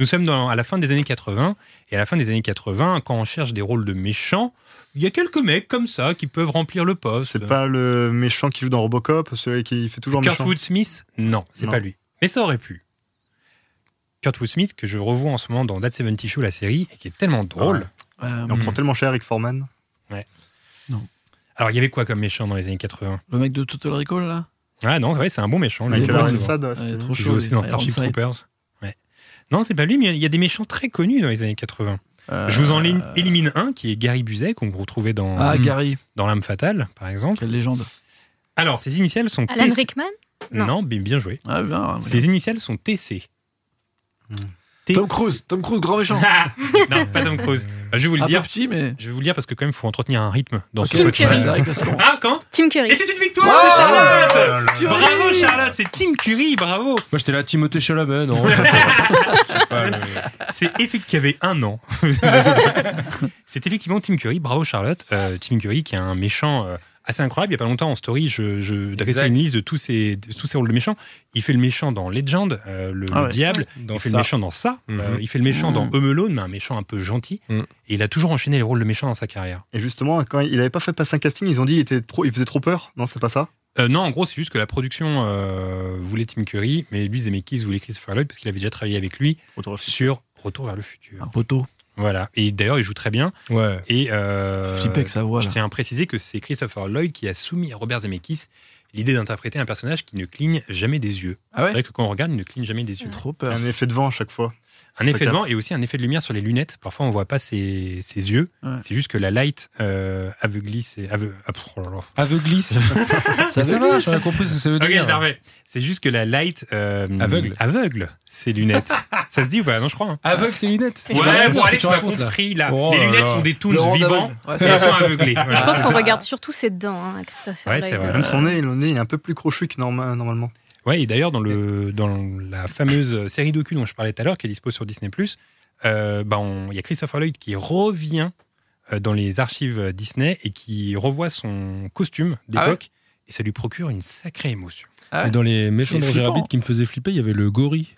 S3: nous sommes dans- à la fin des années 80. Et à la fin des années 80, quand on cherche des rôles de méchants, il y a quelques mecs comme ça qui peuvent remplir le poste.
S7: C'est pas le méchant qui joue dans Robocop, celui qui fait toujours méchant.
S3: Kurtwood Smith Non, c'est
S7: Non.
S3: pas lui. Mais ça aurait pu. Kurtwood Smith, que je revois en ce moment dans That 70 Show, la série, et qui est
S7: Ah.
S3: tellement drôle.
S5: Euh,
S7: Et on prend tellement cher Eric Foreman.
S3: Alors, il y avait quoi comme méchant dans les années 80
S5: le mec de Total Recall, là
S3: Ah non, ouais, c'est un bon méchant. lui.
S7: Michael
S5: est
S3: Il
S5: bon,
S7: Ironside, ouais,
S5: Ouais,
S7: c'était-
S5: trop
S3: joue
S5: chaud.
S3: aussi dans Starship Troopers. Ouais. Non, c'est pas lui, mais il y a des méchants très connus dans les années 80.
S5: Euh,
S3: Je vous en ligne- élimine un, qui est Gary Buzet, qu'on retrouvait dans,
S4: Mm.
S5: Ah, Gary,
S3: dans L'âme fatale, par exemple.
S5: quelle légende.
S3: Alors, ses initiales sont...
S6: Alan
S3: TC.
S6: Rickman
S3: Non,
S6: Non.
S3: mais bien joué.
S5: Ah, bien,
S3: Ses initiales sont TC.
S7: Hmm.
S3: T-
S5: Tom Cruise, Tom Cruise, grand méchant.
S3: non, pas Tom Cruise. Bah, je vais vous le
S5: Un peu
S3: dire.
S5: petit, mais.
S3: Je vais vous le dire parce que quand même, il faut entretenir un rythme dans
S5: Ok,
S3: ce
S6: Tim
S3: podcast.
S6: Curry.
S5: ouais, c'est bon.
S3: Ah, quand
S6: Tim Curry.
S3: Et c'est une victoire
S5: Ah, Ouais,
S3: de Charlotte
S5: Tim Curry.
S3: Bravo Charlotte, c'est Tim Curry, bravo
S4: Moi, j'étais là, Timothée Chalamet, non
S3: C'est effectivement qu'il y avait un an. c'est effectivement Tim Curry, bravo Charlotte. Euh, Tim Curry qui est un méchant euh, assez incroyable. Il n'y a pas longtemps en story, je, je dressais
S4: Exact.
S3: une liste de tous ses, de tous ses rôles de méchants. Il fait le méchant dans Legend, euh, le,
S5: Ah
S3: le
S5: ouais.
S3: diable.
S4: Dans
S3: il fait
S4: ça.
S3: le méchant dans ça.
S4: Mhm.
S3: Euh, il fait le méchant dans
S5: Mhm.
S3: Home Alone, mais un méchant un peu gentil.
S4: Mhm.
S3: Et il a toujours enchaîné les rôles de méchant dans sa carrière.
S7: Et justement, quand il avait pas fait passer un casting, ils ont dit il, était trop, il faisait trop peur. Non, c'est pas ça.
S3: Euh, non, en gros, c'est juste que la production euh, voulait Tim Curry, mais lui, Zemeckis voulait Christopher Lloyd parce qu'il avait déjà travaillé avec lui
S7: Retour au futur.
S3: sur Retour vers le futur.
S5: Un poteau.
S3: Voilà. Et d'ailleurs, il joue très bien.
S4: Ouais.
S3: Et euh,
S5: Flippé avec sa voix,
S3: je
S5: là.
S3: tiens à préciser que c'est Christopher Lloyd qui a soumis à Robert Zemeckis l'idée d'interpréter un personnage qui ne cligne jamais des yeux.
S5: Ah ouais
S3: c'est vrai que quand on regarde, il ne cligne jamais des yeux.
S5: Trop peur.
S7: Un effet de vent à chaque fois.
S3: Un
S7: Ça
S3: effet de
S7: capte.
S3: vent et aussi un effet de lumière sur les lunettes. Parfois, on voit pas ses, ses yeux.
S5: Ouais.
S3: C'est juste que la light euh, aveuglisse. et aveu- ah, pff, oh là là.
S4: Aveuglisse.
S5: Ça,
S4: Ça
S5: ça
S4: va,
S5: marche.
S4: j'aurais compris ce que ça veut
S3: Ok,
S4: dire.
S3: je la remets. C'est juste que la light. euh,
S4: Aveugle.
S3: hein. Aveugle, c'est lunettes. ça se dit ou pas Non, je crois. hein.
S4: Aveugle, c'est lunettes.
S3: Ouais, bon, allez, tu m'as compris là.
S4: Oh
S3: les
S4: là
S3: lunettes
S4: là.
S3: sont des toons
S5: Le rond
S3: vivants
S5: d'aveugle. Ouais,
S3: et
S5: c'est
S3: elles
S5: vrai.
S3: sont aveuglées. Voilà.
S6: Je pense
S3: Ah, C'est
S6: qu'on
S3: ça.
S6: regarde surtout ses dents, hein, à Christopher
S3: Ouais,
S6: Lloyd.
S3: c'est vrai.
S7: Même son nez, le nez, il est un peu plus crochu que norma- euh, normalement.
S3: Ouais, et d'ailleurs, dans, le, dans la fameuse série docu dont je parlais tout à l'heure, qui est dispo sur Disney, euh, bah, on- il y a Christopher Lloyd qui revient euh, dans les archives Disney et qui revoit son costume
S5: Ah ouais
S3: d'époque. et ça lui procure une sacrée émotion.
S5: Ouais.
S4: Et dans les méchants
S5: Et
S4: de Roger
S5: flippant.
S4: Rabbit qui me faisaient flipper, il y avait le gorille.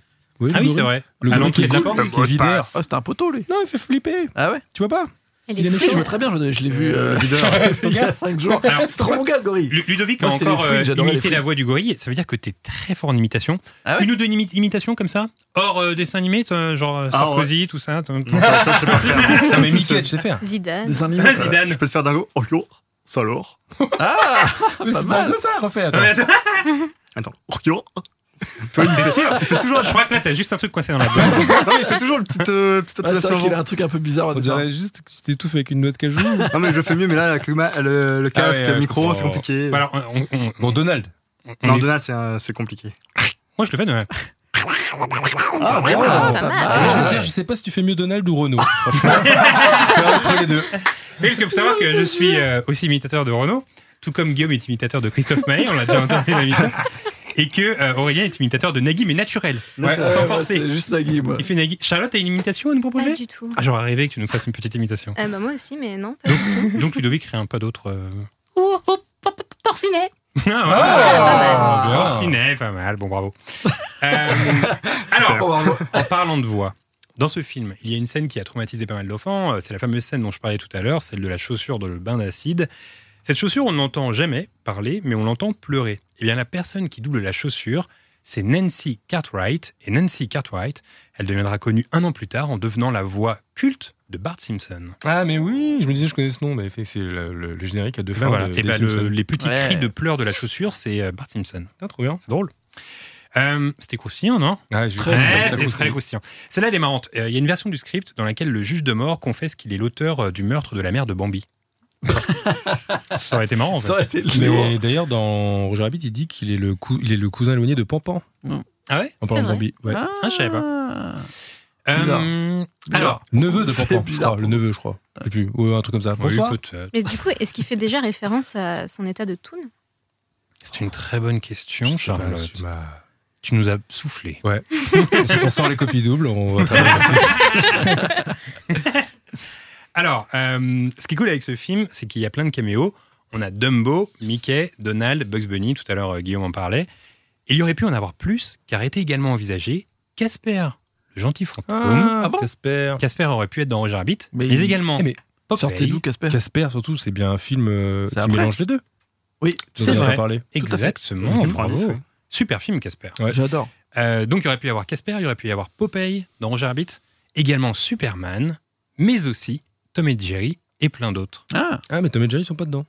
S4: Vous voyez
S3: Ah
S4: le gorille
S3: oui, c'est vrai.
S4: Le
S3: à
S4: gorille qui
S3: l'entrée
S4: est
S3: de la porte.
S4: cool, qui est videur.
S5: Ah, c'était un poteau, lui.
S4: Non, il fait flipper.
S5: Ah ouais
S4: Tu vois pas
S6: Elle
S4: Il est méchant,
S6: est
S5: Je
S6: flippée.
S5: vois très bien, je, je l'ai vu
S7: Euh,
S5: euh,
S7: leader.
S5: il y a 5 jours. C'est trop mon gars, le gorille.
S3: Lu- Ludovic
S5: Moi,
S3: a
S5: c'était les
S3: encore
S5: fruits,
S3: euh,
S5: j'adorais les
S3: imité la
S5: fruits.
S3: voix du gorille, ça veut dire que t'es très fort en imitation.
S5: Ah ouais
S3: Une ou deux imi- imitations comme ça Hors euh, dessin animé, toi, genre euh,
S7: Ah
S3: Sarkozy, tout ça toi-
S7: Non, ça, ça, je sais pas faire.
S4: Non, mais Mickey, tu sais faire.
S6: Zidane.
S5: Des animaux.
S3: Ah, Zidane
S7: Je peux te faire dingo. Oh yo, ça alors.
S5: Ah
S4: Mais
S5: Pas
S4: c'est
S5: mal.
S4: dingue, ça, refais.
S3: Non,
S4: attends.
S3: mais attends,
S7: Attends. Oh yo. Toi, il fait sûr. Il fait toujours.
S3: Je crois que là, t'as juste un truc coincé dans la bouche.
S7: Non, mais il fait toujours le petit, euh, petite
S5: Ouais, C'est
S7: attention
S5: vrai qu'il
S7: avant.
S5: a un truc un peu bizarre. au
S4: On
S5: départ.
S4: dirait juste que tu t'étouffes avec une noix de cajou.
S7: Non, mais je fais mieux, mais là, avec le, ma- le- le casque,
S4: ouais,
S7: le micro,
S4: je
S7: c'est
S4: comprends.
S7: compliqué.
S3: Voilà, on- on- on-
S4: Bon, Donald.
S3: on
S7: Non,
S3: est-
S7: Donald, c'est un- c'est compliqué.
S3: Moi, je le fais, Donald.
S7: Ah,
S6: Ah, pas
S4: Et je
S6: mal.
S4: vais te dire, je sais pas si tu fais mieux Donald ou Renault. Franchement, c'est entre les deux.
S3: Mais parce que faut savoir que je suis euh, aussi imitateur de Renault, tout comme Guillaume est imitateur de Christophe Maé, on l'a déjà entendu dans l'émission, et que euh, Aurélien est imitateur de Nagui, mais naturel,
S7: Naturel.
S3: sans
S5: Ouais,
S3: forcer.
S5: C'est juste Nagui, moi.
S3: Il fait Nagui. Charlotte, t'as une imitation à nous proposer
S6: Pas du tout.
S3: Ah, j'aurais rêvé que tu nous fasses une petite imitation.
S6: Ah bah moi aussi, mais non. pas-
S3: Donc, donc Ludovic rien pas d'autre. euh.
S8: Ou au po- po- porcinet.
S3: Ah, ouais. Ciné, pas mal. Bon, bravo. Euh, alors, en parlant de voix, dans ce film, il y a une scène qui a traumatisé pas mal d'enfants. Euh, C'est la fameuse scène dont je parlais tout à l'heure, celle de la chaussure dans le bain d'acide. Cette chaussure, on n'entend jamais parler, mais on l'entend pleurer. Eh bien, la personne qui double la chaussure, c'est Nancy Cartwright. Et Nancy Cartwright, elle deviendra connue un an plus tard en devenant la voix culte de Bart Simpson.
S4: Ah, mais oui, je me disais, je connais ce nom. Mais fait, c'est le, le- le générique à deux
S3: Ben
S4: fins.
S3: voilà.
S4: de-
S3: Et
S4: des
S3: ben, le-
S4: Simpsons.
S3: les petits
S5: Ouais.
S3: cris de pleurs de la chaussure, c'est euh, Bart Simpson.
S4: Ah, trop bien.
S3: C'est drôle. Euh, C'était croustillant, non
S4: Ouais,
S3: je-
S4: je-
S3: Ouais,
S4: je-
S3: Ah, c'est très croustillant. Celle-là, elle est marrante. Euh, Il y a une version du script dans laquelle le juge de mort confesse qu'il est l'auteur euh, du meurtre de la mère de Bambi. ça aurait été marrant. en fait.
S4: Mais d'ailleurs, dans Roger Rabbit, il dit qu'il est, le cou- il est le cousin éloigné de Pampan.
S3: Ah ouais
S4: En parlant de Bambi. Ouais.
S3: Ah, je savais pas. Euh, alors,
S4: Neveu de Pampan,
S3: C'est
S4: je crois, Le neveu, je crois. Je sais plus. Ouais, un truc comme ça. Bonsoir.
S3: peut-être.
S6: Mais du coup, est-ce qu'il fait déjà référence à son état de toune
S3: C'est une très bonne question,
S4: sais pas,
S3: Charlotte.
S4: tu
S3: Tu nous as soufflé.
S4: Ouais. on sort les copies doubles, on va travailler
S3: Alors, euh, ce qui est cool avec ce film, c'est qu'il y a plein de caméos. On a Dumbo, Mickey, Donald, Bugs Bunny, tout à l'heure euh, Guillaume en parlait. Et il y aurait pu en avoir plus, car était également envisagé Casper, le gentil fantôme.
S4: Ah, Ah bon Casper.
S3: Casper aurait pu être dans Roger Rabbit, mais,
S4: il-
S3: également.
S4: Eh mais
S3: Popeye.
S4: sortez d'où Casper Casper, surtout, c'est bien un film euh, qui
S3: après.
S4: mélange les deux.
S5: Oui,
S4: Dont on n'a pas parlé.
S3: Exactement. Ah, Bravo. Super film, Casper.
S5: J'adore.
S3: Euh, donc il aurait pu y avoir Casper, il aurait pu y avoir Popeye dans Roger Rabbit, également Superman, mais aussi Tom et Jerry et plein d'autres.
S5: Ah,
S4: mais Tom et Jerry ils sont pas dedans.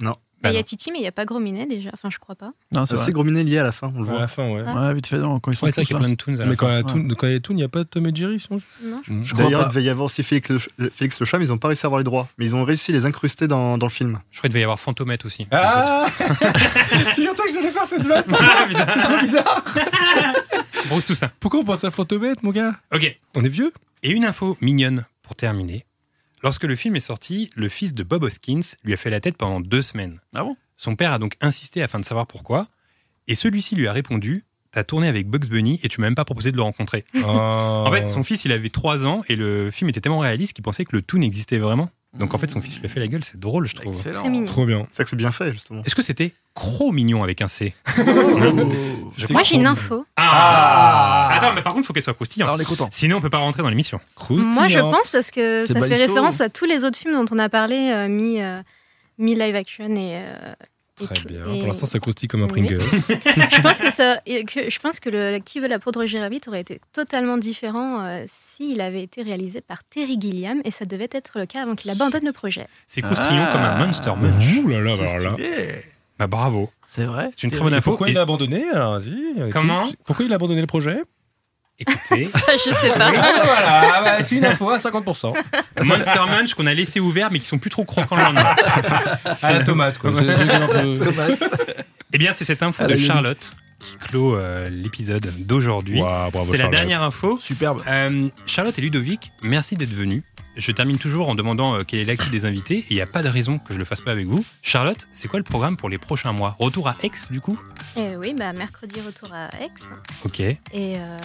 S7: Non.
S6: Bah, Il y a Titi, mais il n'y a pas Gros Minet déjà. Enfin, je crois pas.
S5: Non,
S7: c'est Gros Minet lié à la fin, on le voit.
S4: À la fin, ouais.
S6: Ah. Ouais,
S5: vite fait, non, quand ils sont
S3: Ouais, c'est vrai qu'il y
S5: tous
S3: a
S5: là.
S3: plein de toons à la
S4: Mais
S3: fin.
S4: quand il y a
S3: Ouais.
S4: Toon- quand il y a Toon, il n'y a pas Tom et Jerry, sinon
S6: Non.
S4: Je crois
S7: D'ailleurs,
S4: pas.
S7: il devait y avoir aussi Félix le, Ch- le- Félix le Chat, mais ils n'ont pas réussi à avoir les droits. Mais ils ont réussi à les incruster dans, dans le film.
S3: Je crois qu'il devait y avoir Fantomette aussi.
S9: Ah
S5: Ah
S9: Jure-toi que j'allais faire cette vanne. C'est trop bizarre.
S3: Ah, Bruce Toussaint.
S4: Pourquoi on pense à Fantomette, mon gars
S3: Ok.
S4: On est vieux
S3: Et une info mignonne pour terminer. Lorsque le film est sorti, le fils de Bob Hoskins lui a fait la tête pendant deux semaines.
S5: Ah bon
S3: Son père a donc insisté afin de savoir pourquoi. Et celui-ci lui a répondu T'as tourné avec Bugs Bunny et tu m'as même pas proposé de le rencontrer.
S4: Oh.
S3: En fait, son fils, il avait 3 ans et le film était tellement réaliste qu'il pensait que le tout n'existait vraiment. Donc en fait, son fils lui a fait la gueule, c'est drôle, je trouve.
S6: Très mignon.
S4: Trop bien.
S7: C'est que c'est bien fait, justement.
S3: Est-ce que c'était trop mignon avec un C
S4: Oh.
S3: Je
S6: Moi,
S3: crois.
S6: j'ai une info.
S3: Ah Attends, mais par contre, il faut qu'elle soit croustillante.
S5: on est
S4: hein.
S5: content.
S3: Sinon, on peut pas rentrer dans l'émission.
S6: Moi, je pense parce que
S3: C'est
S6: ça fait
S3: Balisto.
S6: référence à tous les autres films dont on a parlé, euh, mi, euh, mi live action et. euh, et
S4: Très
S6: tout-
S4: bien.
S6: et-
S4: Pour l'instant, ça croustille comme un
S6: Oui.
S4: Pringles.
S6: je pense que ça, et que- je pense que le Qui veut la peau de Roger Rabbit aurait été totalement différent euh, s'il avait été réalisé par Terry Gilliam et ça devait être le cas avant qu'il abandonne le projet.
S3: C'est croustillant
S4: Ah.
S3: comme un Monster Munch.
S4: Ouh là là,
S3: C'est
S4: bah alors là.
S3: stylé. Bah bravo.
S5: C'est vrai.
S3: C'est une très bonne info.
S4: Pourquoi
S3: Et-
S4: il a abandonné Alors, vas-y. écoute.
S3: Comment
S4: Pourquoi il a abandonné le projet
S3: Écoutez.
S6: Ça, je sais
S4: Ah,
S6: pas.
S4: voilà, bah, c'est une info à 50%.
S3: Monster Munch qu'on a laissé ouvert mais qui sont plus trop croquants le lendemain.
S4: À la tomate, quoi. J'ai- j'ai un peu-
S3: Eh bien, c'est cette info
S4: À
S3: de
S4: Ah, la limite.
S3: Charlotte qui clôt euh, l'épisode d'aujourd'hui.
S4: Waouh, bravo,
S3: C'était la
S4: Charlotte.
S3: dernière info.
S5: Superbe.
S3: Euh, Charlotte et Ludovic, merci d'être venus. Je termine toujours en demandant euh, quelle est l'actu des invités. et Il n'y a pas de raison que je le fasse pas avec vous. Charlotte, c'est quoi le programme pour les prochains mois Retour à Aix, du coup
S6: Et oui, bah, mercredi, retour à Aix.
S3: Ok.
S6: Et euh,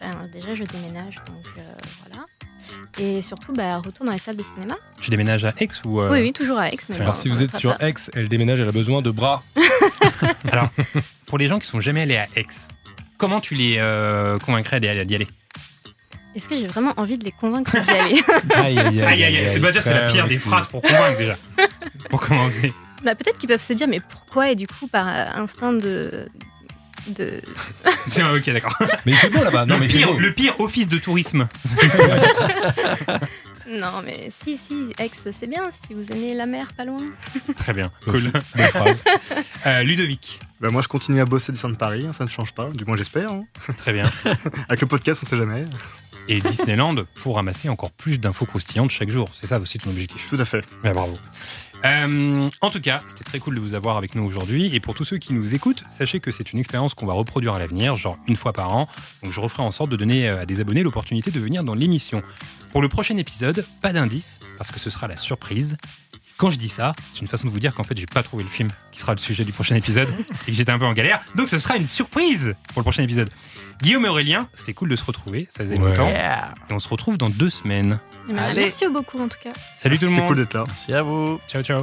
S6: ben, déjà, je déménage, donc euh, voilà. Et surtout, bah, retour dans les salles de cinéma.
S3: Tu déménages à Aix ou euh,
S6: Oui, oui, toujours à Aix. mais
S4: Alors,
S6: bon,
S4: si
S6: on
S4: vous êtes
S6: rattrape
S4: sur
S6: pas.
S4: Aix, elle déménage, elle a besoin de bras.
S3: Alors, pour les gens qui sont jamais allés à Aix, comment tu les euh, convaincrais d'y aller- d'y aller
S6: Est-ce que j'ai vraiment envie de les convaincre d'y aller
S4: Aïe, aïe,
S3: Aïe, aïe, aïe, c'est déjà c'est la
S4: très
S3: pire des
S4: risqué.
S3: phrases pour convaincre déjà. Pour commencer.
S6: bah, Peut-être qu'ils peuvent se dire, mais pourquoi Et du coup, par euh, instinct de. de...
S3: Tiens, ok, d'accord.
S4: Mais il fait beau là-bas. Ah, Non,
S3: Le
S4: mais il fait
S3: pire,
S4: beau.
S3: le pire office de tourisme.
S6: Non, mais si, si, Aix, c'est bien si vous aimez la mer pas loin.
S3: Très bien, cool.
S4: phrase.
S3: Euh, Ludovic,
S7: Bah, moi, je continue à bosser Dessin de Paris, hein, ça ne change pas, du moins j'espère. hein.
S3: très bien.
S7: Avec le podcast, on sait jamais.
S3: Et Disneyland pour ramasser encore plus d'infos croustillantes chaque jour. C'est ça aussi ton objectif.
S7: Tout à fait.
S3: Ouais, Bah, bravo. Euh, en tout cas, c'était très cool de vous avoir avec nous aujourd'hui. Et pour tous ceux qui nous écoutent, sachez que c'est une expérience qu'on va reproduire à l'avenir, genre une fois par an. Donc je referai en sorte de donner euh, à des abonnés l'opportunité de venir dans l'émission. Pour le prochain épisode, pas d'indice, parce que ce sera la surprise. Quand je dis ça, c'est une façon de vous dire qu'en fait, j'ai pas trouvé le film qui sera le sujet du prochain épisode et que j'étais un peu en galère. Donc ce sera une surprise pour le prochain épisode. Guillaume et Aurélien, c'est cool de se retrouver, ça faisait
S4: Ouais.
S3: longtemps.
S5: Yeah.
S3: Et on se retrouve dans deux semaines.
S6: Mais
S5: Allez.
S6: Merci beaucoup en tout cas.
S3: Salut tout le
S7: Ah, C'était
S3: monde.
S7: cool d'être là.
S5: Merci à vous.
S3: Ciao, ciao.